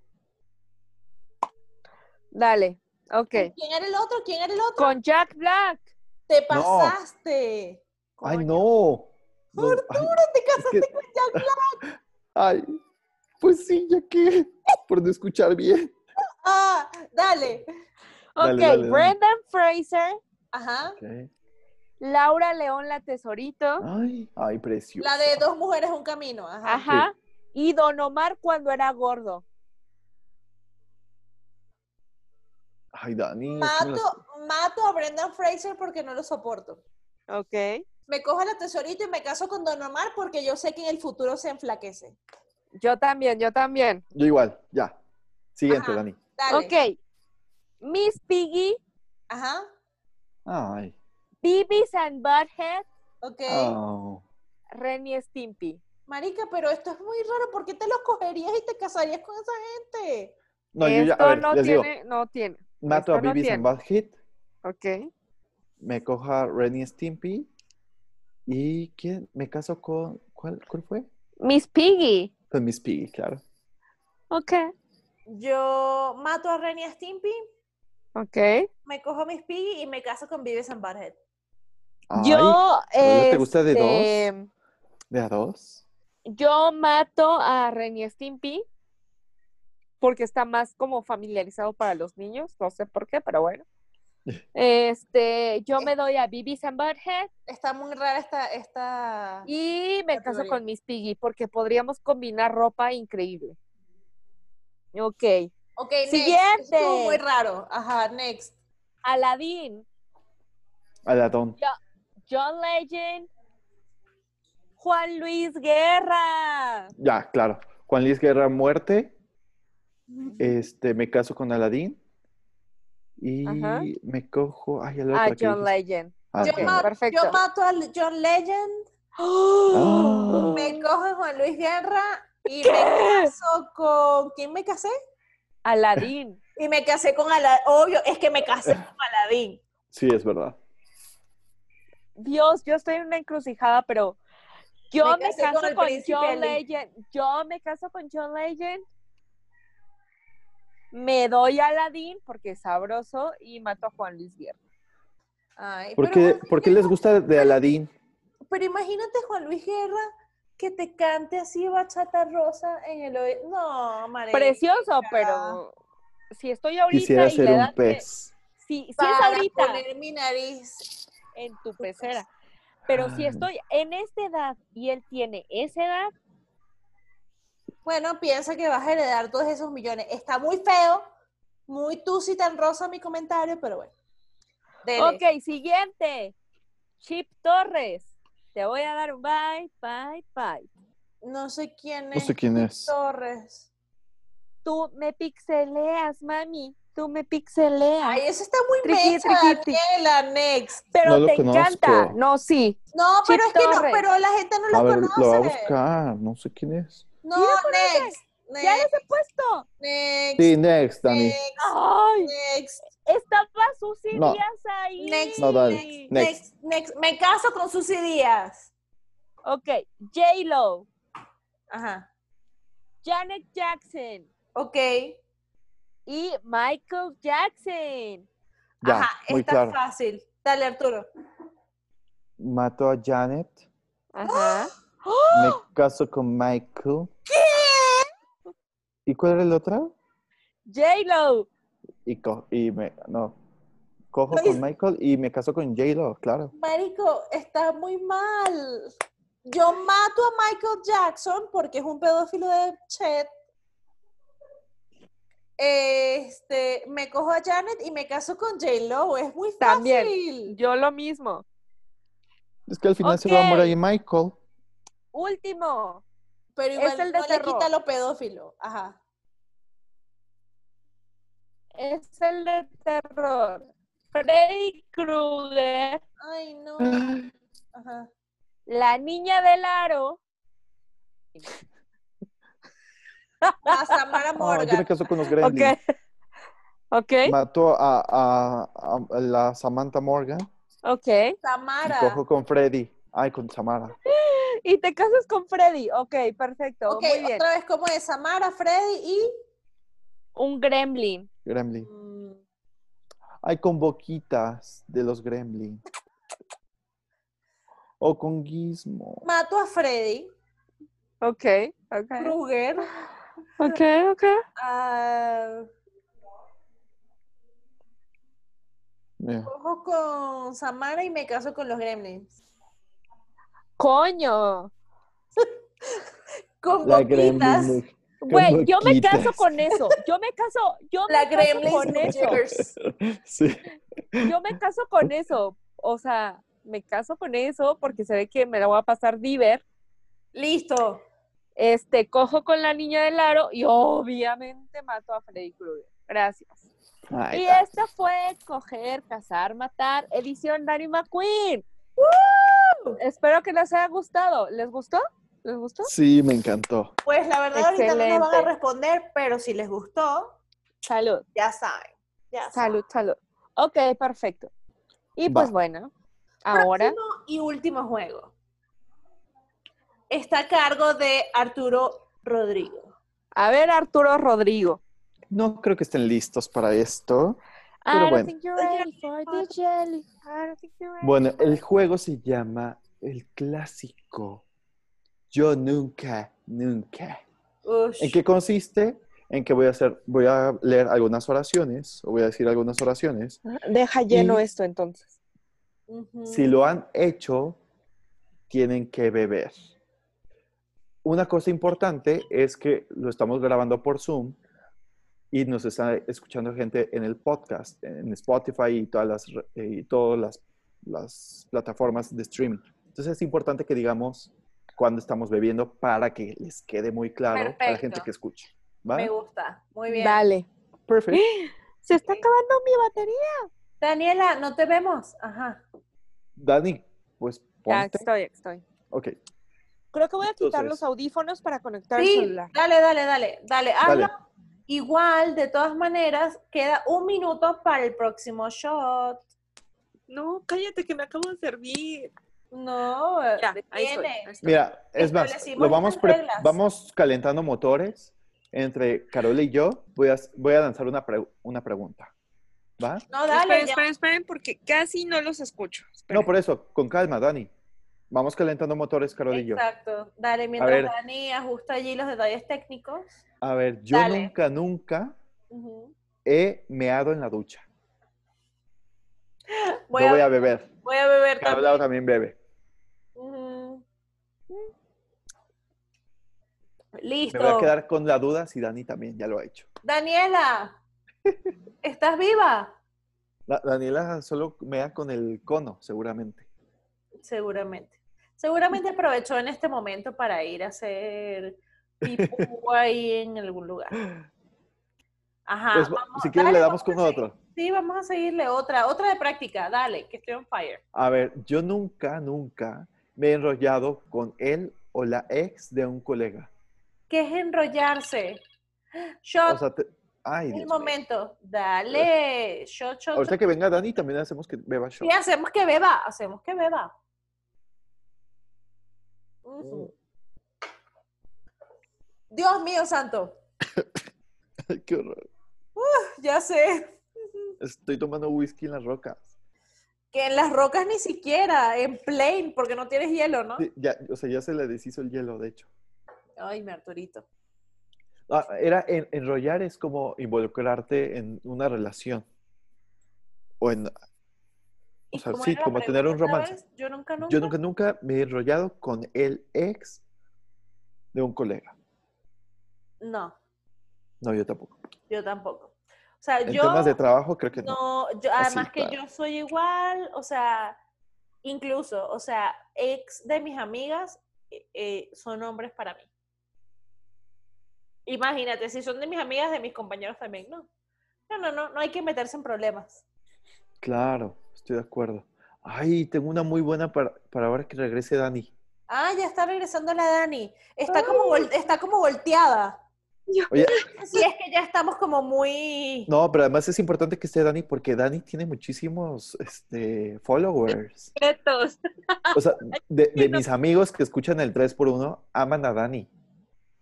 S3: Dale, ok.
S2: ¿Quién era el otro? ¿Quién era el otro?
S3: Con Jack Black.
S2: Te pasaste.
S4: ¡Ay,
S2: Coño,
S4: no! No,
S2: Arturo,
S4: ay,
S2: Te
S4: [LAUGHS]
S2: casaste
S4: que-
S2: con Jack Black.
S4: Ay, pues sí, ya que, por no escuchar bien.
S2: Ah, dale.
S3: Ok,
S4: Dale, dale, dale.
S3: Brendan Fraser,
S2: Ajá.
S3: Laura León la Tesorito,
S4: Ay, ay, precioso.
S2: La de dos mujeres un camino.
S4: Ah,
S2: Ajá.
S3: ajá, y Don Omar cuando era gordo.
S4: Ay, Dani. es que me las-
S2: Mato, mato a Brendan Fraser porque no lo soporto.
S3: Ok.
S2: Me cojo la tesorito y me caso con Don Omar porque yo sé que en el futuro se enflaquece.
S3: Yo también, yo también.
S4: Yo igual, ya. Siguiente,
S2: Ajá.
S4: Dani.
S2: Dale.
S3: Ok. Miss Piggy,
S2: Ajá.
S4: Ay.
S3: Beavis and Butthead,
S2: Ok.
S4: au.
S3: Renny Stimpy.
S2: Marica, pero esto es muy raro. ¿Por qué te los cogerías y te casarías con esa gente?
S4: No, yo ya,
S3: Esto
S4: a ver,
S3: no
S4: les digo.
S3: tiene, no tiene. esto
S4: Mato a
S3: no
S4: Bibis and
S3: tiene.
S4: Badhead,
S3: Ok.
S4: me cojo a Renny Stimpy. ¿Y quién? Me caso con... ¿Cuál, cuál fue?
S3: Miss Piggy.
S4: Con Miss Piggy, claro.
S3: Ok.
S2: Yo mato a Renny Stimpy,
S3: Ok.
S2: me cojo a Miss Piggy y me caso con Vives and Butthead.
S4: Ay,
S3: yo.
S4: ¿no te gusta de dos?
S3: este,
S4: ¿De a dos?
S3: Yo mato a Renny Stimpy porque está más como familiarizado para los niños. No sé por qué, pero
S4: [LAUGHS]
S3: bueno. Este, yo me doy a Beavis and Butthead
S2: Está muy rara esta... esta...
S3: y me caso
S2: Categoría.
S3: con Miss Piggy porque podríamos combinar ropa increíble. Ok.
S2: Ok, next.
S3: Siguiente.
S2: Estuvo muy raro. Ajá, next.
S3: Aladdin,
S4: Aladón.
S3: John Legend, Juan Luis Guerra.
S4: Ya, claro. Juan Luis Guerra Muerte. Este, me caso con Aladín. Y
S3: Ajá.
S4: me cojo. Ay, el otro.
S3: A
S4: que
S3: John
S4: dijiste.
S3: Legend.
S4: Ah,
S2: Yo,
S3: Ok,
S2: ma-
S3: perfecto.
S2: yo mato a John Legend,
S4: Ah.
S2: me cojo a Juan Luis Guerra y me caso con... ¿Quién me casé?
S3: Aladdin.
S2: Y me casé con Aladín. Obvio, es que me
S4: [LAUGHS]
S2: casé con Aladín.
S4: Sí, es verdad.
S3: Dios, yo estoy en una encrucijada, pero yo
S2: Me
S3: me,
S2: casé con
S3: caso
S2: el
S3: con,
S2: príncipe
S3: John
S2: Ali.
S3: Legend. Yo me caso con John Legend. Me doy a Aladdin porque es sabroso y mato a Juan Luis Guerra.
S2: Ay,
S4: ¿Por
S2: pero
S4: qué,
S2: Juan
S4: por qué
S2: Luis
S4: les gusta de Aladín?
S2: Pero imagínate Juan Luis Guerra que te cante así bachata rosa en el oído. No, María.
S3: Precioso, pero si estoy ahorita
S4: Quisiera
S3: y
S4: ser
S3: le
S4: un
S3: dan de-
S4: pez.
S3: si, si es
S2: Para
S3: ahorita
S2: poner mi nariz.
S3: en tu pecera, pero si
S4: Ay.
S3: estoy en esta edad y él tiene esa edad,
S2: Bueno, piensa que vas a heredar todos esos millones. Está muy feo, muy tusi tan rosa mi comentario, pero bueno. Dele.
S3: Ok, siguiente. Chip Torres. Te voy a dar un bye, bye, bye.
S2: No sé quién
S4: No
S2: es
S4: sé quién es.
S2: Torres.
S3: Tú me pixeleas, mami. Tú me pixeleas.
S2: Ay, eso está muy
S3: Triqui,
S2: mecha,
S3: triqui,
S2: Daniela, next.
S3: pero
S4: no lo
S3: te encanta.
S4: conozco.
S3: No, sí.
S2: No, pero
S3: Chip
S2: es que no,
S3: Torres.
S2: pero la gente no
S4: A
S2: lo
S4: ver,
S2: conoce.
S4: lo voy a buscar. No sé quién es.
S2: No,
S3: Sí lo
S2: next.
S3: Ya les
S2: Next,
S3: he puesto.
S2: next,
S4: Sí, next, Dani.
S2: next,
S3: Ay,
S2: next.
S3: estaba Susi
S4: No.
S3: Díaz ahí.
S2: Next,
S4: No, dale.
S2: Next, next. Me caso con Susy Díaz.
S3: Ok, J-Lo,
S2: Ajá.
S3: Janet Jackson
S2: Ok.
S3: y Michael Jackson.
S4: Ya,
S2: Ajá.
S4: muy
S2: Está
S4: claro.
S2: fácil. Dale, Arturo.
S4: Mato a Janet.
S3: Ajá. [GASPS]
S4: Me caso con Michael. ¿Y cuál era el otro?
S3: J-Lo.
S4: Y, co- y me. No. Cojo
S2: Lo
S4: con
S2: hice.
S4: Michael y me caso con J-Lo, claro.
S2: Marico, está muy mal. Yo mato a Michael Jackson porque es un pedófilo de chat. Este, me cojo a Janet y me caso con J-Lo. Es muy fácil.
S3: También. Yo lo mismo.
S4: Es que al final se va a
S3: Ok.
S4: morir Michael.
S3: Último.
S2: Pero
S3: Es
S2: igual
S3: el de
S2: no le
S3: terror.
S2: quita lo pedófilo. Ajá.
S3: Es el de terror. Freddy Krueger,
S2: Ay, no.
S4: Mm.
S2: Ajá.
S3: la niña del aro.
S2: A
S4: [LAUGHS]
S2: Samara
S4: Ah,
S2: Morgan.
S4: yo me caso con los Gremlins.
S3: [LAUGHS] Ok,
S4: Mató a, a- a- a la Samantha Morgan
S3: ok.
S4: y
S2: Samara.
S4: cojo con Freddy. Ay, con Samara.
S3: Y te casas con Freddy. Ok, perfecto.
S2: Ok,
S3: muy bien.
S2: otra vez como es Samara, Freddy y...
S3: Un gremlin.
S4: Gremlin.
S2: mm,
S4: Ay, con boquitas de los Gremlin. O con Gizmo.
S2: mato a Freddy,
S3: Ok, ok.
S2: Krueger,
S3: Ok, ok.
S2: a-
S4: Mira,
S2: cojo con Samara y me caso con los gremlins.
S3: Coño.
S2: Con
S4: La
S2: boquitas.
S4: Gremlin.
S3: Güey, yo me
S4: boquitas.
S3: caso con eso. Yo me caso, yo me
S2: La
S3: caso
S2: gremlin
S3: con eso.
S2: Multiverse. [LAUGHS]
S4: Sí.
S3: Yo me caso con eso. O sea, me caso con eso porque se ve que me la voy a pasar diver.
S2: Listo.
S3: Este, cojo con la niña del aro y obviamente mato a Freddy Krueger. Gracias.
S4: Ay,
S3: Y
S4: ta-
S3: esta fue Coger, Cazar, Matar, edición Danny McQueen. Espero que les haya gustado. ¿Les gustó? ¿Les gustó?
S4: Sí, me encantó.
S2: Pues la verdad ahorita no nos van
S3: Excelente.
S2: a responder, pero si les gustó,
S3: Salud,
S2: ya saben. Ya saben.
S3: salud, salud. Ok, perfecto. Y
S4: Va.
S3: pues bueno, ahora
S2: Próximo y último juego. Está a cargo de Arturo Rodrigo.
S3: a ver Arturo Rodrigo.
S4: No creo que estén listos para esto. Pero
S3: I don't
S4: bueno.
S3: think you're ready for the jelly. I don't think you're ready.
S4: Bueno, el juego se llama el clásico. Yo nunca, nunca.
S2: Ush.
S4: ¿En qué consiste? En que voy a hacer, voy a leer algunas oraciones o voy a decir algunas oraciones.
S3: Deja lleno esto entonces.
S2: Ujú.
S4: Si lo han hecho, tienen que beber. Una cosa importante es que lo estamos grabando por Zoom y nos está escuchando gente en el podcast, en Spotify y todas las, re- eh, y todas las, las plataformas de streaming. Entonces es importante que digamos cuando estamos bebiendo para que les quede muy claro a la gente
S2: Perfecto.
S4: que escucha.
S2: Me
S4: ¿Va?
S2: gusta. Muy bien.
S3: Dale.
S4: Perfecto.
S3: [GASPS] Se está acabando mi batería.
S2: Daniela, ¿no te vemos? Ajá.
S4: Dani, pues
S3: Ya,
S4: ponte.
S3: estoy, estoy.
S4: Ok.
S3: Creo que voy a quitar
S4: Entonces-
S3: los audífonos para conectar el
S2: Sí,
S3: celular.
S2: dale, dale, dale, dale.
S4: Dale.
S2: Hazlo. Igual, de todas maneras, queda un minuto para el próximo shot.
S3: No, cállate que me acabo de servir.
S2: No, eh,
S3: Ya,
S2: ¿de
S3: ahí
S2: quién
S3: estoy,
S2: es?
S3: ahí estoy.
S4: Mira, es más,
S2: Establecimos
S4: lo vamos,
S2: unas
S4: pre-
S2: reglas.
S4: vamos calentando motores entre Carola y yo. Voy a, voy a lanzar una, pre- una pregunta. ¿Va?
S2: No, dale,
S3: esperen,
S2: ya.
S3: esperen, esperen, porque casi no los escucho.
S4: No, por eso, con calma, Dani. Vamos calentando motores, Carola y yo.
S2: Exacto. Dale, mientras
S4: ver.
S2: Dani ajusta allí los detalles técnicos.
S4: A ver, yo
S2: Dale.
S4: nunca, nunca
S2: Ujú.
S4: he meado en la ducha.
S2: Voy,
S4: yo
S2: a,
S4: voy a beber.
S2: voy a beber
S4: Carola
S2: también.
S4: también bebe.
S2: Ujú.
S4: Me voy a
S2: Listo.
S4: quedar con la duda si Dani también ya lo ha hecho.
S2: Daniela, ¿estás viva?
S4: La- Daniela solo mea con el cono, seguramente.
S2: Seguramente. Seguramente aprovechó en este momento para ir a hacer
S4: [LAUGHS]
S2: pipú ahí en algún lugar. Ajá.
S4: Pues,
S2: Ah, vamos-
S4: si quieres,
S2: dale,
S4: le damos con
S2: vamos a seguir.
S4: otro.
S2: Sí, vamos a seguirle otra, otra de práctica. Dale, que estoy on fire.
S4: A ver, yo nunca, nunca me he enrollado con él o la ex de un colega.
S2: ¿Qué es enrollarse? Shot,
S4: O sea, Pues te- ay,
S2: el
S4: Dios mío.
S2: momento. Dale, shot, shot.
S4: Ahorita que venga Dani, también hacemos que beba
S2: Sí,
S4: shot.
S2: hacemos que beba, hacemos que beba. Ujú. Dios mío, santo.
S4: Ay, [LAUGHS] qué horror.
S2: Ya sé.
S4: Estoy tomando whisky en las rocas.
S2: Que en las rocas ni siquiera, en plain, porque no tienes hielo, ¿no?
S4: Sí, ya, o sea, ya se le deshizo el hielo, de hecho.
S2: Ay, mi Arturito.
S4: Ah, era en- enrollar es como involucrarte en una relación. O en,
S2: ¿Y
S4: o sea,
S2: cómo
S4: sí,
S2: era la
S4: como tener un
S2: pregunta otra
S4: romance.
S2: vez? Yo nunca, nunca.
S4: Yo nunca, nunca me he enrollado con el ex de un colega.
S2: No,
S4: No, yo tampoco.
S2: yo tampoco. O sea,
S4: En
S2: yo.
S4: temas de trabajo creo que no.
S2: No, yo-
S4: Así,
S2: además que
S4: claro.
S2: yo soy igual, o sea, incluso, o sea, ex de mis amigas eh, eh, son hombres para mí. Imagínate, si son de mis amigas, de mis compañeros también, no. No, no, no, no hay que meterse en problemas.
S4: Claro, estoy de acuerdo. Ay, tengo una muy buena para, para ahora que regrese Dani.
S2: Ah, ya está regresando la Dani. Está como, vol- está como volteada.
S4: Oye,
S2: Sí, es Ah. que ya estamos como muy...
S4: no, pero además es importante que esté Dani porque Dani tiene muchísimos este, followers.
S3: Secretos. Ah,
S4: O sea, de, de mis amigos que escuchan el 3x1, aman a Dani.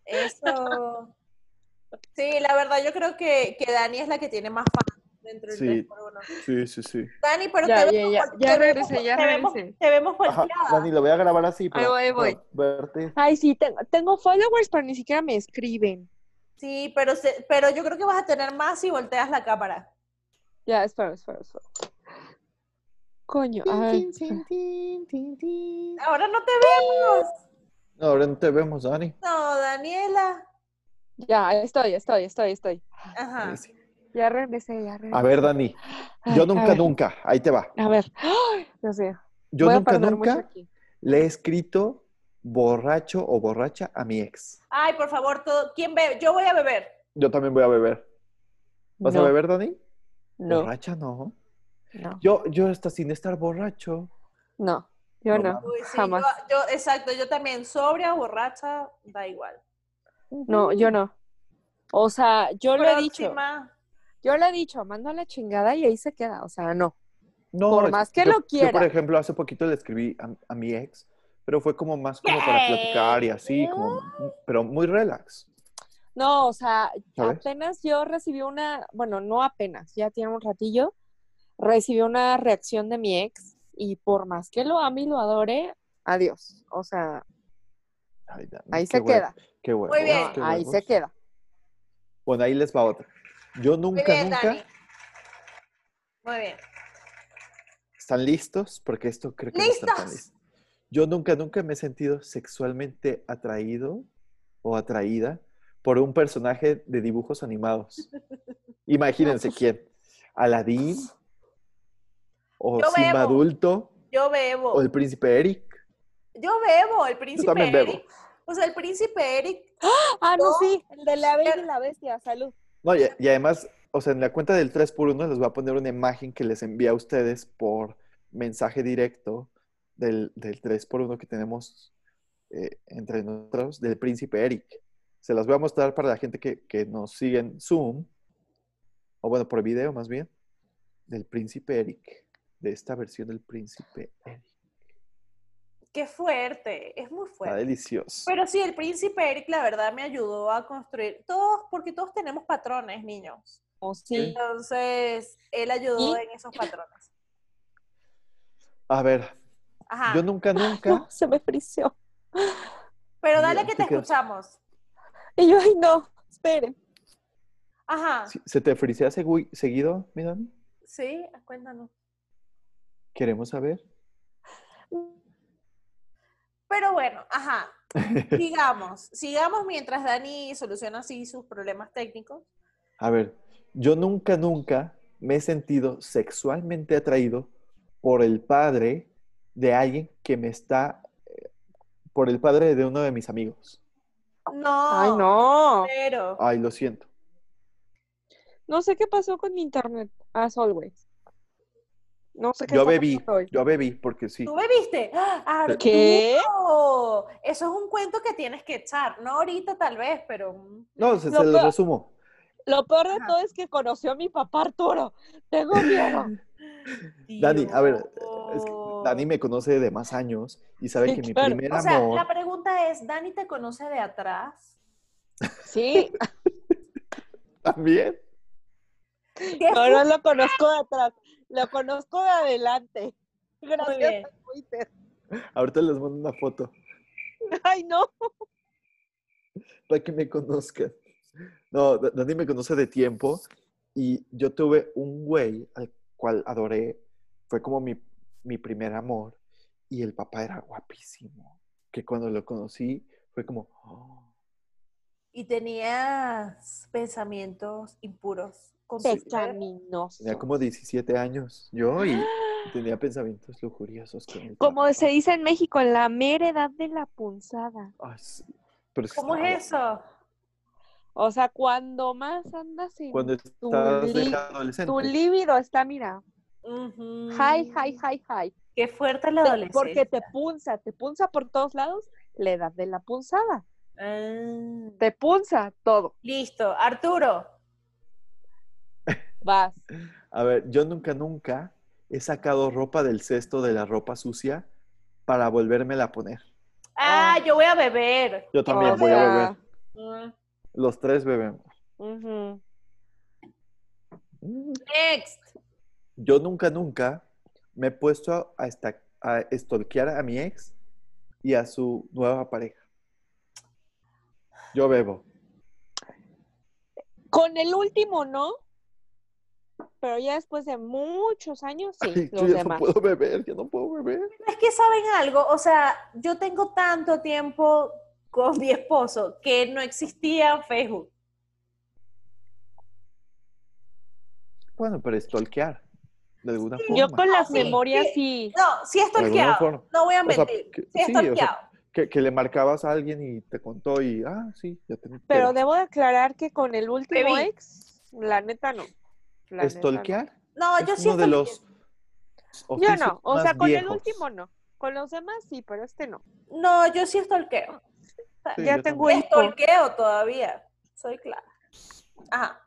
S2: Eso. Sí, la verdad, yo creo que, que Dani es la que tiene más fans dentro del
S4: Sí.
S2: 3x1.
S4: Sí, sí, sí.
S2: Dani, pero
S3: Ya,
S2: te
S3: ya,
S2: vemos
S3: ya,
S2: vol-
S3: ya
S2: te vemos-
S3: regresé, ya
S2: te vemos-
S3: regresé.
S2: Te vemos
S4: Ajá,
S2: volteada.
S4: Dani, lo voy a grabar así para,
S3: Pues Ahí voy, ahí
S4: para verte.
S3: Ay, sí, tengo, tengo followers, pero ni siquiera me escriben.
S2: Sí, pero, se- pero yo creo que vas a tener más si volteas la cámara.
S3: Ya, espera, espera, espera. Coño, ay.
S2: Ahora no te vemos.
S4: No, ahora no te vemos, Dani.
S2: No, Daniela.
S3: Ya, estoy, estoy, estoy, estoy. Ah.
S2: Ajá.
S4: Sí.
S3: Ya regresé, ya regresé.
S4: A ver, Dani,
S3: Ay,
S4: yo
S3: a
S4: nunca,
S3: ver,
S4: nunca, ahí te va.
S3: A ver. Ay, Dios mío.
S4: Yo
S3: Voy a
S4: nunca,
S3: perder mucho
S4: nunca
S3: aquí.
S4: le he escrito borracho o borracha a mi ex.
S2: Ay, por favor, todo. ¿Quién bebe? Yo voy a beber.
S4: Yo también voy a beber. ¿Vas
S3: No,
S4: a beber, Dani?
S3: No,
S4: Borracha no.
S3: no,
S4: Yo, yo hasta sin estar borracho.
S3: no. Yo
S4: No,
S3: no.
S4: mames.
S2: Uy, sí,
S3: Jamás.
S2: Yo, yo- exacto, yo también. Sobria, borracha, da igual.
S3: No, yo no. O sea, yo lo he dicho.
S2: Próxima.
S3: Yo lo he dicho, mando a la chingada y ahí se queda. O sea, no.
S4: No,
S3: Por
S4: es-
S3: más que
S4: yo-
S3: lo
S4: Yo, por
S3: quiera.
S4: ejemplo, hace poquito le escribí a, a mi ex, pero fue como más como para platicar y así, como, pero muy relax.
S3: No, o sea,
S4: ¿Sabes?
S3: apenas yo recibí una, bueno, no apenas, ya tiene un ratillo, recibí una reacción de mi ex y por más que lo ame y lo adore, adiós. O sea,
S4: Ay, Dani,
S3: ahí
S4: Mm, qué
S3: se
S4: hue-
S3: queda.
S4: Qué huevos,
S2: Muy bien.
S4: qué
S3: Ahí
S4: huevos.
S3: se queda.
S4: Bueno, ahí les va otra. Yo
S2: Muy
S4: nunca,
S2: bien,
S4: nunca.
S2: Dani. Muy bien.
S4: ¿Están listos? Porque esto creo que no están tan
S2: ¡Listos!
S4: listos. Yo nunca, nunca me he sentido sexualmente atraído o atraída por un personaje de dibujos animados. Imagínense quién. Aladín o
S2: Yo
S4: Simba
S2: bebo.
S4: Adulto
S2: Yo bebo.
S4: o el Príncipe Eric.
S2: Yo bebo, el príncipe
S4: también bebo.
S2: Eric. O sea, el príncipe Eric.
S3: Ah, no,
S2: No,
S3: sí, el de la bella
S2: pero-
S3: y la bestia, salud.
S4: No, y, y además, o sea, en la cuenta del 3 por 1 les voy a poner una imagen que les envía a ustedes por mensaje directo del, del 3 por 1 que tenemos eh, entre nosotros, del príncipe Eric. Se las voy a mostrar para la gente que, que nos sigue en Zoom, o bueno, por video más bien, del príncipe Eric, de esta versión del príncipe Eric.
S2: Qué fuerte, es muy
S4: Está
S2: fuerte.
S4: delicioso.
S2: Pero sí, el príncipe Eric, la verdad, me ayudó a construir. Todos, porque todos tenemos patrones, niños.
S3: Oh, sí.
S2: Entonces, él ayudó
S3: ¿Y?
S2: en esos patrones.
S4: A ver,
S2: Ajá.
S4: yo nunca,
S3: [LAUGHS]
S4: nunca...
S3: No, se me frició.
S2: Pero dale
S4: Mira,
S2: que
S4: te
S2: te
S4: quedas-
S2: escuchamos.
S3: Y yo, ay, no, esperen.
S2: Ajá.
S4: si- ¿Se te frisea segui- seguido, miran?
S2: Sí, cuéntanos.
S4: Queremos saber.
S2: Pero bueno,
S4: [LAUGHS]
S2: ajá. Sigamos, sigamos mientras Dani soluciona así sus problemas técnicos.
S4: A ver, yo nunca, nunca me he sentido sexualmente atraído por el padre de alguien que me está, eh, por el padre de uno de mis amigos.
S2: No,
S3: Ay, no.
S2: Pero,
S4: Ay, lo siento.
S3: No sé qué pasó con mi internet, as always. No sé qué
S4: Yo
S3: está
S4: bebí,
S3: pasando hoy.
S4: yo bebí porque sí.
S2: ¿tú bebiste? ¡Ah, Arturo!
S3: ¿Qué?
S2: Eso es un cuento que tienes que echar. No ahorita tal vez, pero... mm,
S4: No, se,
S3: Lo
S4: se lo
S3: peor-
S4: resumo.
S3: Lo peor de
S2: Ajá.
S3: todo es que conoció a mi papá Arturo. Tengo miedo. [LAUGHS]
S4: Dani, a ver, Es que
S2: Dios.
S4: Dani me conoce de más años y sabe
S3: Sí,
S4: que mi
S3: claro.
S4: primer
S2: Oh. O sea,
S4: amor...
S2: la pregunta es, ¿Dani te conoce de atrás? [LAUGHS]
S3: Sí,
S4: [LAUGHS] También.
S2: ¿Qué
S3: no, no lo conozco de atrás, lo conozco de adelante. Gracias
S2: bien.
S3: a Twitter.
S4: Ahorita les mando una foto
S3: [LAUGHS] Ay, no.
S4: para que me conozcan. No, Da- Dani me conoce de tiempo y yo tuve un güey al cual adoré. Fue como mi, mi primer amor y el papá era guapísimo. Que cuando lo conocí fue como, "Oh,
S2: Y tenías pensamientos impuros. con tu cerebro.
S3: Pecaminoso.
S4: tenía como 17 años
S3: [GASPS]
S4: yo y tenía pensamientos lujuriosos. Con el
S3: Como
S4: papá.
S3: se dice en México, la mera edad de la punzada.
S4: Ay, sí, pero sí
S2: ¿Cómo
S4: estaba
S2: es eso?
S3: O sea, cuando más andas en
S4: guapo. Cuando
S3: tu
S4: estás de
S3: li-
S4: adolescente.
S3: tu líbido está, mira,
S2: Ujú.
S3: high, high, high, high.
S2: Qué fuerte la
S3: Te-
S2: adolescencia.
S3: Porque te punza, te punza por todos lados la edad de la punzada.
S2: Ah,
S3: Te punza todo.
S2: Listo, Arturo.
S3: Vas.
S4: A ver, yo nunca, nunca he sacado ropa del cesto de la ropa sucia para volvérmela a poner.
S2: Ah,
S3: Ah.
S2: yo voy a beber.
S4: Yo también
S3: O
S4: voy
S3: sea,
S4: a beber.
S2: Mm.
S4: Los tres bebemos.
S3: ujú.
S4: Mm.
S2: Next.
S4: Yo nunca, nunca me he puesto a, a, esta- a stalkear a mi ex y a su nueva pareja. Yo bebo.
S3: Con el último no, pero ya después de muchos años, sí,
S4: Ay, yo
S3: los
S4: ya
S3: demás.
S4: no puedo beber, ya no puedo beber.
S2: Es que saben algo, o sea, yo tengo tanto tiempo con mi esposo que no existía Facebook.
S4: Bueno, pero stalkear. De alguna
S3: Yo
S4: forma.
S3: con las
S2: Sí,
S3: memorias
S2: sí.
S3: Ah, sí.
S2: No, sí es
S4: De alguna
S2: torqueado.
S4: forma.
S2: No voy a
S4: O sea,
S2: mentir.
S4: que-
S2: sí es
S4: sí, o sea,
S2: torqueado.
S4: Que, que le marcabas a alguien y te contó y, ah, sí, ya te
S3: Pero debo aclarar que con el último
S2: Bebí.
S3: ex, la neta no. La neta no.
S4: ¿Stalkear?
S2: No, yo
S4: es
S2: sí
S4: uno de
S2: estoy-
S4: los
S3: Yo
S4: oficios
S3: no, o
S4: más
S3: sea, con el
S4: viejos.
S3: último no. Con los demás sí, pero este no.
S2: No, yo sí estorqueo.
S4: Sí,
S3: ya
S4: yo
S3: tengo
S4: también.
S3: hipo.
S2: Estorqueo todavía. Soy clara. Ajá.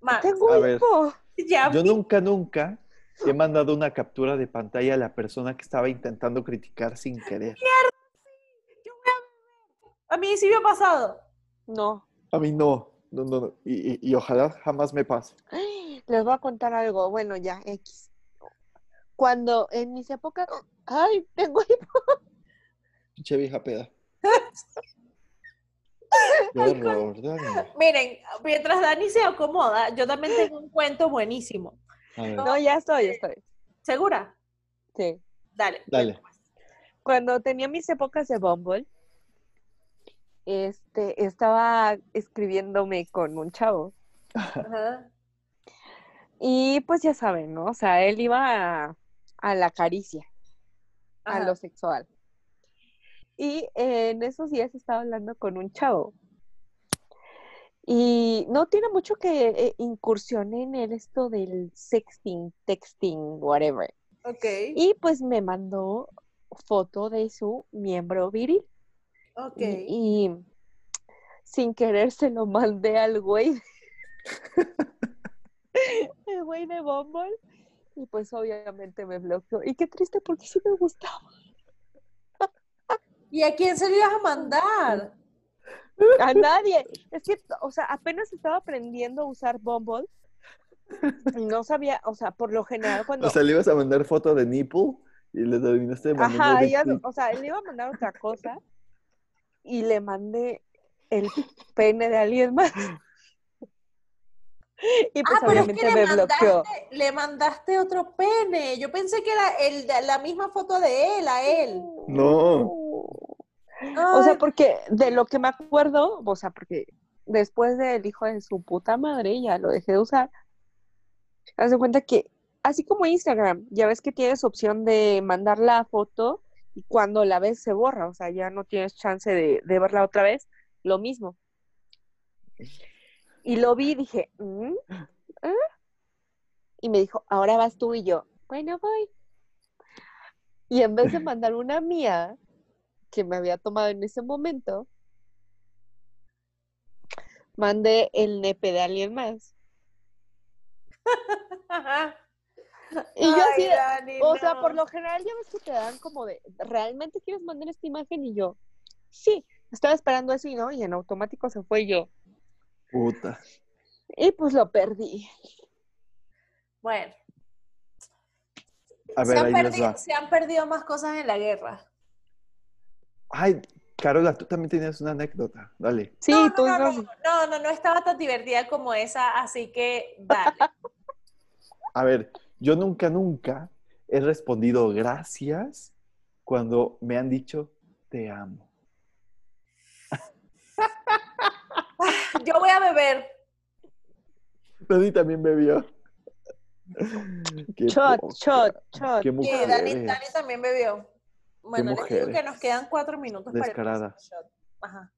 S2: Max,
S4: A
S3: Ah, Tengo
S4: ver.
S3: hipo.
S2: ya
S4: Yo
S2: vi.
S4: nunca, nunca he mandado una captura de pantalla a la persona que estaba intentando criticar sin querer.
S2: A mí sí me ha pasado.
S3: No.
S4: A mí no, no, no, no. Y, y- y ojalá jamás me pase.
S3: Les voy a contar algo. Bueno, ya, X. Cuando en mis épocas. Ay, tengo hipo.
S4: Pinche vieja peda. [LAUGHS] Qué horror, Dani.
S2: Miren, mientras Dani se acomoda, yo también tengo un cuento buenísimo.
S4: A ver,
S3: No, ya estoy, ya estoy.
S2: ¿Segura?
S3: Sí.
S2: Dale.
S4: dale.
S3: Cuando tenía mis épocas de Bumble, este, estaba escribiéndome con un chavo.
S2: Ajá.
S3: Y pues ya saben, ¿no? O sea, él iba a, a la caricia, a
S2: Ajá.
S3: lo sexual. Y eh, en esos días estaba hablando con un chavo. Y no tiene mucho que eh, incursioné en el esto del sexting, texting, whatever.
S2: Ok.
S3: Y pues me mandó foto de su miembro viril.
S2: Ok.
S3: Y, y sin querer se lo mandé al güey. [LAUGHS] El güey de Bumble. Y pues obviamente me bloqueó. Y qué triste porque sí me gustaba.
S2: ¿Y a quién se lo ibas a mandar? [LAUGHS]
S3: A nadie. Es que, o sea, apenas estaba aprendiendo a usar Bumble. Y no sabía, o sea, por lo general cuando...
S4: O sea, le ibas a mandar foto de nipple y le terminaste mandando
S3: Ajá,
S4: dick
S3: ella,
S4: pic.
S3: o sea, le iba a mandar otra cosa y le mandé el pene de
S2: [LAUGHS]
S3: alguien más. Y pues
S2: ah, pero es
S3: obviamente
S2: que le
S3: me bloqueó.
S2: mandaste, le mandaste otro pene. Yo pensé que era el, de- la misma foto de él, a él.
S4: No.
S3: O
S2: Ay,
S3: sea, porque de lo que me acuerdo, o sea, porque después del hijo de su puta madre ya lo dejé de usar. Haz de cuenta que, así como Instagram, ya ves que tienes opción de mandar la foto y cuando la ves se borra, o sea, ya no tienes chance de, de verla otra vez, lo mismo. Y lo vi y dije, "Mm, ah". y me dijo, ahora vas tú y yo, bueno, voy. Y en vez de mandar una mía, que me había tomado en ese momento, mandé el nepe de alguien más.
S2: ajá.
S3: Y yo así,
S2: Ay,
S3: de-
S2: Dani,
S3: o sea,
S2: no.
S3: por lo general ya ves que te dan como de, ¿realmente quieres mandar esta imagen? Y yo, sí, estaba esperando así, ¿no? Y en automático se fue yo.
S4: Puta.
S3: Y pues lo perdí.
S2: Bueno,
S4: A ver,
S2: se, han
S4: ahí les
S2: perdido,
S4: va.
S2: se han perdido más cosas en la guerra.
S4: Ay, Carola, tú también tienes una anécdota. Dale.
S3: Sí,
S2: No,
S3: tú
S2: no, no,
S3: no-
S2: no, no, no, no estaba tan divertida como esa, así que dale.
S4: A ver, yo nunca, nunca he respondido gracias cuando me han dicho te amo.
S2: Yo voy a beber.
S4: Dani también bebió. Qué
S3: Shot,
S4: poca,
S3: shot, shot.
S2: Sí,
S4: Qué mujer.
S2: Dani, Dani también bebió. Bueno, les digo que
S4: mujeres.
S2: nos quedan cuatro minutos para el
S4: Descaradas.
S2: próximo shot. Ajá.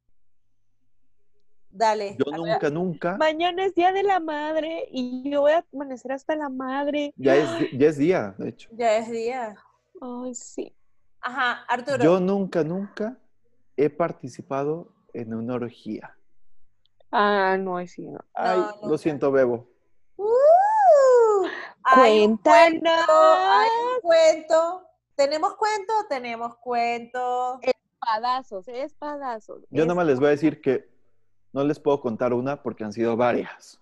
S2: Dale.
S4: Yo nunca, nunca.
S3: Mañana es Día de la Madre y yo voy a amanecer hasta la madre.
S4: Ya es, ya es día, de hecho.
S2: Ya es día.
S3: Ay, sí.
S2: Ajá, Arturo.
S4: Yo nunca, nunca he participado en una orgía.
S3: Ah, no es no.
S4: Ay,
S2: No, no,
S4: lo siento, Bebo.
S2: ¡Uh! Hay un
S3: Cuéntanos.
S2: cuento, hay un cuento. ¿Tenemos cuento? Tenemos cuento.
S3: Eh. Espadazos, espadazos.
S4: Yo
S3: es-
S4: nada más les voy a decir que no les puedo contar una porque han sido varias.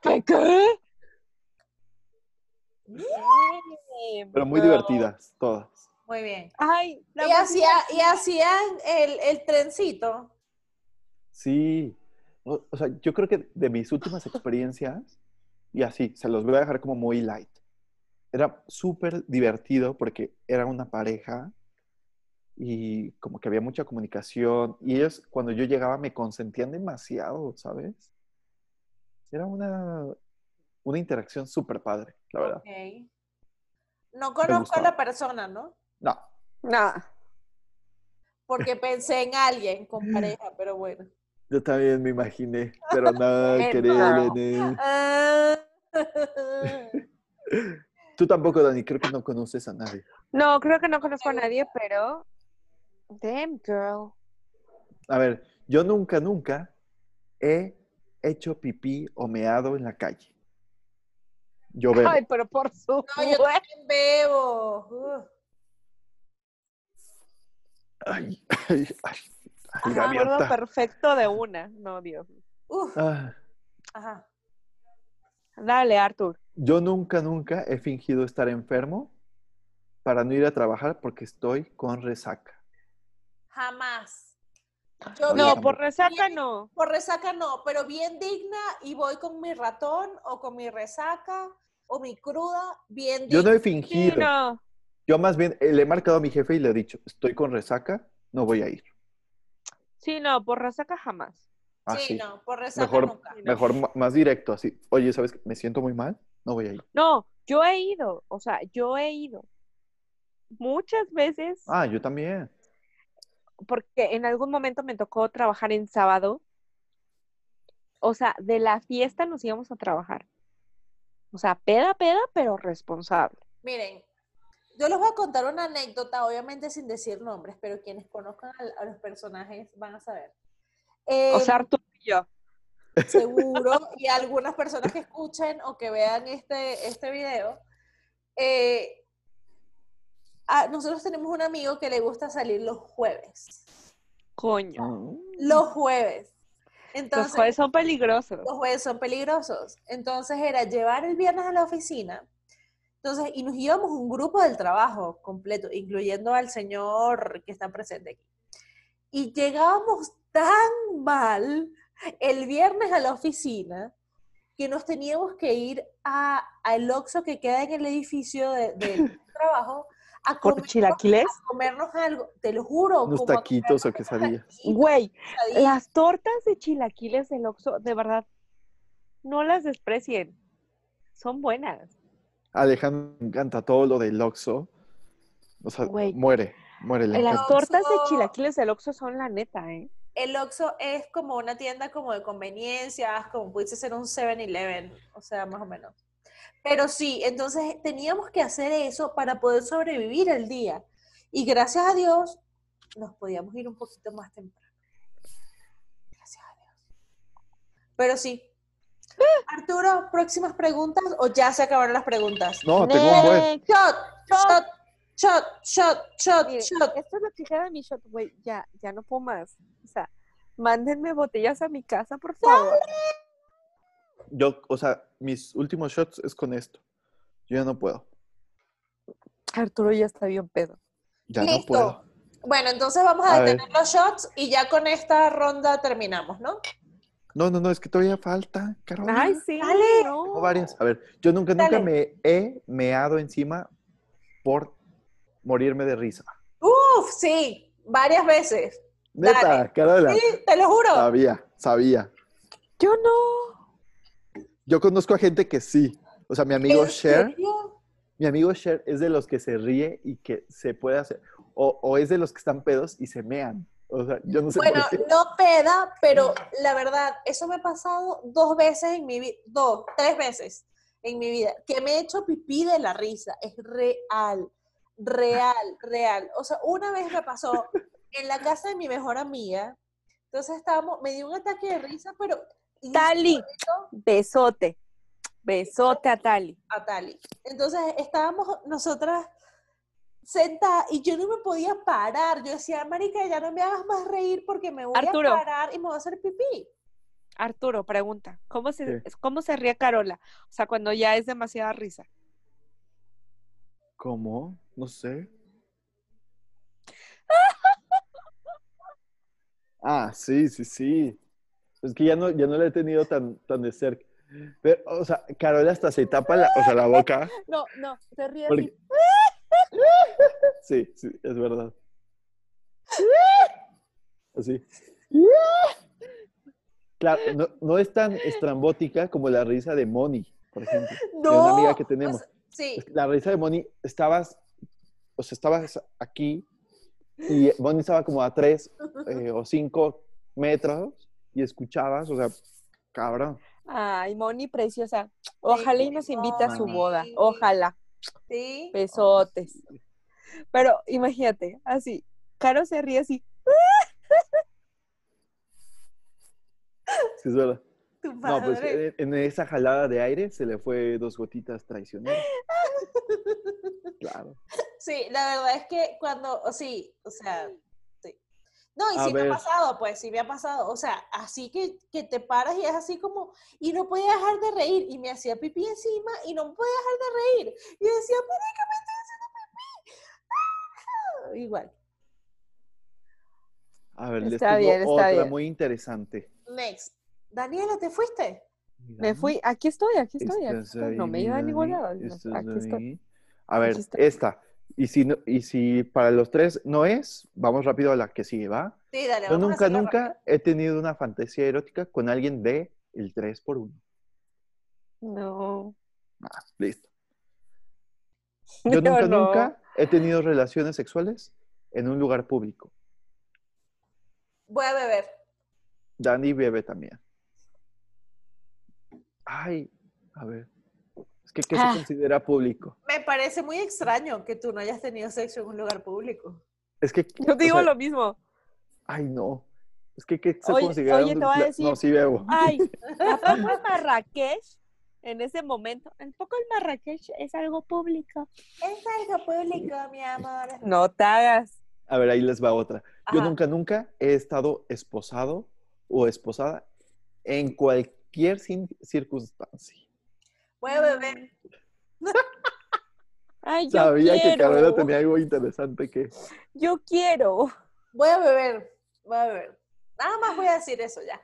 S3: ¿Qué? qué?
S4: Pero muy
S3: Pero-
S4: divertidas, todas.
S2: Muy bien.
S3: Ay, la
S2: Y
S3: más
S2: hacía- y hacían el, el trencito.
S4: Sí. O, o sea, yo creo que de mis últimas experiencias, y así, se los voy a dejar como muy light. Era súper divertido porque era una pareja y como que había mucha comunicación. Y ellos, cuando yo llegaba, me consentían demasiado, ¿sabes? Era una, una interacción súper padre, la verdad.
S2: Ok. No conozco a
S4: gustaba.
S2: la persona, ¿no?
S4: No,
S3: No,
S4: [LAUGHS]
S2: Porque pensé en alguien con pareja, pero bueno.
S4: yo también me imaginé, pero nada,
S3: Pero-
S4: querida Elena.
S2: [LAUGHS] Ah.
S4: Tú tampoco, Dani, creo que no conoces a nadie.
S3: no, creo que no conozco a nadie, pero. Damn, girl.
S4: A ver, yo nunca, nunca he hecho pipí o meado en la calle. Yo veo.
S3: Ay, pero por supuesto.
S2: No, yo también bebo. Uf.
S4: Ay, ay, ay, ay,
S3: Me acuerdo
S4: gaviota.
S3: perfecto de una. No, Dios.
S2: Uf.
S4: Ah,
S2: Ajá.
S3: Dale, Arthur.
S4: Yo nunca, nunca he fingido estar enfermo para no ir a trabajar porque estoy con resaca.
S2: Jamás. Yo
S4: Oye,
S3: No,
S2: bien-
S3: por resaca no.
S2: Por resaca no, pero bien digna y voy con mi ratón o con mi resaca o mi cruda, bien digna.
S4: Yo no he
S3: Sí,
S4: fingido.
S3: no.
S4: Yo más bien eh, le he marcado a mi jefe y le he dicho, estoy con resaca, no voy a ir.
S3: Sí, no, por resaca jamás.
S4: Así.
S2: Sí, no, por resaca
S4: Mejor,
S2: nunca.
S4: mejor ma- más directo, así. Oye, ¿sabes qué? Me siento muy mal, no voy a ir.
S3: No, yo he ido. O sea, yo he ido. Muchas veces.
S4: Ah, yo también.
S3: porque en algún momento me tocó trabajar en sábado. O sea, de la fiesta nos íbamos a trabajar. O sea, peda, peda, pero responsable.
S2: Miren, yo les voy a contar una anécdota, obviamente sin decir nombres, pero quienes conozcan al- a, los personajes van a saber.
S3: O
S2: Eh,
S3: sea, Arturo y yo.
S2: seguro, y algunas personas que escuchen o que vean este, este video, eh, ah, nosotros tenemos un amigo que le gusta salir los jueves.
S3: Coño.
S2: Los jueves.
S3: Los
S2: Entonces,
S3: jueves son peligrosos.
S2: los jueves son peligrosos. Entonces era llevar el viernes a la oficina. Entonces, y nos íbamos un grupo del trabajo completo, incluyendo al señor que está presente aquí. Y llegábamos tan mal el viernes a la oficina que nos teníamos que ir a- al Oxxo que queda en el edificio de- del
S3: [LAUGHS]
S2: trabajo a,
S3: Por
S2: comernos-
S3: chilaquiles.
S2: a comernos algo, te lo juro.
S4: Unos
S2: como a comernos
S4: taquitos o
S2: unas
S4: quesadillas.
S2: taquitas,
S3: Güey,
S2: quesadillas.
S3: las tortas de chilaquiles del Oxxo, de verdad, no las desprecien. Son buenas.
S4: Alejandro me encanta todo lo del Oxxo. O sea,
S3: Güey.
S4: muere, muere. le
S3: Las
S4: encanta.
S3: tortas de
S2: Oxxo.
S3: chilaquiles del Oxxo son la neta, ¿eh?
S2: el Oxxo es como una tienda como de conveniencias, como pudiese ser un 7-Eleven, o sea, más o menos. Pero sí, entonces teníamos que hacer eso para poder sobrevivir el día. Y gracias a Dios, nos podíamos ir un poquito más temprano. Gracias a Dios. Pero sí. Arturo, próximas preguntas o ya se acabaron las preguntas.
S4: No, tengo un buen.
S3: Next.
S2: Shot, shot, shot, shot, shot,
S3: Mire,
S2: shot.
S3: esto es lo que queda de mi shot, güey. Ya, ya no puedo más. O sea, mándenme botellas a mi casa, por favor.
S4: Yo, o sea, mis últimos shots es con esto. Yo ya no puedo.
S3: Arturo ya está bien pedo.
S4: Ya no
S2: Listo.
S4: puedo.
S2: Bueno, entonces vamos a,
S4: A ver.
S2: detener los shots y ya con esta ronda terminamos, ¿no?
S4: No, no, no, es que todavía falta, Carolina.
S3: Ay, sí.
S2: Dale.
S4: Tengo
S3: No.
S4: varias. A ver, yo nunca, nunca
S2: Dale.
S4: me he meado encima por morirme de risa.
S2: Uf, sí, varias veces.
S4: Neta,
S2: Dale.
S4: Carola.
S2: Sí, te lo juro.
S4: Sabía, sabía.
S3: Yo no.
S4: Yo conozco a gente que sí. O sea, mi amigo
S2: ¿En
S4: Cher.
S2: serio?
S4: Mi amigo Cher es de los que se ríe y que se puede hacer, o, o es de los que están pedos y se mean. O sea, yo no sé
S2: Bueno,
S4: por qué.
S2: no peda, pero la verdad, eso me ha pasado dos veces en mi vida, dos, tres veces en mi vida, que me he hecho pipí de la risa. Es real, real, real. O sea, una vez me pasó en la casa de mi mejor amiga. Entonces estábamos, me dio un ataque de risa, pero... y
S3: Tali.
S2: esto
S3: Besote. Besote a Tali.
S2: A Tali. Entonces estábamos nosotras sentadas y yo no me podía parar. Yo decía, marica, ya no me hagas más reír porque me voy
S3: Arturo.
S2: a parar y me voy a hacer pipí.
S3: Arturo, pregunta, ¿cómo se, ¿cómo se ríe Carola? O sea, cuando ya es demasiada risa.
S4: ¿Cómo? No sé. Ah, sí, sí, sí. Es que ya no, ya no la he tenido tan, tan de cerca. Pero, o sea, Carola hasta se tapa la, o sea, la boca.
S3: No, no, se ríe
S4: porque- Sí, sí, es verdad. Así. Claro, no, no es tan estrambótica como la risa de Moni, por ejemplo. de una amiga que tenemos.
S2: O sea, sí,
S4: la risa de Moni, estabas, o sea, estabas aquí y Moni estaba como a tres eh, o cinco metros y escuchabas, o sea, cabrón.
S3: Ay, Moni, preciosa. Ojalá y nos invite a su
S4: Moni.
S3: boda. Ojalá. [LAUGHS]
S2: sí.
S3: Besotes. Pero imagínate, así. Caro se ríe así.
S4: Sí, es verdad.
S2: Tu
S4: No, pues
S2: madre.
S4: en, en esa jalada de aire se le fue dos gotitas
S3: [LAUGHS]
S4: traicioneras. Claro.
S2: Sí, la verdad es que cuando, o sí, o sea, sí. No, y
S4: A
S2: sí me
S4: ver.
S2: ha pasado, pues sí me ha pasado. O sea, así que, que te paras y es así como, y no podía dejar de reír. Y me hacía pipí encima y no podía dejar de reír. Y yo decía, ¿por qué me estoy haciendo pipí? [LAUGHS] ¡Ah! Igual.
S4: A ver, les
S3: Está
S4: tengo
S3: bien, está
S4: otra
S3: bien.
S4: muy interesante.
S2: Next. Daniela, ¿te fuiste?
S3: Me fui. Aquí estoy, aquí estoy. aquí
S4: Estás
S3: estoy. No me
S4: ahí,
S3: iba a ningún
S4: Dani,
S3: lado. no,
S4: estás
S3: Aquí estoy.
S4: ahí. A ver,
S3: Aquí estoy.
S4: esta. Y si, no- y si para los tres no es, vamos rápido a la que sigue, ¿va?
S2: Sí, dale.
S4: Yo
S2: vamos a
S4: nunca,
S2: hacerlo
S4: nunca
S2: rápido.
S4: he tenido una fantasía erótica con alguien de el 3 por 1
S3: No. [LAUGHS]
S4: Listo. Yo nunca,
S3: no.
S4: nunca he tenido relaciones sexuales en un lugar público.
S2: Voy a beber.
S4: Dani bebe también. Ay, a ver. Es que, ¿qué
S3: Ah.
S4: se considera público?
S2: Me parece muy extraño que tú no hayas tenido sexo en un lugar público.
S4: Es que.
S3: Yo
S4: o
S3: digo
S4: sea,
S3: lo mismo.
S4: Ay, no. Es que, ¿qué se
S3: Oye,
S4: considera
S3: oye,
S4: un
S3: te voy a
S4: pla-
S3: decir- Ah.
S4: No, sí bebo.
S3: Ay, ¿a poco en Marrakech? En ese momento, ¿en poco el Marrakech es algo público?
S2: Es algo público, mi amor.
S3: No te hagas.
S4: A ver, ahí les va otra. Yo
S2: Ajá.
S4: nunca, nunca he estado esposado o esposada en cualquier cin- circunstancia.
S2: Voy a beber.
S3: Ay, yo
S4: Sabía que
S3: quiero.
S4: Carola tenía algo interesante que...
S3: Yo quiero.
S2: Voy a beber, voy a beber. Nada más voy a decir eso ya.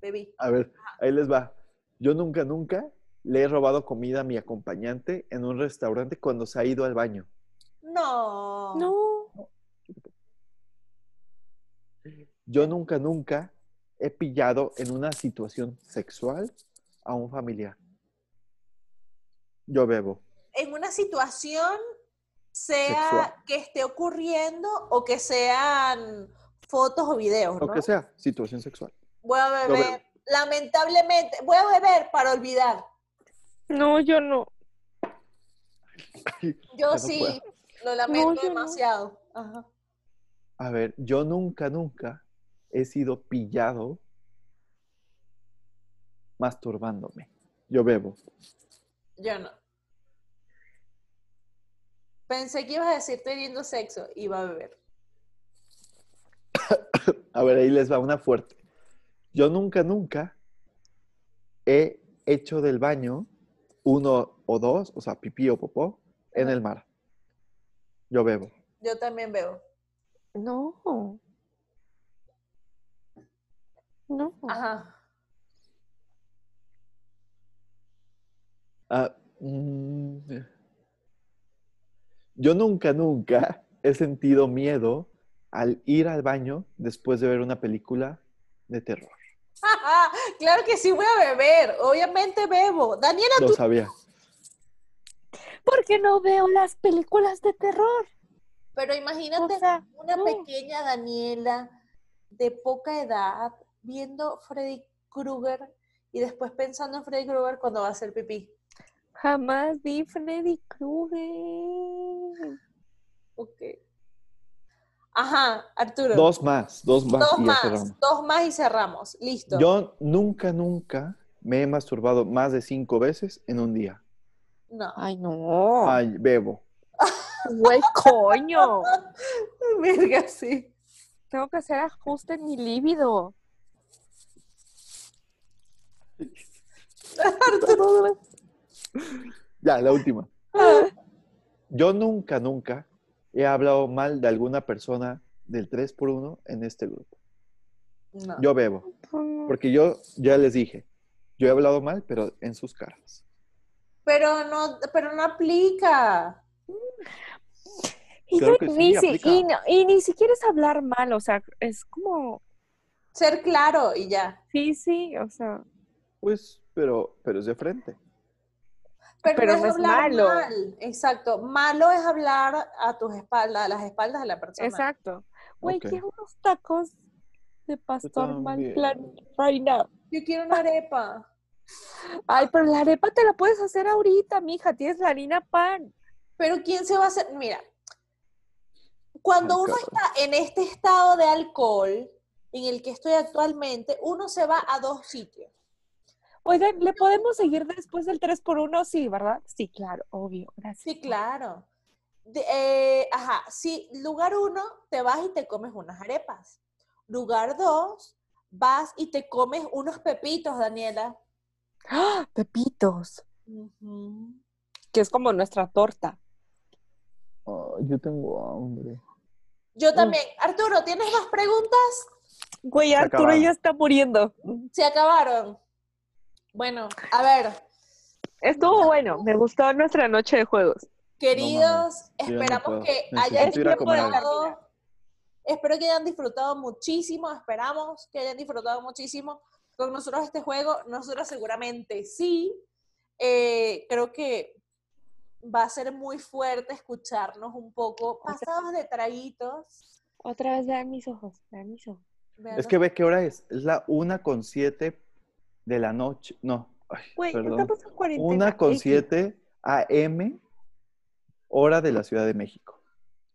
S2: Bebí.
S4: A ver,
S3: Ah.
S4: ahí les va. Yo nunca, nunca le he robado comida a mi acompañante en un restaurante cuando se ha ido al baño.
S2: No.
S3: No.
S4: Yo nunca, nunca he pillado en una situación sexual a un familiar. Yo bebo.
S2: En una situación, sea
S4: Sexual.
S2: que esté ocurriendo o que sean fotos o videos,
S4: Lo
S2: ¿no?
S4: que sea, situación sexual.
S2: Voy a
S4: Lo
S2: beber.
S4: veo.
S2: Lamentablemente, voy a beber para olvidar.
S3: No, yo no.
S2: Yo
S4: no
S2: sí,
S4: puedo.
S2: lo lamento
S3: yo no.
S2: demasiado. Ajá.
S4: A ver, yo nunca, nunca he sido pillado masturbándome. Yo bebo.
S2: Yo no. Pensé que ibas a decir teniendo sexo, iba a beber.
S4: A ver, ahí les va una fuerte. Yo nunca, nunca he hecho del baño uno o dos, o sea, pipí o popó, en el mar. Yo bebo.
S2: Yo también bebo.
S3: No. No.
S2: Ajá. [LAUGHS]
S4: Ah, mm, yo nunca, nunca he sentido miedo al ir al baño después de ver una película de terror.
S2: Ajá, claro que sí voy a beber, obviamente bebo. Daniela,
S4: Lo
S2: tú
S4: sabía.
S3: Porque no veo las películas de terror.
S2: Pero imagínate
S3: O sea,
S2: una
S3: no.
S2: pequeña Daniela de poca edad viendo Freddy Krueger y después pensando en Freddy Krueger cuando va a hacer pipí.
S3: Jamás vi Freddy Krueger.
S2: Ok. Ajá, Arturo.
S4: Dos más, dos más
S2: Dos
S4: y ya
S2: más,
S4: cerramos.
S2: dos más y cerramos. Listo.
S4: Yo nunca, nunca me he masturbado más de cinco veces en un día.
S3: [LAUGHS]
S2: No.
S3: Ay, no.
S4: Ay, bebo.
S3: Güey, coño.
S2: Verga, sí.
S3: Tengo que hacer ajuste en mi líbido.
S4: Ya, la última. Yo nunca, nunca he hablado mal de alguna persona del 3x1 en este grupo.
S2: No.
S4: Yo bebo. Porque yo ya les dije, yo he hablado mal, pero en sus caras.
S2: Pero no, pero no aplica.
S3: Y,
S4: Claro
S3: yo
S4: que sí,
S3: ni si-
S4: aplica.
S3: y no- y ni siquiera es hablar mal, o sea, es como,
S2: Ser claro y ya.
S3: sí, sí, o sea,
S4: Pues, pero, pero es de frente.
S2: Pero,
S3: Pero
S2: no es
S3: no es
S2: hablar
S3: malo.
S2: mal. Exacto. Malo es hablar a tus espaldas, a las espaldas de la persona.
S3: exacto. Güey,
S4: Ok.
S3: quiero unos tacos de pastor mal
S4: también.
S3: plan right now.
S2: Yo quiero una arepa.
S3: Ay, pero la arepa te la puedes hacer ahorita, mija, tienes la harina pan.
S2: Pero ¿quién se va a hacer? Mira, cuando
S4: Ay,
S2: uno
S4: cabrón.
S2: está en este estado de alcohol en el que estoy actualmente, uno se va a dos sitios.
S3: Oigan, ¿le podemos seguir después del 3x1? Sí, ¿verdad? Sí, claro, obvio, gracias.
S2: Sí, claro. De- eh, ajá, sí, lugar uno, te vas y te comes unas arepas. Lugar dos, vas y te comes unos pepitos, Daniela.
S3: ¡Ah! Pepitos,
S2: Ujú.
S3: que es como nuestra torta.
S4: yo tengo hambre.
S2: Yo también. Arturo, ¿tienes más preguntas?
S3: Güey,
S4: Se
S3: Arturo
S4: acabaron.
S3: ya está muriendo.
S2: Se acabaron. Bueno, a ver,
S3: Estuvo bueno, me gustó nuestra noche de juegos.
S2: Queridos,
S4: yo no
S2: esperamos
S4: puedo.
S2: que
S4: Necesito
S2: hayan
S4: ir a comer algo.
S2: disfrutado. Espero que hayan disfrutado muchísimo. Esperamos que hayan disfrutado muchísimo con nosotros este juego. Nosotros seguramente sí. Eh, creo que va a ser muy fuerte escucharnos un poco pasados de traguitos.
S3: Otra vez vean mis ojos, vean mis ojos.
S4: Es que ve qué hora es. Es la una con siete de la noche. No, ay,
S3: Güey,
S4: perdón.
S3: estamos en cuarentena.
S4: Una con
S3: X,
S4: siete AM, hora de la Ciudad de México.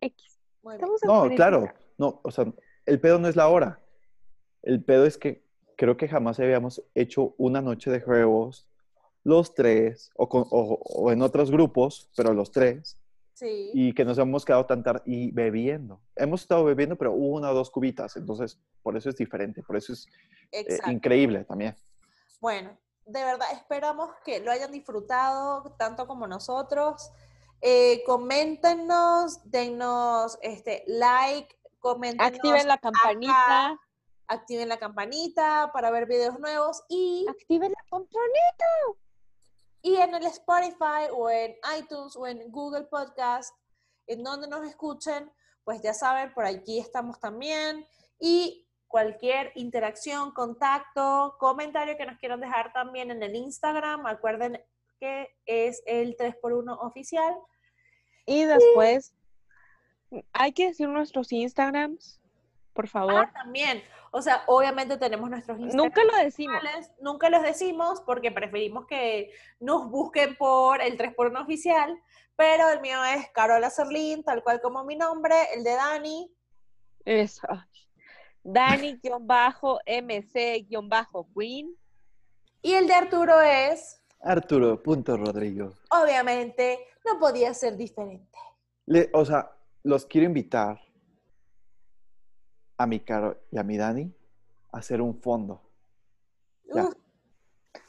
S3: X.
S2: Muy bien.
S3: Estamos en
S4: No,
S3: cuarentena.
S4: claro, no, o sea, el pedo no es la hora. El pedo es que creo que jamás habíamos hecho una noche de juegos, los tres, o, con- o- o en otros grupos, pero los tres,
S2: Sí.
S4: y eh, que nos hemos quedado tan tarde y bebiendo. Hemos estado bebiendo, pero una o dos cubitas, entonces por eso es diferente, por eso es eh,
S2: Exacto.
S4: increíble también.
S2: Bueno, de verdad esperamos que lo hayan disfrutado tanto como nosotros. Eh, coméntenos, dennos este, like, coméntenos,
S3: Activen la campanita.
S2: activen la campanita para ver videos nuevos y,
S3: Activen la campanita.
S2: y en el Spotify o en iTunes o en Google Podcast, en donde nos escuchen, pues ya saben, por aquí estamos también y cualquier interacción, contacto, comentario que nos quieran dejar también en el Instagram, acuerden que es el 3x1 oficial.
S3: Y después, hay que decir nuestros Instagrams, por favor.
S2: Ah, también, o sea, obviamente tenemos nuestros Instagram.
S3: Nunca lo decimos.
S2: sociales, nunca los decimos porque preferimos que nos busquen por el 3x1 oficial, pero el mío es Carola Serlín, tal cual como mi nombre, el de Dani,
S3: Eso. Dani-MC-Queen.
S2: y el de Arturo es,
S4: Arturo, punto Rodrigo.
S2: obviamente, no podía ser diferente.
S4: Le- o sea, los quiero invitar a mi Caro y a mi Dani a hacer un fondo. Ya.
S2: Uf,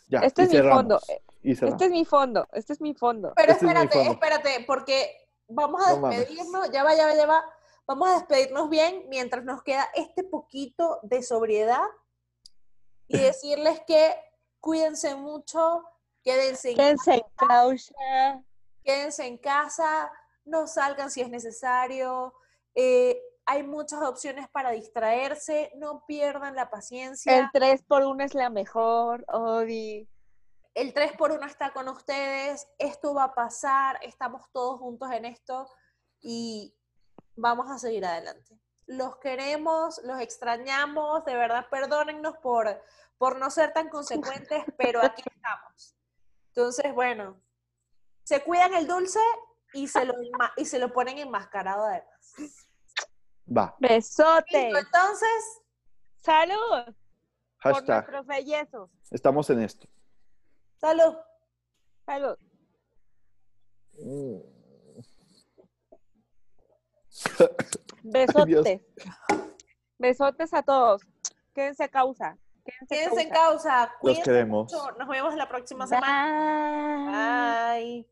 S4: Ya,
S3: Este
S4: y
S3: es mi
S4: cerramos,
S3: fondo.
S4: y cerramos.
S3: Este es mi fondo. Este es mi fondo.
S2: pero
S4: Este es mi
S2: espérate,
S4: fondo.
S2: espérate, porque vamos a
S4: No mames.
S2: despedirnos, ya va, ya va, ya va, vamos a despedirnos bien mientras nos queda este poquito de sobriedad
S4: [LAUGHS]
S2: y decirles que cuídense mucho, quédense en
S3: Quédense en causa.
S2: quédense en casa, no salgan si es necesario. eh, hay muchas opciones para distraerse, no pierdan la
S3: El
S2: paciencia.
S3: 3x1 es la mejor, Odi.
S2: El 3x1 está con ustedes, esto va a pasar, estamos todos juntos en esto y vamos a seguir adelante. Los queremos, los extrañamos, de verdad, perdónennos por, por no ser tan consecuentes, pero aquí estamos. Entonces, bueno, se cuidan el dulce y se lo, enma- y se lo ponen enmascarado además.
S4: Va.
S3: Besote.
S2: Entonces,
S3: Salud. Por
S4: Hashtag.
S3: nuestros bellezos.
S4: Estamos en esto.
S2: salud.
S3: Salud. Besotes. Besotes a todos. Quédense a causa. Quédense,
S2: Quédense en
S3: causa.
S2: causa.
S4: Los
S2: Cuídense
S4: queremos.
S2: mucho. Nos vemos la próxima semana.
S3: Bye.
S2: Bye.